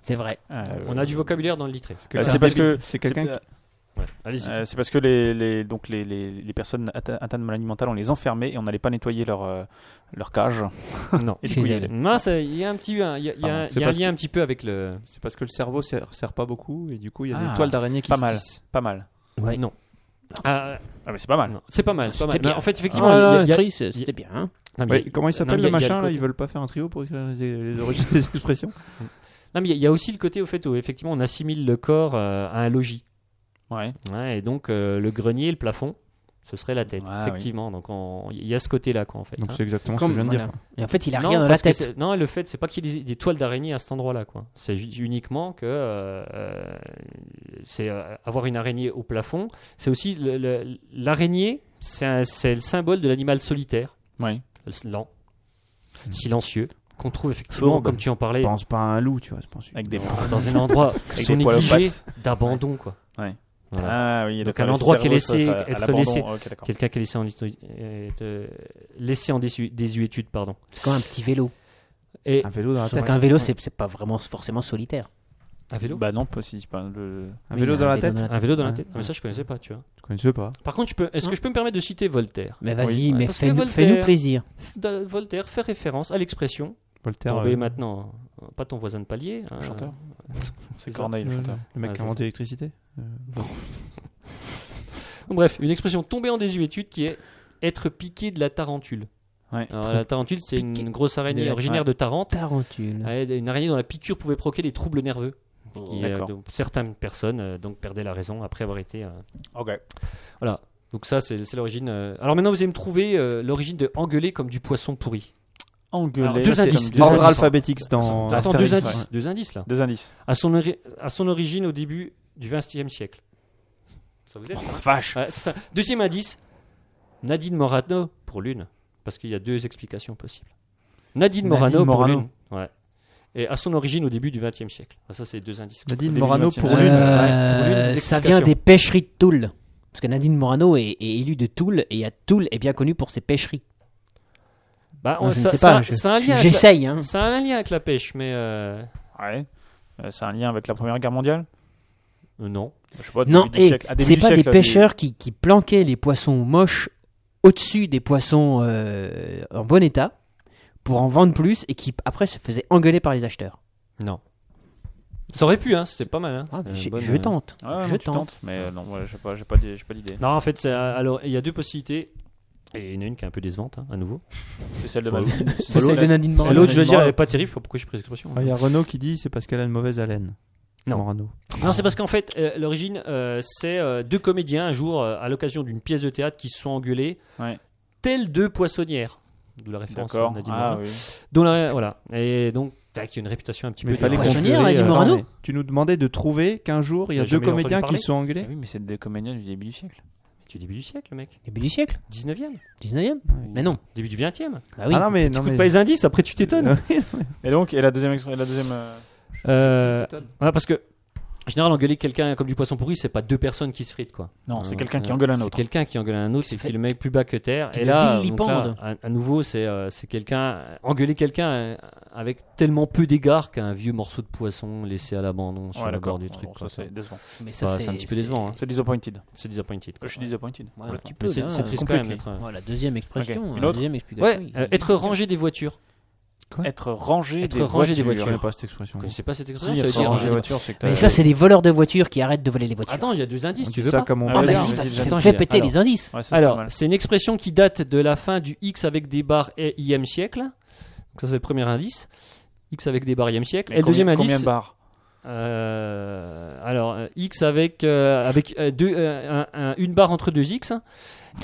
C'est vrai. Euh, On a du vocabulaire dans le littré. euh, c'est parce que C'est quelqu'un qui. Ouais, Allez-y. Euh, c'est parce que les, les- donc les, les, les personnes atte- atteintes de maladie mentale, on les enfermait et on n'allait pas nettoyer leur, euh, leur cage. non. Et du Chez coup, il y elle. avait- Non, ça- il y a un petit, il y a, il y a- il y a Pardon, c'est un parce lien un petit peu avec le. C'est parce que le cerveau sert, sert pas beaucoup et du coup il y a Ah, des toiles d'araignée qui pas se mal. tissent. pas mal. Ouais. Non. Ah, Ah, mais c'est pas mal. non. C'est pas mal. c'est pas mal. C'était Mais en fait, effectivement, Ah, il y a- là, il y a- Chris, c'était bien. hein. non, mais Ouais, il y a- Ah bah, comment il non, s'appelle le mais il y a machin là côté- Ils veulent pas faire un trio pour écrire les, les registres des expressions Non, mais il y a- il y a aussi le côté au fait où effectivement on assimile le corps euh, à un logis. Ouais. Ouais, et donc euh, le grenier, le plafond, ce serait la tête. Ah, oui. effectivement. Donc on- il y a ce côté-là, quoi, en fait. Donc hein. c'est exactement Comme- ce que je viens de voilà. dire. Et en fait, il a Non, rien dans la parce que tête. c'est- Non, le fait, c'est pas qu'il y ait des toiles d'araignée à cet endroit-là, quoi. C'est ju- uniquement que euh, euh, c'est euh, avoir une araignée au plafond. C'est aussi le- le- l'araignée, c'est un- c'est le symbole de l'animal solitaire, Ouais. lent, Hmm. silencieux, qu'on trouve effectivement, Fourbe. comme tu en parlais, Pense pas à un loup, tu vois. Je pense. Avec des. dans un endroit qui Avec sont des poils aux négligés pattes. d'abandon, quoi. Ouais. Voilà. Ah oui, Donc, d'accord, un le endroit qui est cerveau, laissé, ça, ça, à être l'abandon. laissé. Ok, d'accord. Quelqu'un qui est laissé en, listu- est, euh, laissé en désu- désuétude, pardon. C'est comme un petit vélo. Et Un Ah. vélo dans la Sauf tête. qu'un vélo, c'est c'est pas vraiment forcément solitaire. un vélo, Bah non, pas si. Pas le... Un Oui, vélo mais dans la tête un vélo dans la Ouais. tête. Ah, mais ça, je connaissais pas, tu vois. Je connaissais pas. hein. Par contre, je peux- est-ce que je peux me permettre de citer Voltaire Mais Oui, vas-y, mais parce que fais-nous Voltaire- fais-nous plaisir. Da- Voltaire fait référence à l'expression Voltaire. tomber euh, maintenant, euh, pas ton voisin de palier. Le hein. chanteur C'est ça. Corneille, le le, chanteur. le mec Ah, qui c'est a inventé l'électricité Euh, Bref, une expression tomber en désuétude qui est être piqué de la tarentule. Ouais. Alors, la tarentule, c'est Piqué une grosse araignée de la- originaire ouais. de Tarente, Tarentule. Ouais, une araignée dont la piqûre pouvait provoquer des troubles nerveux. Qui, euh, D'accord. dont certaines personnes euh, donc perdaient la raison après avoir été. euh, Ok. Voilà. Donc ça, c'est c'est l'origine. euh. Alors maintenant, vous allez me trouver euh, l'origine de engueuler comme du poisson pourri. Engueuler. deux Ça, c'est indices, comme deux Ordre indices. alphabétique dans. Attends, Astérix, deux ouais. indices, deux indices là. Deux indices. à son, ori- à son origine au début du XXe siècle. Ça vous aide ça Vache. Ouais, c'est ça. Deuxième indice, Nadine Morano pour l'une, parce qu'il y a deux explications possibles. Nadine Morano, Nadine pour Morano. l'une, ouais. et à son origine au début du XXe siècle. Ah, Ça, c'est deux indices. Nadine début Morano du pour XXe. l'une. Euh, Ouais, pour l'une, des ça explications. vient des pêcheries de Toul. Parce que Nadine Morano est, est élue de Toul et à Toul est bien connue pour ses pêcheries. Bah, Non, on- je ne ça- sais ça- pas, je- C'est un lien. avec la- J'essaye, hein. C'est un lien avec la pêche, mais euh, Ouais. Euh, c'est un lien avec la Première Guerre mondiale euh, non. Je sais pas, début Non, du et siècle- à début c'est du pas des siècle, là, pêcheurs qui, qui planquaient les poissons moches au-dessus des poissons euh, en bon état pour en vendre plus et qui après se faisaient engueuler par les acheteurs. Ça aurait pu, hein. C'était pas mal. Hein. C'était une Ah, J'ai- bonne, je euh, tente, Ouais, non, je tu tente. tentes, mais euh, non, ouais, j'ai pas, j'ai pas d'idée- j'ai pas d'idée. euh, Non, en fait, c'est- alors il y a deux possibilités. Et il y en a une qui est un peu décevante, hein, à nouveau. C'est celle de Ouais. Malou. C'est celle de Nadine Et Morano. L'autre, je veux dire, elle est pas terrible. Pourquoi j'ai pris cette expression Ah, Il y a Renaud qui dit c'est parce qu'elle a une mauvaise haleine. Non. Morano. Non, c'est parce qu'en fait, euh, l'origine, euh, c'est euh, deux comédiens un jour, euh, à l'occasion d'une pièce de théâtre, qui se sont engueulés, Ouais. telles deux poissonnières. D'où la référence D'accord. on a dit Ah, Morano. oui. Dont la- voilà. Et donc, tac, il y a une réputation un petit peu. Euh, fallait différente. Poissonnière, Nadine Attends, Morano mais Tu nous demandais de trouver qu'un jour il y a T'as deux jamais entendu comédiens qui parler se sont Ah engueulés. oui, mais c'est des comédiens du début du siècle. Du début du siècle, mec. Début du siècle, 19e. 19e Mais non. Début du 20e. Ah oui. Ah non mais non T'écoutes mais. pas les indices, après tu t'étonnes. Et donc, et la deuxième expression, la deuxième. euh, Euh, ouais, parce que, en général, engueuler quelqu'un comme du poisson pourri, c'est pas deux personnes qui se fritent, quoi. Non, c'est Euh, quelqu'un qui euh, engueule un autre. C'est quelqu'un qui engueule un autre, c'est fait- qui le mec plus bas que terre. qui Et le là, donc vilipende. là, à, à nouveau, c'est euh, c'est quelqu'un engueuler quelqu'un euh, avec tellement peu d'égard qu'un vieux morceau de poisson laissé à l'abandon sur Ouais, le d'accord. bord du Bon, truc. bon, quoi. ça, c'est décevant. mais Bah, c'est un petit peu décevant. hein. C'est disappointed. C'est disappointed. Je suis disappointed. Ouais, complètement. un petit peu, Mais C'est là, c'est triste quand même. completely. d'être, euh, Voilà, deuxième expression. Ok, une hein, autre deuxième Ouais, explication. euh, être rangé des voitures. Être rangé Être des rangé des Je voitures. connais voitures. pas cette expression. Vous connaissez pas cette expression Si, ça veut être dire rangé ranger des des voitures, c'est que t'as- Mais ça, c'est les voleurs de voitures qui arrêtent de voler les voitures. Attends, il y a deux indices, On tu dit veux ça pas comme on Ah, ah, peut. bah vas-y, si, vas-y, vas-y, j'attends, fais j'y vais. péter Alors. les indices. Ouais, ça, c'est pas Alors, mal. c'est une expression qui date de la fin du X avec des barres et IM siècle. Donc ça, c'est le premier indice. X avec des barres IM siècle. Mais Et le combien- deuxième Combien indice, de barres Euh, alors, euh, X avec, euh, avec euh, deux, euh, un- un- une barre entre deux X.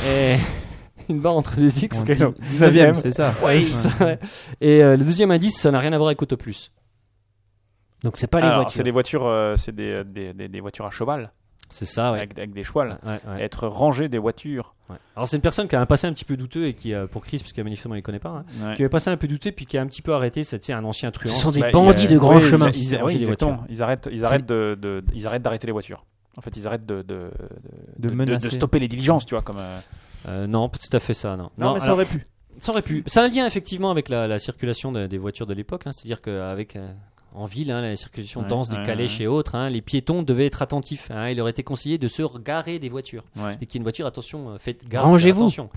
Et, une barre entre deux X. Bon, 19e, c'est ça. Ouais, ça, ouais. Et euh, le deuxième indice, ça n'a rien à voir avec Auto Plus. Donc, c'est pas les Alors, voitures. C'est des voitures, euh, c'est des, des, des, des voitures à cheval, C'est ça, ouais. avec, avec des chevals. Ouais, ouais. Être rangé des voitures. Ouais. Alors, c'est une personne qui a un passé un petit peu douteux et qui, euh, pour Chris, parce qu'il manifestement il ne connaît pas, hein, qui avait passé un peu douteux puis qui a un petit peu arrêté, c'était un ancien Ce truand. sont des Bah, il y a- bandits de grand oui, chemin. Ils, ils- Ils oui, rangent les exactement. voitures. Ils arrêtent, ils arrêtent de, de- de- ils arrêtent d'arrêter les voitures. En fait, ils arrêtent de, de, De menacer. stopper les diligences, tu vois, comme. euh, Euh, non, pas tout à fait ça, non. Non mais ça alors, aurait pu. ça aurait pu. C'est un lien effectivement avec la, la circulation de- des voitures de l'époque, hein, c'est-à-dire qu'avec en ville, hein, la circulation Ouais, dense des ouais, calèches ouais. et autres, hein, les piétons devaient être attentifs. hein, il leur était conseillé de se garer des voitures. ouais. Dès qu'il y a une voiture, attention, euh, faites gaffe. Rangez-vous. attention.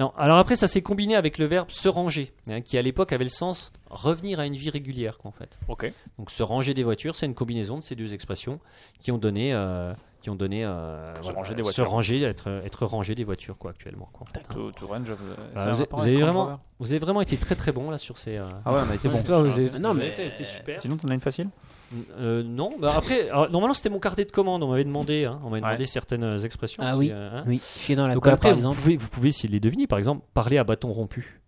Non, alors après, ça s'est combiné avec le verbe se ranger, hein, qui à l'époque avait le sens revenir à une vie régulière, quoi, en fait. Ok. Donc se ranger des voitures, c'est une combinaison de ces deux expressions qui ont donné. euh, qui ont donné euh, Se ranger des voitures. se ranger, être, être rangé des voitures quoi actuellement quoi. hein. To- to range of- c'est Bah, vous un rapport avez- vous avec avez Range vraiment- Rover Vous avez vraiment été très très bon là sur ces. euh, Ah ouais, on a été bon. Toi, vous avez- Non, vous mais- avez été- été super. Sinon, t'en as une facile Euh, non, bah après, alors, normalement c'était mon carnet de commande. On m'avait demandé, hein, on m'avait Ouais. demandé certaines expressions. Ah si, oui. euh, hein. Oui, chier dans la Donc colle, après, par vous exemple. pouvez, vous pouvez essayer de les deviner. Par exemple, parler à bâton rompu.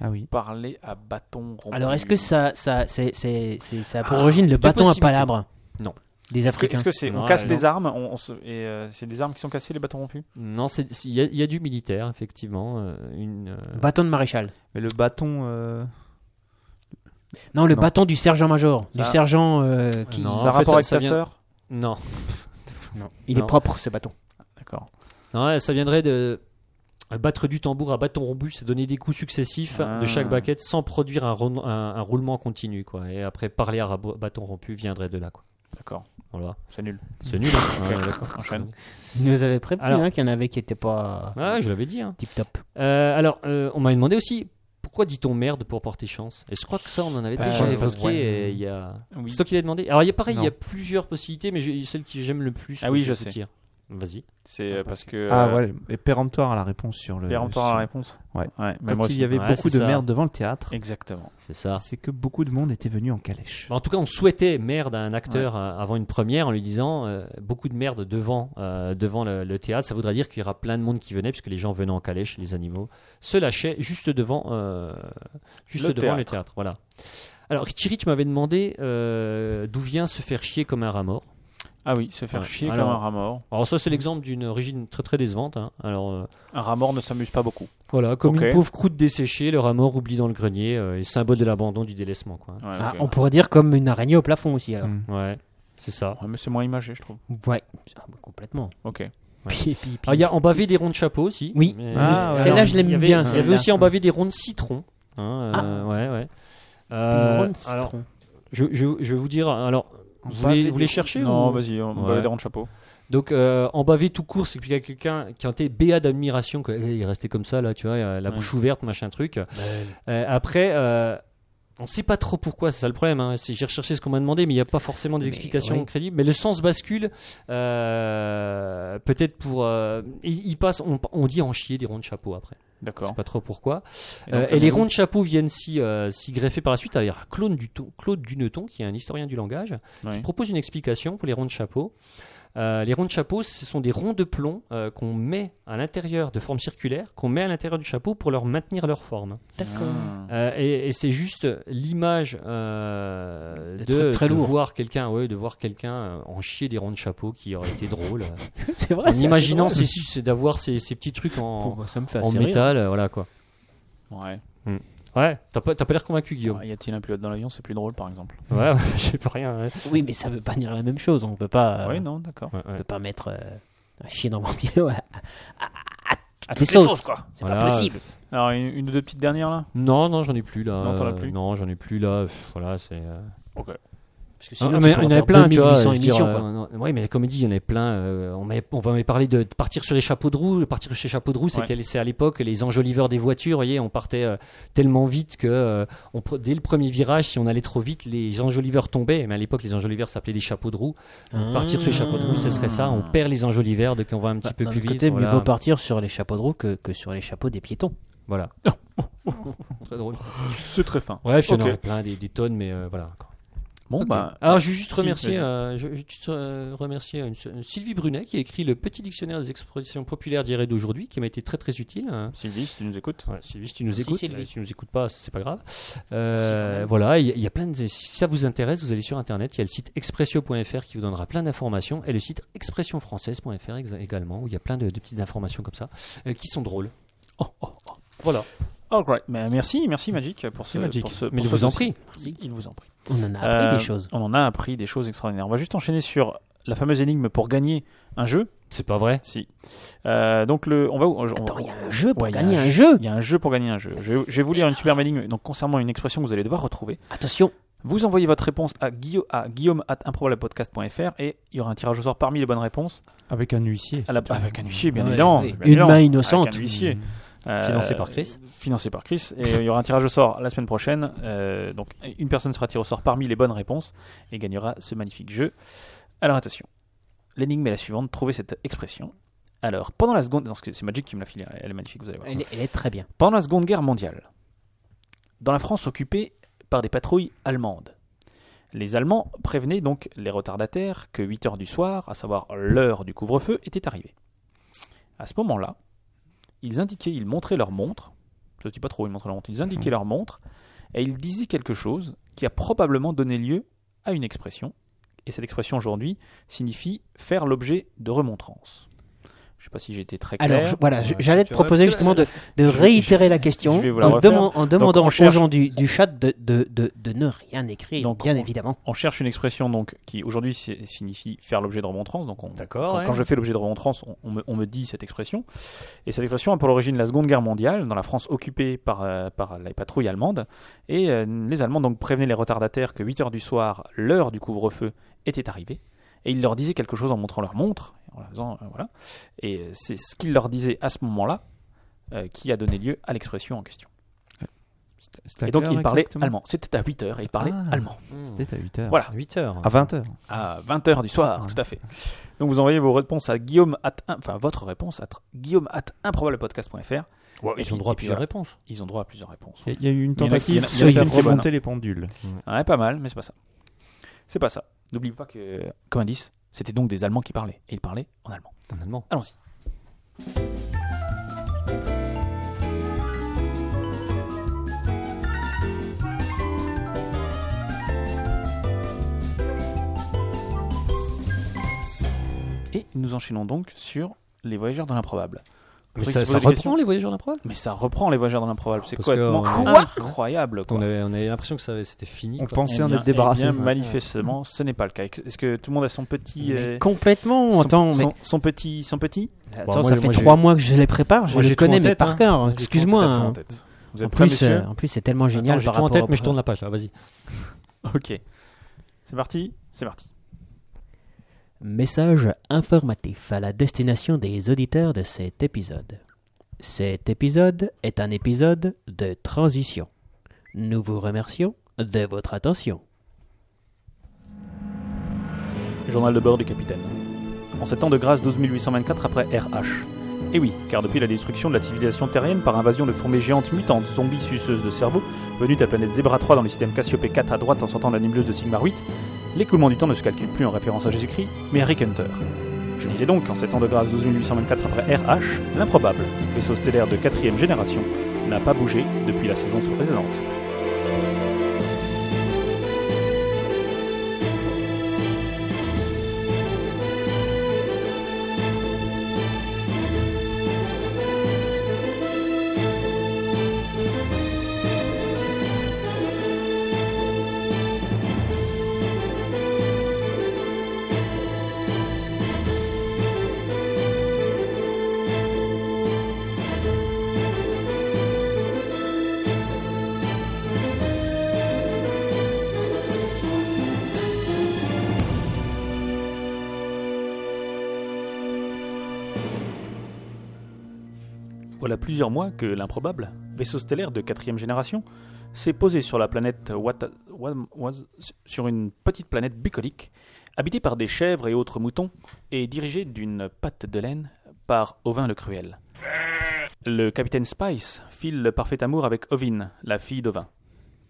Ah oui. Parler à bâton. rompu. Alors, est-ce que ça, ça, c'est, c'est, c'est- ça a pour Ah, origine le bâton à possibilités. palabre Non. Des Est-ce que- Africains. est-ce que c'est on Non, casse non. les armes on, on se- et euh, c'est des armes qui sont cassées les bâtons rompus Non, c'est- c'est- il y, a- il y a du militaire effectivement. euh, une, euh, Bâton de maréchal. Mais le bâton. euh, Non, le Non. bâton du sergent-major. Du Ça- sergent euh, qui. Non, Ça en a fait, rapport ça- avec ça ta vient- sœur Non, Non, il est Non. propre, ce bâton. D'accord. non, ouais, ça viendrait de euh, battre du tambour à bâton rompu, c'est donner des coups successifs de Ah. chaque baquette sans produire un, ron- un- un roulement continu quoi. Et après, parler à rabo- bâton rompu viendrait de là quoi. D'accord. Voilà, C'est nul. c'est nul. hein. Ah, Ouais, d'accord. Enchaîne. Il nous avait prévenu Alors- hein, qu'il y en avait qui n'étaient pas Ah, je l'avais dit. hein. tip-top. Euh, alors, euh, on m'avait demandé aussi pourquoi dit-on merde pour porter chance Et je crois que ça, on en avait Parce déjà que- évoqué. Bah, ouais. et il y a... Oui. C'est toi qui l'as demandé. Alors, il y a pareil, il y a Non. plusieurs possibilités, mais j'ai- celle que j'aime le plus. Ah que oui, vais je vous sais. dire. Vas-y. C'est euh, parce que. Ah euh, ouais. Et péremptoire à la réponse sur le. péremptoire à sur- la réponse. Ouais. mais moi Quand il aussi. y avait Ouais, beaucoup c'est de ça. merde devant le théâtre, Exactement. C'est ça. c'est que beaucoup de monde était venu en calèche. En tout cas, on souhaitait merde à un acteur euh, avant une première en lui disant euh, beaucoup de merde devant, euh, devant le, le théâtre. Ça voudrait dire qu'il y aura plein de monde qui venait, puisque les gens venaient en calèche, les animaux se lâchaient juste devant, euh, juste Le devant théâtre. le théâtre. Voilà. Alors, Thierry, tu m'avais demandé euh, d'où vient se faire chier comme un rat mort. Ah oui, se faire Ouais. chier Alors- comme un rat mort. Alors, ça, c'est l'exemple d'une origine très très décevante. hein. Alors, euh, Un rat mort ne s'amuse pas beaucoup. voilà, comme Ok. une pauvre croûte desséchée, le rat mort oublié dans le grenier, euh, et symbole de l'abandon, du délaissement. Quoi. Ouais, Ah, ok. on pourrait dire comme une araignée au plafond aussi, alors. Mm. Ouais, c'est ça. Ouais, mais c'est moins imagé, je trouve. Ouais, Ah, bah, complètement. Ok. Puis- puis- puis- Alors, il y a en bavé des ronds de chapeau aussi. Oui. Mais- Ah, ouais. Alors, Celle-là, je l'aime il y avait- bien, Il y avait celle-là. Ah. aussi en bavé des ronds de citron. Hein, euh, Ouais, ouais. Euh, Ron Citron. alors, je, je, je vais vous dire. Alors, vous voulez, vous voulez chercher Non, ou- vas-y, on Ouais. va les rendre chapeau. Donc, euh, en bavé tout court, c'est qu'il y a quelqu'un qui a été béat d'admiration. que, eh, Il est resté comme ça, là, tu vois, euh, la bouche ouverte, machin truc. Ben. Euh, après, euh, on ne sait pas trop pourquoi, c'est ça le problème. hein. C'est- J'ai recherché ce qu'on m'a demandé, mais il n'y a pas forcément des Mais, explications ouais. crédibles. Mais le sens bascule, euh, peut-être pour. euh, il, il passe, on, on dit en chier des ronds de chapeau après. Je ne D'accord. sais pas trop pourquoi. Et Euh, donc, ça et les vous- ronds de chapeau viennent s'y euh, s'y greffer par la suite. Alors, il y a Claude Duton- Claude Duneton, qui est un historien du langage, Oui. qui propose une explication pour les ronds de chapeau. Euh, les ronds de chapeau, ce sont des ronds de plomb euh, qu'on met à l'intérieur, de forme circulaire, qu'on met à l'intérieur du chapeau pour leur maintenir leur forme. Ah. Euh, et et c'est juste l'image euh, Des de, trucs très de lourds. voir quelqu'un, ouais, de voir quelqu'un euh, en chier des ronds de chapeau qui aurait été drôle. C'est vrai. en imaginant, c'est c'est d'avoir ces, ces petits trucs en, ça me fait en assez rire. métal, hein. euh, voilà quoi. Ouais. Ouais, t'as pas, t'as pas l'air convaincu, Guillaume. Y a-t-il un pilote dans l'avion C'est plus drôle, par exemple. Ouais, je sais pas rien. ouais. Oui, mais ça veut pas dire la même chose. On peut Euh, pas. euh, Oui, non, d'accord. Ouais, On ouais. peut pas mettre euh, un chien dans mon tuyau à, à- à- à À toutes les sauces. quoi. C'est Voilà. pas possible. Alors, une, une ou deux petites dernières là Non, non, j'en ai plus là. Non, t'en as plus Euh, Non, j'en ai plus là. Pff, Voilà, c'est. euh, Parce que Ah, sinon, tu mais pourras il y en faire avait plein, tu vois. 2800 je veux dire, émissions, euh, quoi. non, non, ouais, mais comme il dit, il y en avait plein. euh, on, m'avait- on va me parler de, de partir sur les chapeaux de roue. Partir chez chapeaux de roue, c'est Ouais. qu'elle- c'est à l'époque les enjoliveurs des voitures. Vous voyez, on partait euh, tellement vite que euh, on pre- dès le premier virage, si on allait trop vite, les enjoliveurs tombaient. Mais à l'époque, les enjoliveurs s'appelaient des chapeaux de roue. Ah. Partir sur les chapeaux de roue, ce serait ça. On perd les enjoliveurs, donc on va un petit peu Bah, D'un plus autre vite. côté, mieux voilà. vaut partir sur les chapeaux de roue que, que sur les chapeaux des piétons. Voilà. Très drôle. C'est très fin. Bref, il y en Ok. aurait plein, des, des tonnes, mais euh, voilà. encore. Bon, Ok. bah. Alors, je veux juste si, remercier, vas-y. euh, je, je- tu te, euh, remercier une- une Sylvie Brunet qui a écrit le petit dictionnaire des expressions populaires d'hier et d'aujourd'hui, qui m'a été très très utile. hein. Sylvie, si tu nous écoutes. Ouais, Sylvie, si tu nous Merci, écoutes, Sylvie. euh, si tu nous écoutes pas, c'est pas grave. Euh, Merci quand même. voilà, il y, a- il y a plein de. Si ça vous intéresse, vous allez sur internet. Il y a le site expressio.fr qui vous donnera plein d'informations et le site expressionfrançaise.fr ex- également où il y a plein de, de petites informations comme ça euh, qui sont drôles. Oh, oh, oh. Voilà. All right. Mais merci, merci Magic pour ce. Magic. Pour ce Euh, Mais pour il ce vous en dossier. prie. Il vous en prie. On en a appris Euh, des choses. On en a appris des choses extraordinaires. On va juste enchaîner sur la fameuse énigme pour gagner un jeu. C'est pas vrai. Si. Euh, donc le, on va. où on- Attends, on- il y a un jeu pour Ouais, il y a gagner un un jeu. Il y a un jeu pour gagner un jeu. Je, je vais vous lire une superbe énigme. Donc concernant une expression que vous allez devoir retrouver. Attention, Vous envoyez votre réponse à, guillaume à guillaume@improbablepodcast.fr et il y aura un tirage au sort parmi les bonnes réponses. Avec un huissier. À la, Ah, avec un huissier, bien Ouais, évidemment. oui. bien Une Ah, évidemment. main innocente. Avec un huissier. Mmh. Euh, Financé par Chris. Financé par Chris. Et il y aura un tirage au sort la semaine prochaine. Euh, donc une personne sera tirée au sort parmi les bonnes réponses et gagnera ce magnifique jeu. Alors attention. L'énigme est la suivante. Trouvez cette expression. Alors, pendant la seconde... non, c'est c'est Magic qui me l'a filé, elle est magnifique, vous allez voir. elle, est- elle est très bien. Pendant la Seconde Guerre mondiale, dans la France occupée par des patrouilles allemandes, les Allemands prévenaient donc les retardataires que 8 heures du soir, à savoir l'heure du couvre-feu, était arrivée. À ce moment-là, ils indiquaient, ils montraient leur montre, je ne dis pas trop, ils montraient leur montre, ils indiquaient Mhm. leur montre, et ils disaient quelque chose qui a probablement donné lieu à une expression, et cette expression aujourd'hui signifie faire l'objet de remontrances. Je ne sais pas si j'ai été très clair. Alors je- voilà, je- j'allais te tu vois, proposer parce que- justement de, de réitérer la question je vais vous la en, refaire. deman- en on demandant aux cherche- gens du, du chat de, de, de, de ne rien écrire, Donc, bien on- évidemment. On cherche une expression donc qui aujourd'hui si- signifie faire l'objet de remontrances. Donc on- D'accord. quand, ouais. quand je fais l'objet de remontrances, on, on me, on me dit cette expression. Et cette expression a pour origine la Seconde Guerre mondiale, dans la France occupée par, euh, par les patrouilles allemandes. Et euh, les Allemands donc prévenaient les retardataires que 8 heures du soir, l'heure du couvre-feu, était arrivée. Et ils leur disaient quelque chose en montrant leur montre. En leur faisant, euh, voilà. Et euh, c'est ce qu'ils leur disaient à ce moment-là euh, qui a donné lieu à l'expression en question. Et donc ils parlaient allemand. C'était à 8 heures et ils parlaient Ah. allemand. Mmh. C'était à 8h. Hmm. Voilà. Ah, À 8 heures. À 20h. à 20h du soir, tout à fait. Donc vous envoyez vos réponses à Guillaume at un- enfin votre réponse à tr- Guillaume at improbablepodcast.fr. Ouais, ils ont droit à plusieurs réponses. réponses. Ils ont droit à plusieurs réponses. Il y a eu une Il y en a- il y en tentative a- de il y en a faire une qui est bonne, remonter les pendules. Ouais, pas mal, mais c'est pas ça. C'est pas ça. N'oubliez pas que comme indice, c'était donc des Allemands qui parlaient et ils parlaient en allemand. En allemand. Allons-y. Et nous enchaînons donc sur les voyageurs dans l'improbable. Mais Faut ça, se poser ça des questions. reprend les voyageurs d'improbable Mais ça reprend les voyageurs dans l'improbable. C'est Parce complètement que, Quoi incroyable. Quoi. on avait, on avait l'impression que ça avait- c'était fini. On quoi. pensait Eh en bien- être débarrassé. eh bien, manifestement, ce n'est pas le cas. Est-ce que tout le monde a son petit. euh, Complètement. son, Attends, mais son, son petit, son petit. attends, moi, ça moi, fait j'ai- trois mois que je les prépare, je Moi, les j'ai tout connais en mais tête, par hein. cœur. J'ai tout en Excuse-moi. tête, hein. tout en Vous En êtes prêts, plus, messieurs euh, en plus, c'est tellement génial Attends, j'ai par tout en rapport tête, au mais je pre- tourne la page. là, Vas-y. euh, Ok. C'est parti. C'est parti. Message informatif à la destination des auditeurs de cet épisode. Cet épisode est un épisode de transition. Nous vous remercions de votre attention. Journal de bord du capitaine. En sept ans de grâce 12824 après RH. Et oui, car depuis la destruction de la civilisation terrienne par invasion de fourmis géantes mutantes, zombies suceuses de cerveau, venues de la planète Zebra 3 dans le système Cassiopée 4 à droite en sortant de la nébuleuse de Sigmar 8, l'écoulement du temps ne se calcule plus en référence à Jésus-Christ, mais à Rick Hunter. Je disais donc, en sept ans de grâce 12824 après RH, l'improbable, vaisseau stellaire de quatrième génération, n'a pas bougé depuis la saison précédente. Voilà plusieurs mois que l'improbable vaisseau stellaire de quatrième génération s'est posé sur la planète Wata- Wam- Waz- sur une petite planète bucolique, habitée par des chèvres et autres moutons, et dirigée d'une patte de laine par Ovin le Cruel. Le capitaine Spice file le parfait amour avec Ovin, la fille d'Ovin.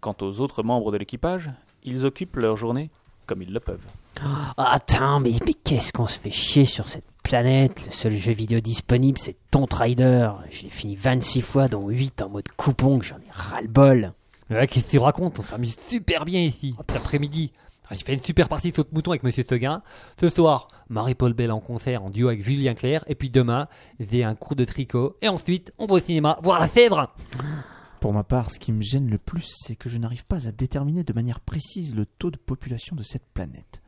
Quant aux autres membres de l'équipage, ils occupent leur journée comme ils le peuvent. Ah, Attends, mais, mais qu'est-ce qu'on se fait chier sur cette planète Le seul jeu vidéo disponible, c'est Tomb Raider. J'ai fini 26 fois, dont 8 en mode coupon, que j'en ai ras-le-bol. Ouais, Qu'est-ce que tu racontes On s'amuse super bien ici, cet après-midi. Ah, J'ai fait une super partie de saut de mouton avec Monsieur Seguin. Ce soir, Marie-Paul Bell en concert en duo avec Julien Clerc. Et puis demain, j'ai un cours de tricot. Et ensuite, on va au cinéma voir la cèdre. Pour ma part, ce qui me gêne le plus, c'est que je n'arrive pas à déterminer de manière précise le taux de population de cette planète.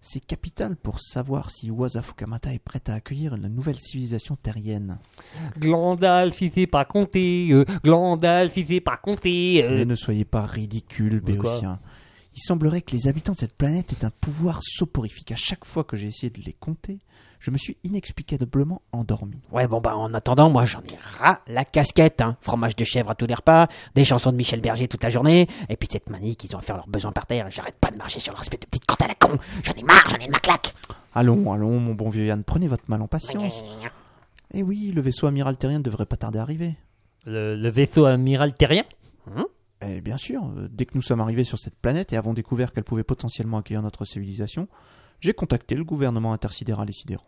C'est capital pour savoir si Waza Fukamata est prête à accueillir la nouvelle civilisation terrienne. Glandal, si c'est pas compté. euh, Glandal, si c'est pas compté. euh. Mais ne soyez pas ridicule, Mais quoi Béotien. Il semblerait que les habitants de cette planète aient un pouvoir soporifique. À chaque fois que j'ai essayé de les compter, je me suis inexplicablement endormi. Ouais, bon, bah, en attendant, moi, j'en ai ras la casquette, hein. Fromage de chèvre à tous les repas, des chansons de Michel Berger toute la journée, et puis de cette manie qu'ils ont à faire leurs besoins par terre. J'arrête pas de marcher sur leur espèce de petite corde à la con. J'en ai marre, j'en ai de ma claque. Allons, allons, mon bon vieux Yann, prenez votre mal en patience. Eh oui, le vaisseau amiral terrien ne devrait pas tarder à arriver. Le, le vaisseau amiral terrien Eh bien sûr, euh, dès que nous sommes arrivés sur cette planète et avons découvert qu'elle pouvait potentiellement accueillir notre civilisation, j'ai contacté le gouvernement intersidéral et sidérant.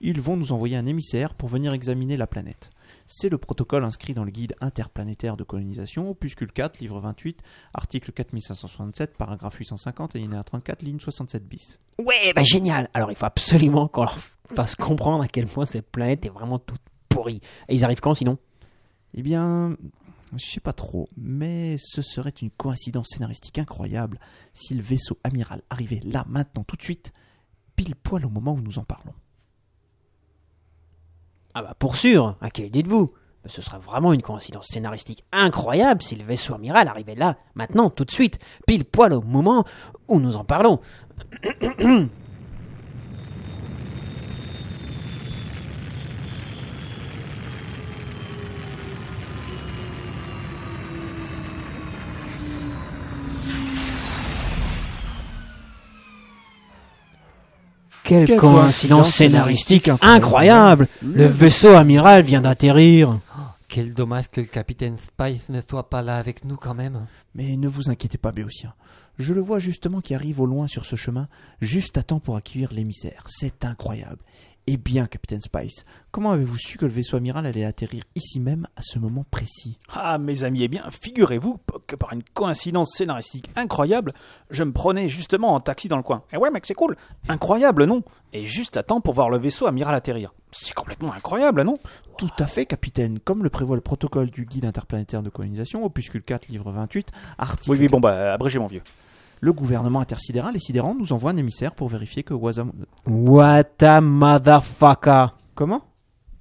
Ils vont nous envoyer un émissaire pour venir examiner la planète. C'est le protocole inscrit dans le guide interplanétaire de colonisation, opuscule 4, livre 28, article 4567, paragraphe 850, alinéa 34, ligne 67 bis. Ouais, bah, génial. Alors, il faut absolument qu'on leur fasse comprendre à quel point cette planète est vraiment toute pourrie. Et ils arrivent quand, sinon? Eh bien, je sais pas trop, mais ce serait une coïncidence scénaristique incroyable si le vaisseau amiral arrivait là, maintenant, tout de suite, pile poil au moment où nous en parlons. Ah bah pour sûr, à quel dites-vous Mais Ce sera vraiment une coïncidence scénaristique incroyable si le vaisseau amiral arrivait là, maintenant, tout de suite, pile poil au moment où nous en parlons. Quelle, coïncidence scénaristique incroyable Le vaisseau amiral vient d'atterrir. Quel dommage que le capitaine Spice ne soit pas là avec nous quand même. Mais ne vous inquiétez pas, Béotien. Je le vois justement qui arrive au loin sur ce chemin, juste à temps pour accueillir l'émissaire. C'est incroyable. Eh bien, capitaine Spice, comment avez-vous su que le vaisseau amiral allait atterrir ici même à ce moment précis Ah, mes amis, eh bien, figurez-vous que par une coïncidence scénaristique incroyable, je me prenais justement en taxi dans le coin. Eh ouais, mec, c'est cool Incroyable, non Et juste à temps pour voir le vaisseau amiral atterrir. C'est complètement incroyable, non Tout à fait, capitaine. Comme le prévoit le protocole du guide interplanétaire de colonisation, opuscule 4, livre 28, article Oui, oui, bon, bah, abrégez mon vieux. Le gouvernement intersidéral et sidérant nous envoie un émissaire pour vérifier que Wasam... What a motherfucker. Comment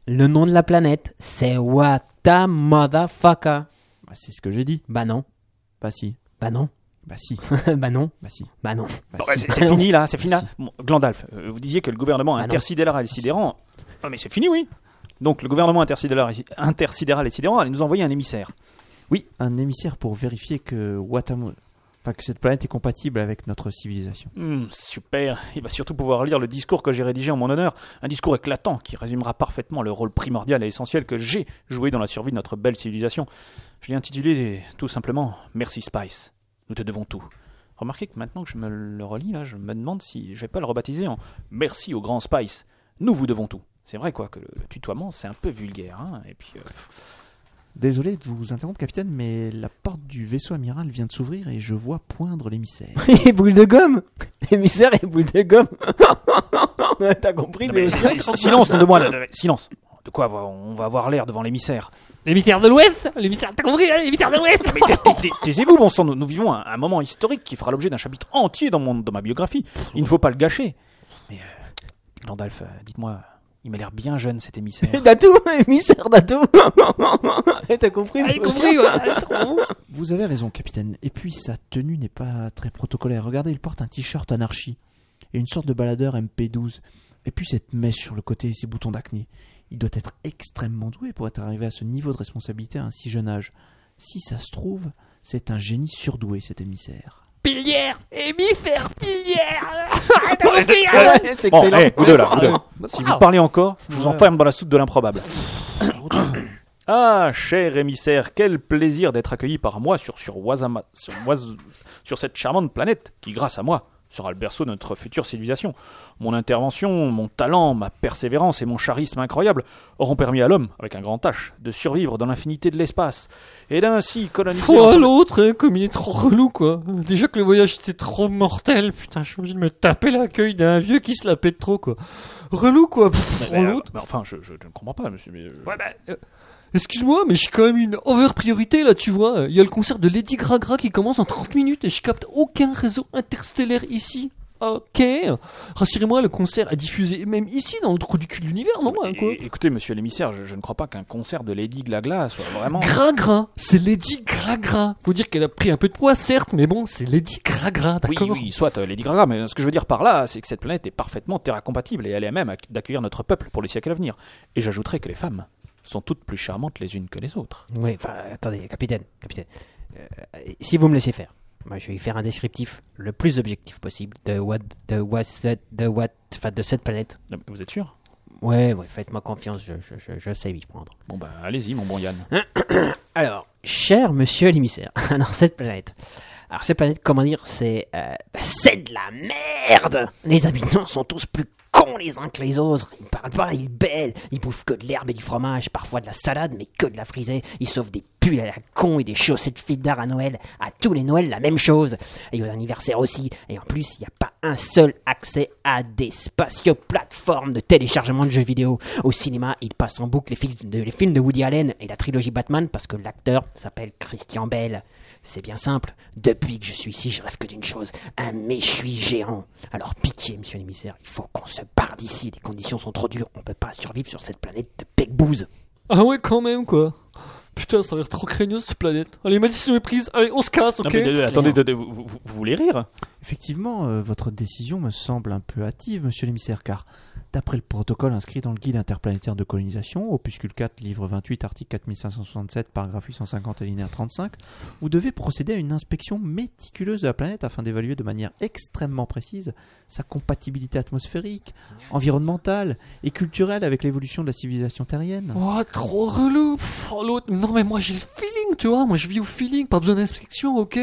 Le nom de la planète, c'est What a motherfucker. bah, C'est ce que j'ai dit. Bah non, Bah si. bah non, Bah si. bah non, Bah si. bah non. Bah Bon, bah, si. c'est c'est fini, là, c'est fini, là. Merci. Bon, Glandalf, euh, vous disiez que le gouvernement Ah non. intersidéral et sidérant... Ah, mais c'est fini, oui Donc, le gouvernement intersidéral et, intersidéral et sidérant allait nous envoyer un émissaire. Oui, un émissaire pour vérifier que Watam... Enfin, que cette planète est compatible avec notre civilisation. Hmm, super, il va surtout pouvoir lire le discours que j'ai rédigé en mon honneur, un discours éclatant qui résumera parfaitement le rôle primordial et essentiel que j'ai joué dans la survie de notre belle civilisation. Je l'ai intitulé tout simplement Merci Spice, nous te devons tout. Remarquez que maintenant que je me le relis là, je me demande si je vais pas le rebaptiser en Merci au grand Spice, nous vous devons tout. C'est vrai quoi que le, le tutoiement c'est un peu vulgaire, hein, et puis... euh, Désolé de vous interrompre, capitaine, mais la porte du vaisseau amiral vient de s'ouvrir et je vois poindre l'émissaire. Et boule de gomme Émissaire et boule de gomme T'as compris, non, mais- aussi- silence, nom de moi, silence De quoi on va avoir l'air devant l'émissaire L'émissaire de l'Ouest L'émissaire, t'as compris, hein, l'émissaire de l'Ouest Mais tais- tais- tais- taisez-vous, bon sang, nous, nous vivons un, un moment historique qui fera l'objet d'un chapitre entier dans, mon, dans ma biographie. Il ne faut pas le gâcher. Mais, euh, Gandalf, euh, dites-moi, il m'a l'air bien jeune cet émissaire. Datou Émissaire Datou Et T'as compris, Allez, monsieur compris, ouais. Attends, bon. Vous avez raison, capitaine. Et puis, sa tenue n'est pas très protocolaire. Regardez, il porte un t-shirt anarchie et une sorte de baladeur MP12. Et puis, cette mèche sur le côté et ses boutons d'acné. Il doit être extrêmement doué pour être arrivé à ce niveau de responsabilité à un si jeune âge. Si ça se trouve, c'est un génie surdoué, cet émissaire. Pilière Émissaire pilière Ah, T'as compris, hein C'est Bon, excellent. eh, vous deux là, vous deux. Si vous Wow. parlez encore, je vous enferme dans la soute de l'improbable. Ah, cher émissaire, quel plaisir d'être accueilli par moi sur, sur, Wasama- sur, Oise- sur cette charmante planète qui, grâce à moi, sera le berceau de notre future civilisation. Mon intervention, mon talent, ma persévérance et mon charisme incroyable auront permis à l'homme, avec un grand H, de survivre dans l'infinité de l'espace et d'ainsi coloniser... Faut à ensemble- l'autre, hein, comme il est trop relou, quoi. Déjà que le voyage était trop mortel, putain, je suis obligé de me taper l'accueil d'un vieux qui se la pète trop, quoi. Relou, quoi. Pff, Mais, en euh, l'autre. mais enfin, je, je- je ne comprends pas, monsieur. mais, euh, Ouais, bah, euh, excuse-moi, mais j'ai quand même une over-priorité, là, tu vois. Il y a le concert de Lady Gragra qui commence en 30 minutes et je capte aucun réseau interstellaire ici. Ok. Rassurez-moi, le concert est diffusé même ici, dans le trou du cul de l'univers, non, bah, hein, quoi é- Écoutez, monsieur l'émissaire, je, je ne crois pas qu'un concert de Lady Glagla soit vraiment... Gragra, c'est Lady Gragra. Faut dire qu'elle a pris un peu de poids, certes, mais bon, c'est Lady Gragra, Oui, d'accord oui, soit euh, Lady Gaga, mais ce que je veux dire par là, c'est que cette planète est parfaitement terra-compatible et elle est à même à- d'accueillir notre peuple pour les siècles à venir. Et j'ajouterai que les femmes sont toutes plus charmantes les unes que les autres. Oui, enfin, attendez, capitaine, capitaine. Euh, si vous me laissez faire, moi, je vais faire un descriptif le plus objectif possible de what, de what, cette- de what, enfin, de cette planète. Non, mais Vous êtes sûr Ouais, ouais, faites-moi confiance, je, je, je, je sais m'y prendre. Bon bah allez-y, mon bon Yann. Alors, cher monsieur l'émissaire, alors cette planète. Alors cette planète, comment dire, c'est... euh, bah, c'est de la merde Les habitants sont tous plus cons les uns que les autres. Ils parlent pas, ils bêlent. Ils bouffent que de l'herbe et du fromage, parfois de la salade, mais que de la frisée. Ils sauvent des pulls à la con et des chaussettes fidar à Noël. À tous les Noëls, la même chose. Et aux anniversaires aussi. Et en plus, il n'y a pas un seul accès à des spatio-plateformes de téléchargement de jeux vidéo. Au cinéma, il passe en boucle les, fils- de- les films de Woody Allen et la trilogie Batman parce que l'acteur s'appelle Christian Bell. C'est bien simple. Depuis que je suis ici, je rêve que d'une chose. Un méchoui géant. Alors pitié, monsieur l'émissaire, il faut qu'on se barre d'ici. Les conditions sont trop dures. On peut pas survivre sur cette planète de pecbouse. Ah ouais, quand même, quoi. Putain, ça a l'air trop craignos, cette planète. Allez, ma décision est prise. Allez, on se casse, ok Non, mais, euh, attendez, attendez, vous, vous- vous voulez rire Effectivement, euh, votre décision me semble un peu hâtive, monsieur l'émissaire, car d'après le protocole inscrit dans le guide interplanétaire de colonisation, opuscule 4, livre 28, article 4567, paragraphe 850, alinéa 35, vous devez procéder à une inspection méticuleuse de la planète afin d'évaluer de manière extrêmement précise sa compatibilité atmosphérique, environnementale et culturelle avec l'évolution de la civilisation terrienne. Oh, trop relou. Pff, Oh, l'autre, non mais moi j'ai le feeling, tu vois, moi je vis au feeling, pas besoin d'inspection, ok.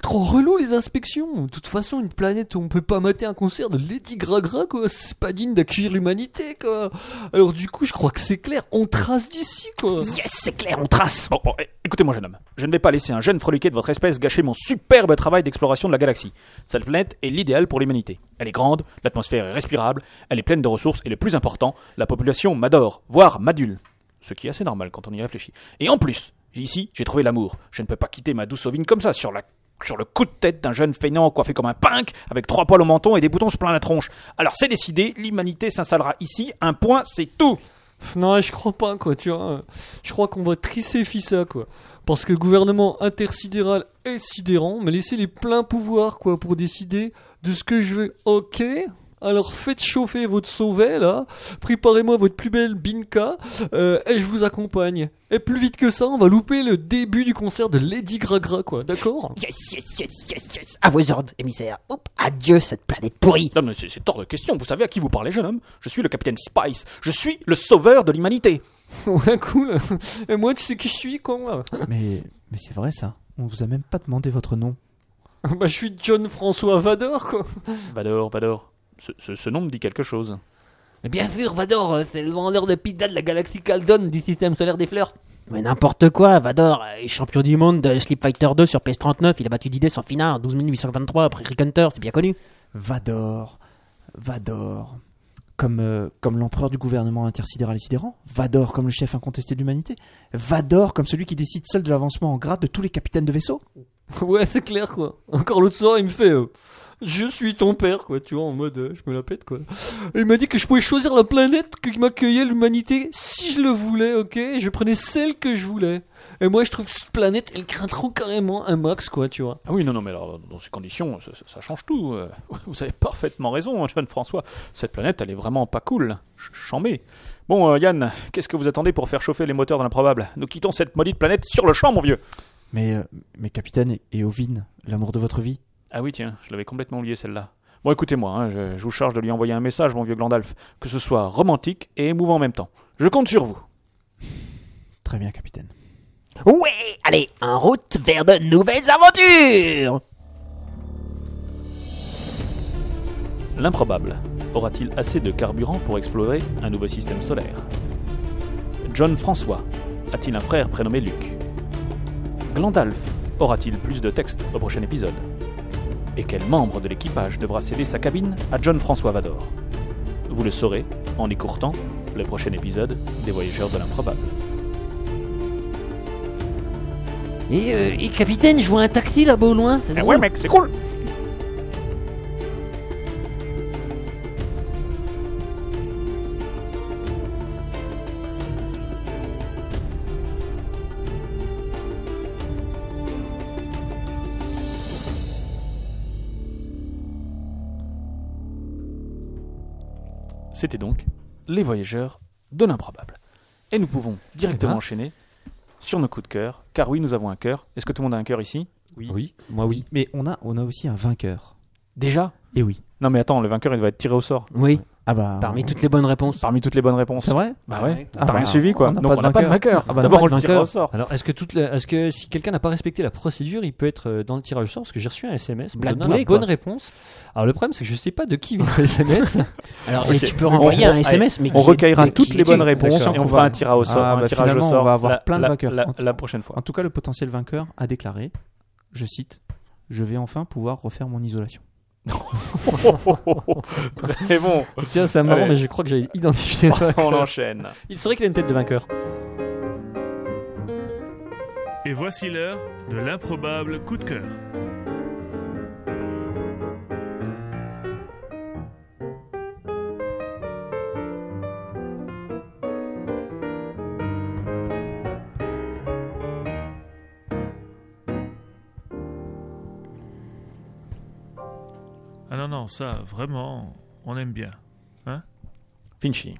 Trop relou les inspections. De toute façon, une planète où on peut pas mater un concert de Lady Gragra, quoi, c'est pas digne d'accueillir l'humanité, quoi. Alors du coup, je crois que c'est clair, on trace d'ici, quoi. Yes, c'est clair, on trace. Bon, bon, é- écoutez-moi, jeune homme. Je ne vais pas laisser un jeune freluquet de votre espèce gâcher mon superbe travail d'exploration de la galaxie. Cette planète est l'idéal pour l'humanité. Elle est grande, l'atmosphère est respirable, elle est pleine de ressources et le plus important, la population m'adore, voire m'adule. Ce qui est assez normal quand on y réfléchit. Et en plus, ici, j'ai trouvé l'amour. Je ne peux pas quitter ma douce ovine comme ça, sur la sur le coup de tête d'un jeune feignant coiffé comme un punk, avec trois poils au menton et des boutons plein la tronche. Alors c'est décidé, l'humanité s'installera ici, un point, c'est tout Pff, Non, je crois pas, quoi, tu vois. Je crois qu'on va trisser FISA, quoi. Parce que gouvernement intersidéral et sidérant me laisser les pleins pouvoirs, quoi, pour décider de ce que je veux. Ok alors faites chauffer votre sauvet là, préparez-moi votre plus belle binka euh, et je vous accompagne. Et plus vite que ça, on va louper le début du concert de Lady Gragra quoi, d'accord Yes, yes, yes, yes, yes. À vos ordres, émissaire. Oups, adieu cette planète pourrie. Non, mais c'est c'est hors de question. Vous savez à qui vous parlez, jeune homme Je suis le capitaine Spice. Je suis le sauveur de l'humanité. Ouais cool. Et moi tu sais qui je suis quoi moi Mais, mais c'est vrai ça. On vous a même pas demandé votre nom. Bah je suis John François Vador quoi. Vador, Vador. Ce, ce, ce nom me dit quelque chose. Mais Bien sûr, Vador, euh, c'est le vendeur de pizza de la galaxie Caldon du système solaire des fleurs. Mais n'importe quoi, Vador euh, est champion du monde de Sleep Fighter 2 sur PS39. Il a battu Didé sans finale en 12 823 après Rick Hunter, c'est bien connu. Vador. Vador. Comme, euh, comme l'empereur du gouvernement intersidéral et sidérant. Vador comme le chef incontesté de l'humanité. Vador comme celui qui décide seul de l'avancement en grade de tous les capitaines de vaisseaux. Ouais, c'est clair, quoi. Encore l'autre soir, il me fait euh, Je suis ton père, quoi, tu vois, en mode euh, Je me la pète, quoi. Et il m'a dit que je pouvais choisir la planète que- qui m'accueillait l'humanité si je le voulais, ok Et je prenais celle que je voulais. Et moi, je trouve que cette planète, elle craint trop carrément un max, quoi, tu vois. Ah oui, non, non, mais alors, dans ces conditions, ça, ça- ça change tout. Euh, Vous avez parfaitement raison, hein, jeune François. Cette planète, elle est vraiment pas cool. Ch- Chambé. Bon, euh, Yann, qu'est-ce que vous attendez pour faire chauffer les moteurs de l'improbable Nous quittons cette maudite planète sur le champ, mon vieux. Mais, euh, mais capitaine et, et Ovin, l'amour de votre vie. Ah oui, tiens, je l'avais complètement oublié celle-là. Bon, écoutez-moi, hein, je, je vous charge de lui envoyer un message, mon vieux Glandalf, que ce soit romantique et émouvant en même temps. Je compte sur vous. Très bien, capitaine. Ouais, allez, en route vers de nouvelles aventures L'improbable. Aura-t-il assez de carburant pour explorer un nouveau système solaire John François. A-t-il un frère prénommé Luc Glandalf. Aura-t-il plus de texte au prochain épisode Et quel membre de l'équipage devra céder sa cabine à John François Vador Vous le saurez en écourtant le prochain épisode des Voyageurs de l'improbable. Et, capitaine, je vois un taxi là-bas au loin. mec, c'est cool C'était donc les voyageurs de l'improbable. Et nous pouvons directement Eh ben. enchaîner sur nos coups de cœur, car oui, nous avons un cœur. Est-ce que tout le monde a un cœur ici Oui, moi oui. Mais on a, on a aussi un vainqueur. Déjà Et oui. Non mais attends, le vainqueur il va être tiré au sort. Oui, Ah bah. parmi toutes les bonnes réponses. Parmi toutes les bonnes réponses. C'est vrai Bah ouais. Ah T'as rien bah, suivi quoi. on n'a Donc on pas de n'a pas de vainqueur. vainqueur. Ah bah, D'abord pas on de le tire vainqueur. au sort. Alors, est-ce que, toute la- est-ce que si quelqu'un n'a pas respecté la procédure, il peut être euh, dans le tirage au sort Parce que j'ai reçu un SMS me Black donnant Boulet, la bonne quoi. réponse. Alors, le problème, c'est que je sais pas de qui vient le SMS. Alors, Ok. mais tu peux renvoyer On- un SMS, mais On qui- recueillera qui- toutes qui- les bonnes qui- réponses D'accord. et on fera un tirage au sort. Ah, un bah, tirage au finalement, sort. on va avoir la- plein de la- vainqueurs. La, En tout- la prochaine fois. En tout cas, le potentiel vainqueur a déclaré, je cite, je vais enfin pouvoir refaire mon isolation. Très bon. Tiens, c'est marrant, Allez. Oh mais je crois que j'ai identifié. On enchaîne. Il serait qu'il a une tête de vainqueur. Et voici l'heure de l'improbable coup de cœur. Ah non, non, ça, vraiment, on aime bien. Finchy,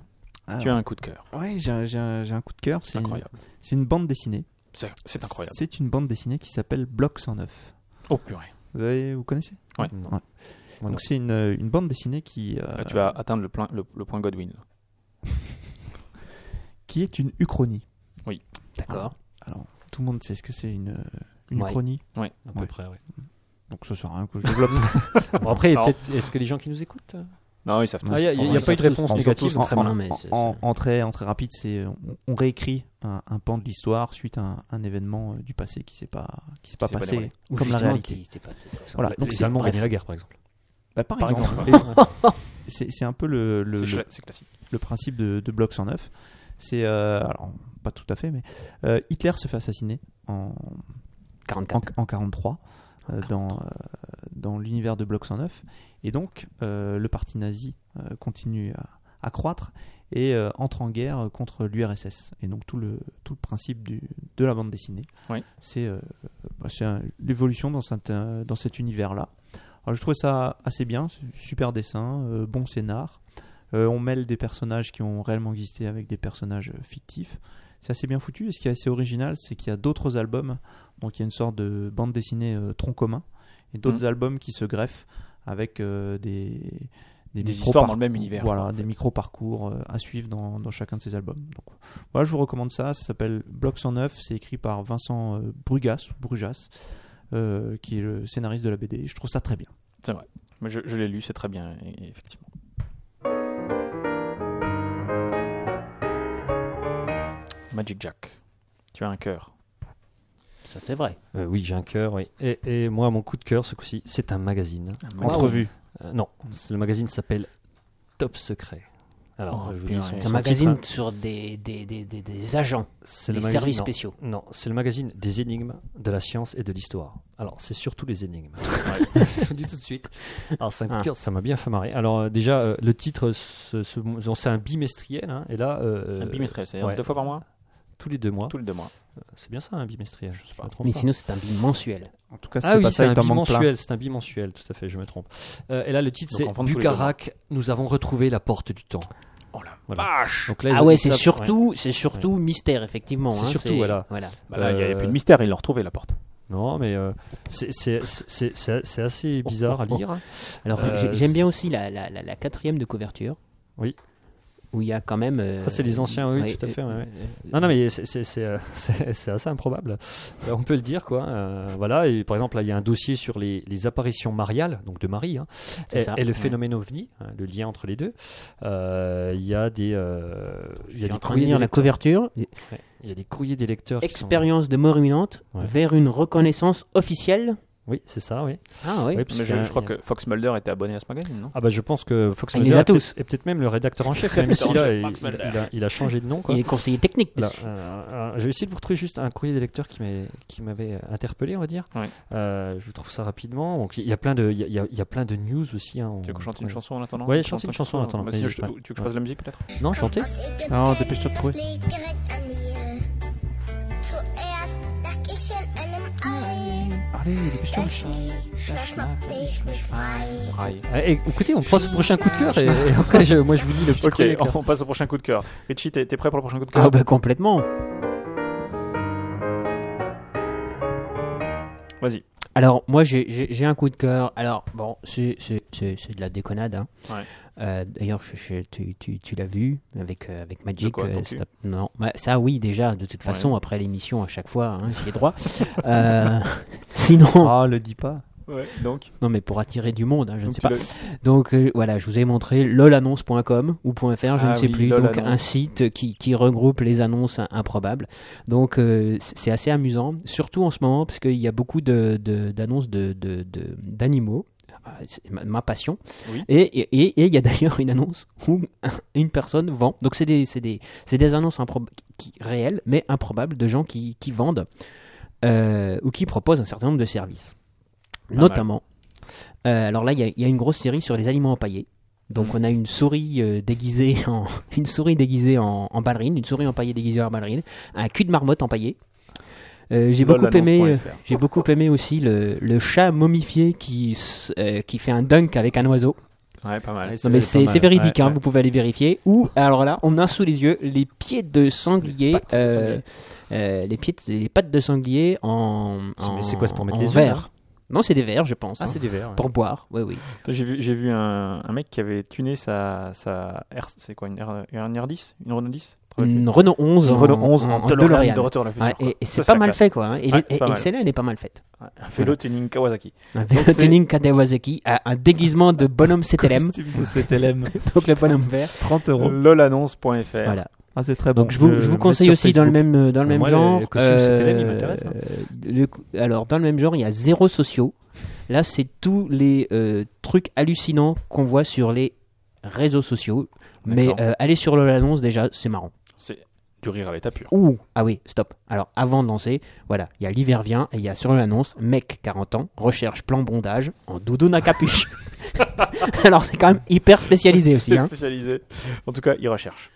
tu as un coup de cœur. Ouais, j'ai un, j'ai un- j'ai un coup de cœur. C'est C'est une, incroyable. c'est une bande dessinée. C'est c'est incroyable. C'est une bande dessinée qui s'appelle Bloc 109. Oh purée. Vous, avez- vous connaissez Ouais. Non. Moi, non. Donc c'est une, une bande dessinée qui, euh, Là, tu vas atteindre le, plein- le- le point Godwin. qui est une uchronie. D'accord. Alors, tout le monde sait ce que c'est une, euh, une Ouais. uchronie. Ouais, à peu Ouais. près, ouais. Donc ça sert à rien que je développe. Bon, après, il y a Alors- peut-être- est-ce que les gens qui nous écoutent euh, Non, ils savent Ouais. Ah, Il n'y a, il y a Ils pas eu de réponse en- négative, hein. en- donc très en- malin. mais en- c'est- en, en très, en très rapide, c'est on, on réécrit un, un pan de l'histoire suite à un, un événement euh, du passé qui s'est pas qui s'est pas s'est pas passé déroulé. Ou comme la justement, réalité. qui s'est passé, par exemple. Voilà. Donc les c'est Allemands ont bref. gagné la guerre, par exemple. Bah, par, Par exemple. Et c'est c'est un peu le, le, C'est le- chla- c'est classique. le principe de, de Bloc 109. C'est euh, alors pas tout à fait, mais euh, Hitler se fait assassiner en 44. en, en 43 euh, dans, euh, dans l'univers de Bloc 109. Et donc, euh, le parti nazi euh, continue à, à croître et euh, entre en guerre contre l'URSS. Et donc, tout le, tout le principe du, de la bande dessinée, Oui. c'est euh, bah, c'est un- l'évolution dans, cet, euh, dans cet univers-là. Alors, je trouvais ça assez bien, c'est super dessin, euh, bon scénar. Euh, on mêle des personnages qui ont réellement existé avec des personnages euh, fictifs. C'est assez bien foutu. Et ce qui est assez original, c'est qu'il y a d'autres albums donc il y a une sorte de bande dessinée euh, tronc commun et d'autres Mmh. albums qui se greffent avec euh, des Des micro-par- histoires dans le même univers, Voilà, en des micro parcours à suivre dans, dans chacun de ces albums. Donc voilà, je vous recommande ça. Ça s'appelle Bloc 109. C'est écrit par Vincent euh, Brugas, ou Brujas, euh, qui est le scénariste de la BD. Je trouve ça très bien. C'est vrai. Mais je, je l'ai lu, c'est très bien, et- et effectivement. Magic Jack, tu as un cœur. Ça, c'est vrai. Euh, oui, j'ai un cœur, oui. Et, et moi, mon coup de cœur, ce coup-ci, c'est un magazine. Entrevue. Euh, non, c'est- le magazine s'appelle Top Secret. Alors, Oh, je vous dis purée. son- C'est C'est un son magazine titre, sur des, des, des, des, des agents, hein. C'est des le magazine- services non. spéciaux. Non, c'est le magazine des énigmes, de la science et de l'histoire. Alors, c'est surtout les énigmes. je vous dis tout de suite. Alors, c'est un coup de Ah. cœur, ça m'a bien fait marrer. Alors, euh, déjà, euh, le titre, ce- ce- bon, c'est un bimestriel. hein, et là, euh, Un bimestriel, c'est-à-dire ouais. deux fois par mois tous les deux mois. Tous les deux mois. C'est bien ça, un bimestriel, je ne sais pas. Mais sinon, c'est un bille mensuel. En tout cas, c'est Ah oui, pas c'est un ça, il t'en manque plein. bimensuel, c'est un bimensuel, tout à fait, je me trompe. Euh, et là, le titre, Donc, c'est en fin de tous les deux Bucarac, nous avons retrouvé la porte du temps. Oh la Voilà. vache Donc là, ils Ah ont ouais, dit c'est ça- surtout, c'est surtout mystère, effectivement. C'est hein, surtout, voilà. Bah là, il n'y avait Euh, plus de mystère, ils l'ont retrouvé la porte. Non, mais euh, c'est- c'est c'est- c'est- c'est assez bizarre à lire. Alors, Euh, j'ai- j'aime bien aussi la, la, la, la quatrième de couverture. Oui. Où il y a quand même. euh, Ah, c'est les anciens, oui, ouais, tout à fait, ouais, ouais. euh, Non, non, mais c'est- c'est- c'est euh, c'est- c'est assez improbable. Euh, On peut le dire, quoi. Euh, voilà, et par exemple, là, il y a un dossier sur les, les apparitions mariales, donc de Marie, hein, et, C'est ça, et le ouais. phénomène ovni, hein, le lien entre les deux. Euh, Il y a des. euh, Il y, a Je suis des en train de courriers lire des la couverture. lec- ouais, il y a des courriers des lecteurs. qui sont- Expérience de mort imminente Ouais. vers une reconnaissance officielle. Oui, c'est ça, oui. Ah oui. Oui, parce Mais qu'il y je, a- je crois il y a- que Fox Mulder était abonné à ce magazine, non Ah bah je pense que Fox Ah, il Mulder les a est peut-être- tous. est peut-être même le rédacteur en chef, même Rédacteur si là, en il, chef, Fox il- Mulder. il a, il a changé de nom. Quoi. Il est conseiller technique. Là, monsieur. euh, euh, je vais essayer de vous retrouver juste un courrier des lecteurs qui m'est- qui m'avait euh, interpellé, on va dire. Ouais. Euh, je vous trouve ça rapidement. Donc, il y a plein de, il y a- il y a, il y a plein de news aussi. hein, on- Tu veux qu'on chante une chanson en attendant Ouais, On chante une chante chanson en attendant. Bah, si, Vas-y, je te- ouais. tu veux que je passe la musique peut-être Non, chanter Non, dépêche-toi de trouver. Allez, dépêche-toi. Euh, et écoutez, on prend ce prochain coup de cœur et, et après, je- moi, je vous dis le petit Ok, courrier. on passe au prochain coup de cœur. Richie, t'es t'es prêt pour le prochain coup de cœur Ah bah complètement. Vas-y. Alors, moi, j'ai- j'ai j'ai un coup de cœur. Alors, bon, c'est c'est- c'est- c'est de la déconnade. hein. Ouais. Euh, D'ailleurs, je- je- tu, tu- tu l'as vu avec, euh, avec Magic. quoi, ton euh, cul cet ap- non, Bah, ça, oui, déjà, de toute façon, après l'émission, à chaque fois, hein, j'y ai droit. Euh, sinon, Ah, le dis pas. Ouais, donc. non, mais pour attirer du monde, hein, je ne donc sais tu pas. le- Donc euh, voilà, je vous ai montré lolannonce.com ou .fr, je Ah ne sais oui, plus, lol donc annonce. un site qui, qui regroupe les annonces improbables. Donc euh, c- c'est assez amusant, surtout en ce moment parce qu'il y a beaucoup de- de- d'annonces de, de- de- d'animaux. Ah, c'est ma, ma passion. Oui. Et et- et- et il y a d'ailleurs une annonce où une personne vend. Donc c'est des, c'est des, c'est des annonces improb- qui, réelles mais improbables de gens qui, qui vendent euh, ou qui proposent un certain nombre de services. mal. Notamment, euh, alors là, il y, a- il y a une grosse série sur les aliments empaillés. Mmh. Donc on a une souris euh, déguisée en une souris déguisée en, en ballerine, une souris empaillée déguisée en ballerine, un cul de marmotte empaillé. Euh, j'ai beaucoup aimé, euh, lolannonce.fr. j'ai beaucoup aimé aussi le, le chat momifié qui s- euh, qui fait un dunk avec un oiseau. Ouais, pas mal. Non mais c'est c'est véridique, Ouais, hein, ouais. vous pouvez aller vérifier. Ou alors là, on a sous les yeux les pieds de sanglier, pattes de euh, euh, les pieds, de- les pattes de sanglier en, C'est- mais en- c'est quoi, c'est pour mettre en les yeux, verre. Non, c'est des verres, je pense. Ah, hein, c'est des verres. ouais. Pour boire, oui, oui. Putain, J'ai vu, j'ai vu un, un mec qui avait tuné sa, sa R, c'est quoi, une, R, une R10 Une Renault 10 Je me rappelle plus. Une Renault 11. Une Renault 11 en, en, en DeLorean, DeLorean. de retour à la future. Ouais, quoi. et et Ça, c'est c'est pas la mal classe. fait, quoi. hein. Et, Ouais, et- c'est pas et mal. celle-là, elle est pas mal faite. Ouais, Un vélo tuning Kawasaki. Un vélo c'est- tuning Kadawasaki, un un déguisement de bonhomme CTLM, CTLM. donc le bonhomme vert. 30 euros. Lolannonce.fr. Voilà. Ah, c'est très bon. Donc je vous, vais je vous le conseille mettre sur aussi dans le Facebook. même euh, dans le Mais même moi, les genre. euh, costumes CTLM, ils m'intéressent, le co- alors dans le même genre, il y a zéro sociaux. Là, c'est tous les euh, trucs hallucinants qu'on voit sur les réseaux sociaux. Mais D'accord. euh, allez sur l'annonce déjà, c'est marrant. C'est du rire à l'état pur. Ouh, ah oui, stop. Alors avant de lancer, voilà, il y a l'hiver vient et il y a sur l'annonce mec 40 ans recherche plan bondage en doudoune à capuche. alors c'est quand même hyper spécialisé aussi. C'est Hein. spécialisé. En tout cas, il recherche.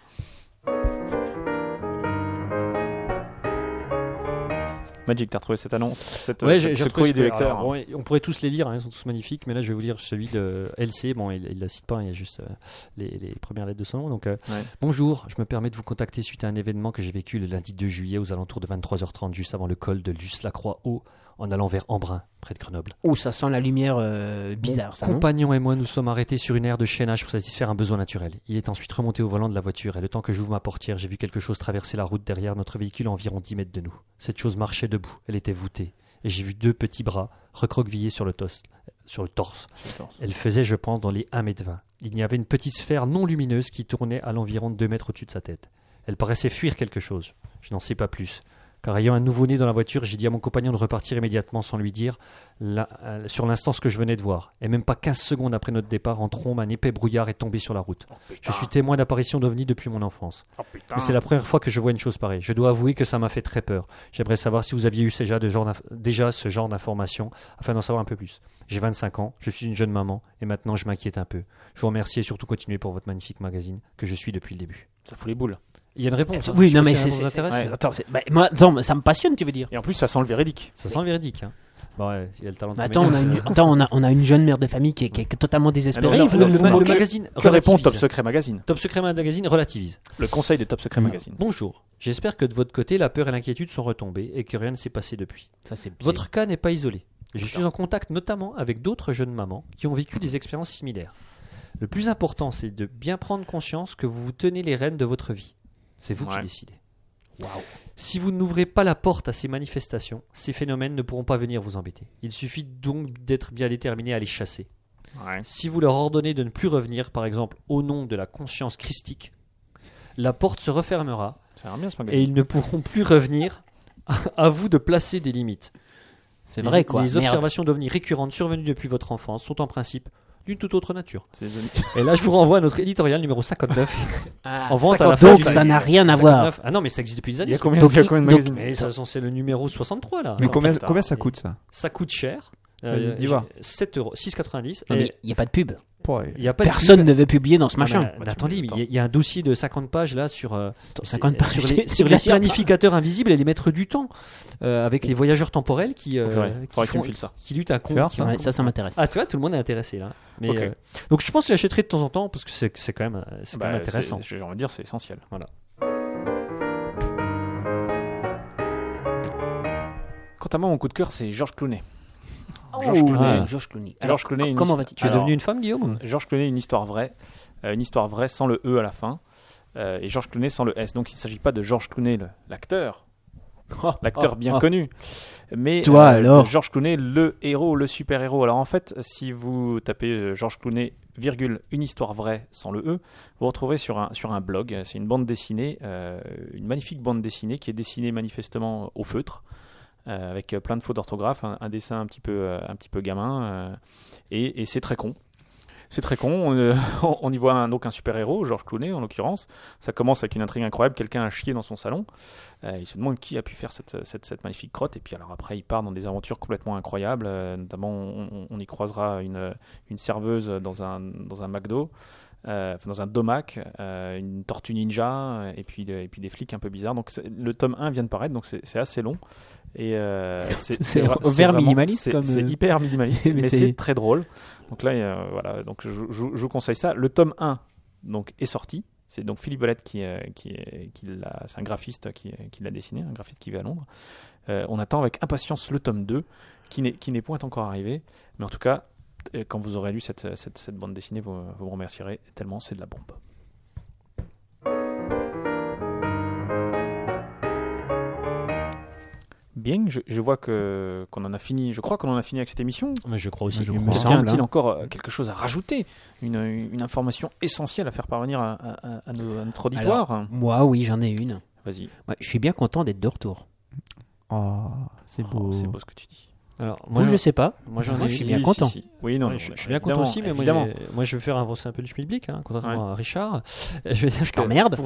Magic, t'as retrouvé cette annonce cette, Ouais, ce- j'ai ce j'ai courrier retrouvé du celui- lecteur. alors, ouais, on pourrait tous les lire, hein, ils sont tous magnifiques, mais là je vais vous lire celui de LC. Bon, il, il la cite pas, il y a juste euh, les, les premières lettres de son nom. Donc, euh, Ouais. bonjour, je me permets de vous contacter suite à un événement que j'ai vécu le lundi 2 juillet aux alentours de 23h30, juste avant le col de Luce-la-Croix-Haut, en allant vers Embrun, près de Grenoble. Ouh, ça sent la lumière euh, bizarre. ça, non compagnon et moi nous sommes arrêtés sur une aire de chaînage pour satisfaire un besoin naturel. Il est ensuite remonté au volant de la voiture et le temps que j'ouvre ma portière, j'ai vu quelque chose traverser la route derrière notre véhicule à environ 10 mètres de nous. Cette chose marchait debout, elle était voûtée et j'ai vu deux petits bras recroquevillés sur le, tost- sur le torse. Elle faisait, je pense, dans les 1 mètre 20. Il y avait une petite sphère non lumineuse qui tournait à l'environ 2 mètres au-dessus de sa tête. Elle paraissait fuir quelque chose. Je n'en sais pas plus. Car ayant un nouveau-né dans la voiture, j'ai dit à mon compagnon de repartir immédiatement sans lui dire la- euh, sur l'instant ce que je venais de voir. Et même pas 15 secondes après notre départ, en trombe, un épais brouillard est tombé sur la route. Oh, je suis témoin d'apparitions d'ovnis depuis mon enfance. Mais c'est la première fois que je vois une chose pareille. Je dois avouer que ça m'a fait très peur. J'aimerais savoir si vous aviez eu déjà, de genre d'inf- déjà ce genre d'informations afin d'en savoir un peu plus. J'ai 25 ans, je suis une jeune maman et maintenant je m'inquiète un peu. Je vous remercie et surtout continuez pour votre magnifique magazine que je suis depuis le début. Ça fout les boules. Il y a une réponse. hein. Oui, Je non, sais mais pas si c'est. ça vous c'est- intéresse. c'est- Attends, c'est- bah, moi, attends, mais ça me passionne, tu veux dire. Et en plus, ça sent le véridique. Ça sent le véridique. hein. Bon, ouais, il y a le talent de Mais Attends, on a, comédien, une, ça. attends, on a, on a une jeune mère de famille qui est, qui est totalement désespérée. Alors, Vous- alors, vous- alors, vous- alors, Le magazine Que répond relativise. Top Secret Magazine Top Secret Magazine relativise. Le conseil de Top Secret Magazine. Bonjour. J'espère que de votre côté, la peur et l'inquiétude sont retombées et que rien ne s'est passé depuis. Ça, c'est- Votre cas n'est pas isolé. Je suis en contact notamment avec d'autres jeunes mamans qui ont vécu des expériences similaires. Le plus important, c'est de bien prendre conscience que vous vous tenez les rênes de votre vie. C'est vous Ouais. qui décidez. Si vous n'ouvrez pas la porte à ces manifestations, ces phénomènes ne pourront pas venir vous embêter. Il suffit donc d'être bien déterminé à les chasser. Ouais. Si vous leur ordonnez de ne plus revenir, par exemple au nom de la conscience christique, la porte se refermera Ça a l'air bien ce et magazine. ils ne pourront plus revenir. À vous de placer des limites. C'est Les- vrai, quoi. Les Merde. observations d'ovnis récurrentes survenues depuis votre enfance sont en principe d'une toute autre nature. C'est des- Et là, je vous renvoie à notre éditorial numéro 59. Ah, en vente à la 50, fin Donc, du ça n'a rien à voir. 59. Ah non, mais ça existe depuis des Il années. y a ça. combien, Donc, il y a combien de donc- magazines Mais ça, c'est le numéro 63 là. Mais Non, combien, putain. combien ça coûte ça Ça coûte cher. Vas-y, Euh, dis voir. j'ai- 7 euros, 6,90. Non, mais Et Il n'y a pas de pub. Pour aller- il y a pas de Personne pub. ne veut publier dans ce machin. Non, Ah, mais, mais attendez, mais il y a- il y, a un dossier de 50 pages là sur, euh, Attends, c'est- 50 pages, sur je les, t'ai- sur les j'adore. planificateurs invisibles et les maîtres du temps, euh, avec les voyageurs temporels qui, euh, Oh, purée, qui, Faudrait que tu font- me files ça. qui luttent un Fais con. voir, qui- ça. Ouais, ça, ça m'intéresse. Ah, tu vois, tout le monde est intéressé là. Mais, Ok. euh, donc je pense que j'achèterai de temps en temps parce que c'est c'est quand même, euh, c'est quand Bah, même intéressant. c'est- J'ai envie de dire, c'est essentiel. Voilà. Quant à moi, mon coup de cœur, c'est Georges Clooney. Georges Clooney. Ah. Georges Clooney. Alors, Georges Clooney, une comment his- va-t-il Tu es Alors, devenu une femme, Guillaume Georges Clooney, une histoire vraie. Euh, une histoire vraie sans le E à la fin. Euh, et Georges Clooney sans le S. Donc il ne s'agit pas de Georges Clooney, le- l'acteur. L'acteur bien connu. Mais Ah. euh, Toi, alors Georges Clooney, le héros, le super-héros. Alors en fait, si vous tapez euh, Georges Clooney, virgule, une histoire vraie sans le E, vous retrouverez sur un, sur un blog, c'est une bande dessinée, euh, une magnifique bande dessinée qui est dessinée manifestement au feutre, euh, avec euh, plein de fautes d'orthographe, un, un dessin un petit peu, euh, un petit peu gamin, euh, et, et c'est très con. C'est très con, on, euh, on- on y voit un, donc un super-héros, Georges Clooney en l'occurrence. Ça commence avec une intrigue incroyable, quelqu'un a chié dans son salon. Euh, il se demande qui a pu faire cette, cette- cette magnifique crotte. Et puis alors après, il part dans des aventures complètement incroyables. Euh, notamment, on, on- on y croisera une, une serveuse dans un, dans un McDo, euh, enfin, dans un domac, euh, une tortue ninja, euh, et puis, de- et puis des flics un peu bizarres. Donc c'est- le tome 1 vient de paraître, donc c'est c'est assez long. Et euh, c'est C'est vra- au vert vraiment- minimaliste, c'est- comme, C'est euh, hyper minimaliste, mais mais c'est- c'est très drôle. Donc là, euh, voilà, donc je, je- je vous conseille ça. Le tome 1 donc, est sorti. C'est donc Philippe Bolette qui, euh, qui, qui l'a. Euh, C'est un graphiste qui, qui l'a dessiné, un graphiste qui vit à Londres. Euh, on attend avec impatience le tome 2 qui n'est- qui n'est point encore arrivé. Mais en tout cas, euh, quand vous aurez lu cette, cette, cette bande dessinée, vous, euh, vous me remercierez tellement c'est de la bombe. Bien, je, je vois que qu'on en a fini. Je crois qu'on en a fini avec cette émission. Mais je crois aussi. Je que- crois. Quelqu'un semble, a-t-il hein. encore euh, quelque chose à rajouter une, euh, une information essentielle à faire parvenir à, à- à- à nos- à notre auditoire Moi, oui, j'en ai une. Vas-y. Ouais, je suis bien content d'être de retour. Oh, c'est beau. Oh, c'est beau ce que tu dis. Alors, moi, Vous, je je, sais pas. moi, j'en ai Moi, je une. suis bien Si, content. si, si. Oui, non, Ouais, non, je, bah, je suis bien évidemment, content aussi, mais moi, évidemment. j'ai- moi, je vais faire avancer un peu le schmilblick, hein, contrairement à Richard. Euh, Je vais dire que T'emmerdes.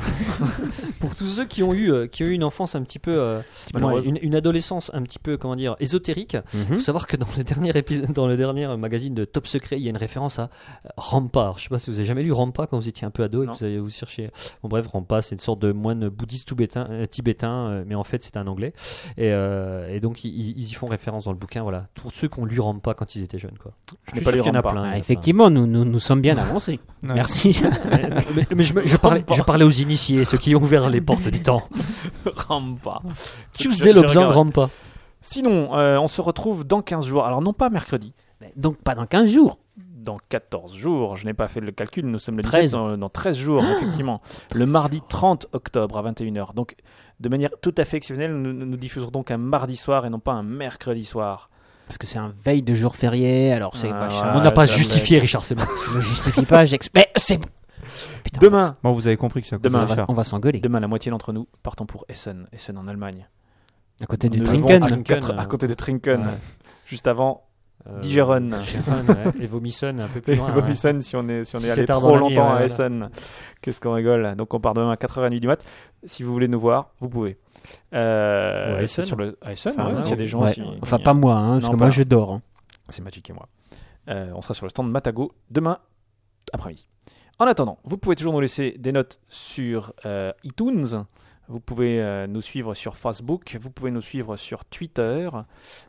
pour tous ceux qui ont eu, euh, qui ont eu une enfance un petit peu, euh, malheureuse. Mhm. une, une adolescence un petit peu, comment dire, ésotérique, faut savoir que dans le dernier épisode, dans le dernier magazine de Top Secret, il y a une référence à euh, Rampart. Je sais pas si vous avez jamais lu Rampart quand vous étiez un peu ado et Non. que vous allez vous chercher. Bon bref, Rampart, c'est une sorte de moine bouddhiste tibétain, euh, tibétain, euh, mais en fait c'est un anglais. Et, euh, et donc ils, ils y font référence dans le bouquin. Voilà, pour ceux qui ont lu Rampart quand ils étaient jeunes, quoi. Je n'ai suis pas sûr lu qu'il y en a Rampart. plein. Ah, il y en a plein. effectivement, nous, nous, nous sommes bien avancés. Merci. mais mais je, me- je parlais, je parlais aux initiés, ceux qui ont ouvert les portes du temps. Rampa. Tuesday, l'objet Rampa. Rampart. Sinon, euh, on se retrouve dans 15 jours. Alors, non pas mercredi, Donc, pas dans 15 jours. dans 14 jours. Je n'ai pas fait le calcul. Nous sommes le 13. 17 dans, dans 13 jours, effectivement. le mardi 30 octobre à 21h. Donc, de manière tout à fait exceptionnelle, nous, nous- nous diffuserons donc un mardi soir et non pas un mercredi soir. Parce que c'est un veille de jour férié, alors c'est Ah, pas ouais. cher. On n'a Ah, pas ça me- justifié, Richard, c'est bon. Je me justifie pas, j'explique. Mais c'est. Putain, Demain, Bon, vous avez compris que ça coûte Demain, cher. On va, on va s'engueuler. demain, la moitié d'entre nous partons pour Essen, Essen en Allemagne. À côté du Nous Trinken. devons à- Trinken, quatre- à, euh, côté de Trinken, ouais. juste avant Euh, Digeron. Digeron, ouais. Et Vomison un peu plus Et loin. hein. Bobby ouais. Sun, si on est, si on Si est c'est allé tard trop dans la nuit, longtemps ouais, à voilà. Essen, qu'est-ce qu'on rigole. Donc on part demain à 4h30 du mat. Si vous voulez nous voir, vous pouvez. Euh, Ou à c'est Essen. sur le à Essen, Enfin, Ah, ouais, ouais, s'il y a des gens Ouais. qui- Enfin, qui- pas moi, hein, parce Non, que pas moi là. je dors. hein. C'est Magic et moi. Euh, on sera sur le stand Matago demain après-midi. En attendant, vous pouvez toujours nous laisser des notes sur euh, iTunes. Vous pouvez euh, nous suivre sur Facebook, vous pouvez nous suivre sur Twitter,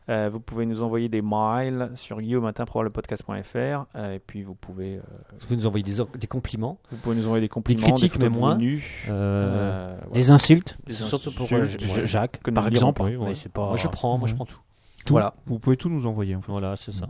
euh, vous pouvez nous envoyer des mails sur guillaumatinprobablepodcast.fr euh, et puis vous pouvez, euh, Vous nous envoyez des, or- des compliments. vous pouvez nous envoyer des compliments, critiques, photos mais de moins. vous nus. Euh, Euh, voilà. Des insultes. Des surtout pour, insultes, euh, je- je- ouais. Jacques, Que nous par lirons exemple. pas, oui, ouais. Mais c'est pas- Moi, je prends, moi, je prends tout. Voilà. Vous pouvez tout nous envoyer. en fait. Voilà, c'est ça.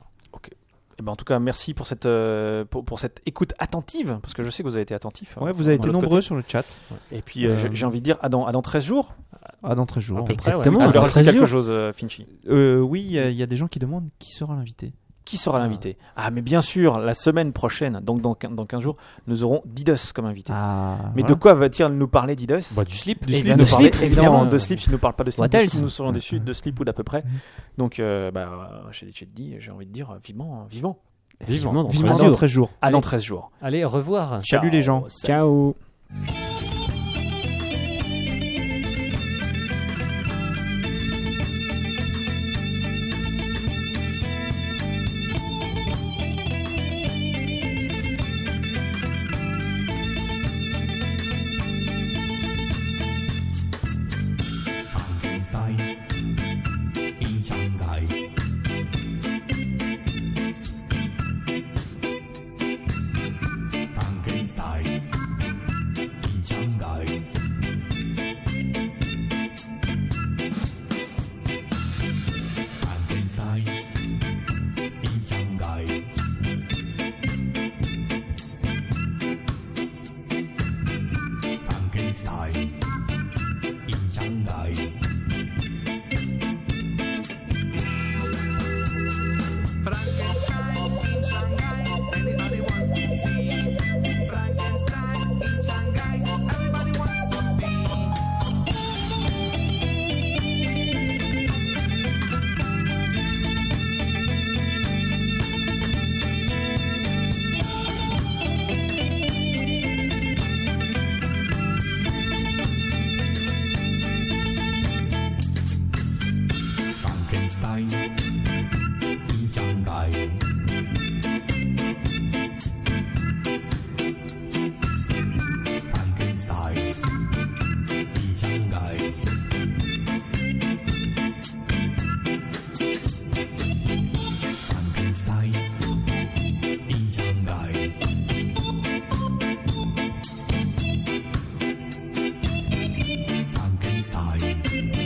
Eh ben, en tout cas, merci pour cette, euh, pour, pour cette écoute attentive, parce que je sais que vous avez été attentif. Ouais, vous avez de été l'autre nombreux sur le chat. côté. Et puis, euh, Euh, j'ai- j'ai envie de dire, à dans, à dans 13 jours, Ah, dans 13 jours. Exactement. Tu dans veux rajouter 13 quelque jours. chose, euh, Finchy Euh, oui, il y, a- il y a des gens qui demandent qui sera l'invité. Qui sera l'invité Ah, mais bien sûr, la semaine prochaine, donc dans, quin- dans 15 jours, nous aurons Didus comme invité. Ah, mais voilà. de quoi va-t-il nous parler, Didus Bah, du slip. Il slip, va de nous parler slip, évidemment euh, évidemment. de slip, s'il ne nous parle pas de slip, What else de- nous serons déçus de slip ou d'à peu près. Donc, euh, bah, j'ai j'ai dit, j'ai envie de dire euh, vivement, euh, vivement. Vivement dans Vivement 13 dans jours. 13 jours. À dans 13 jours. Allez, au revoir. Salut les gens. Ciao. Frankenstein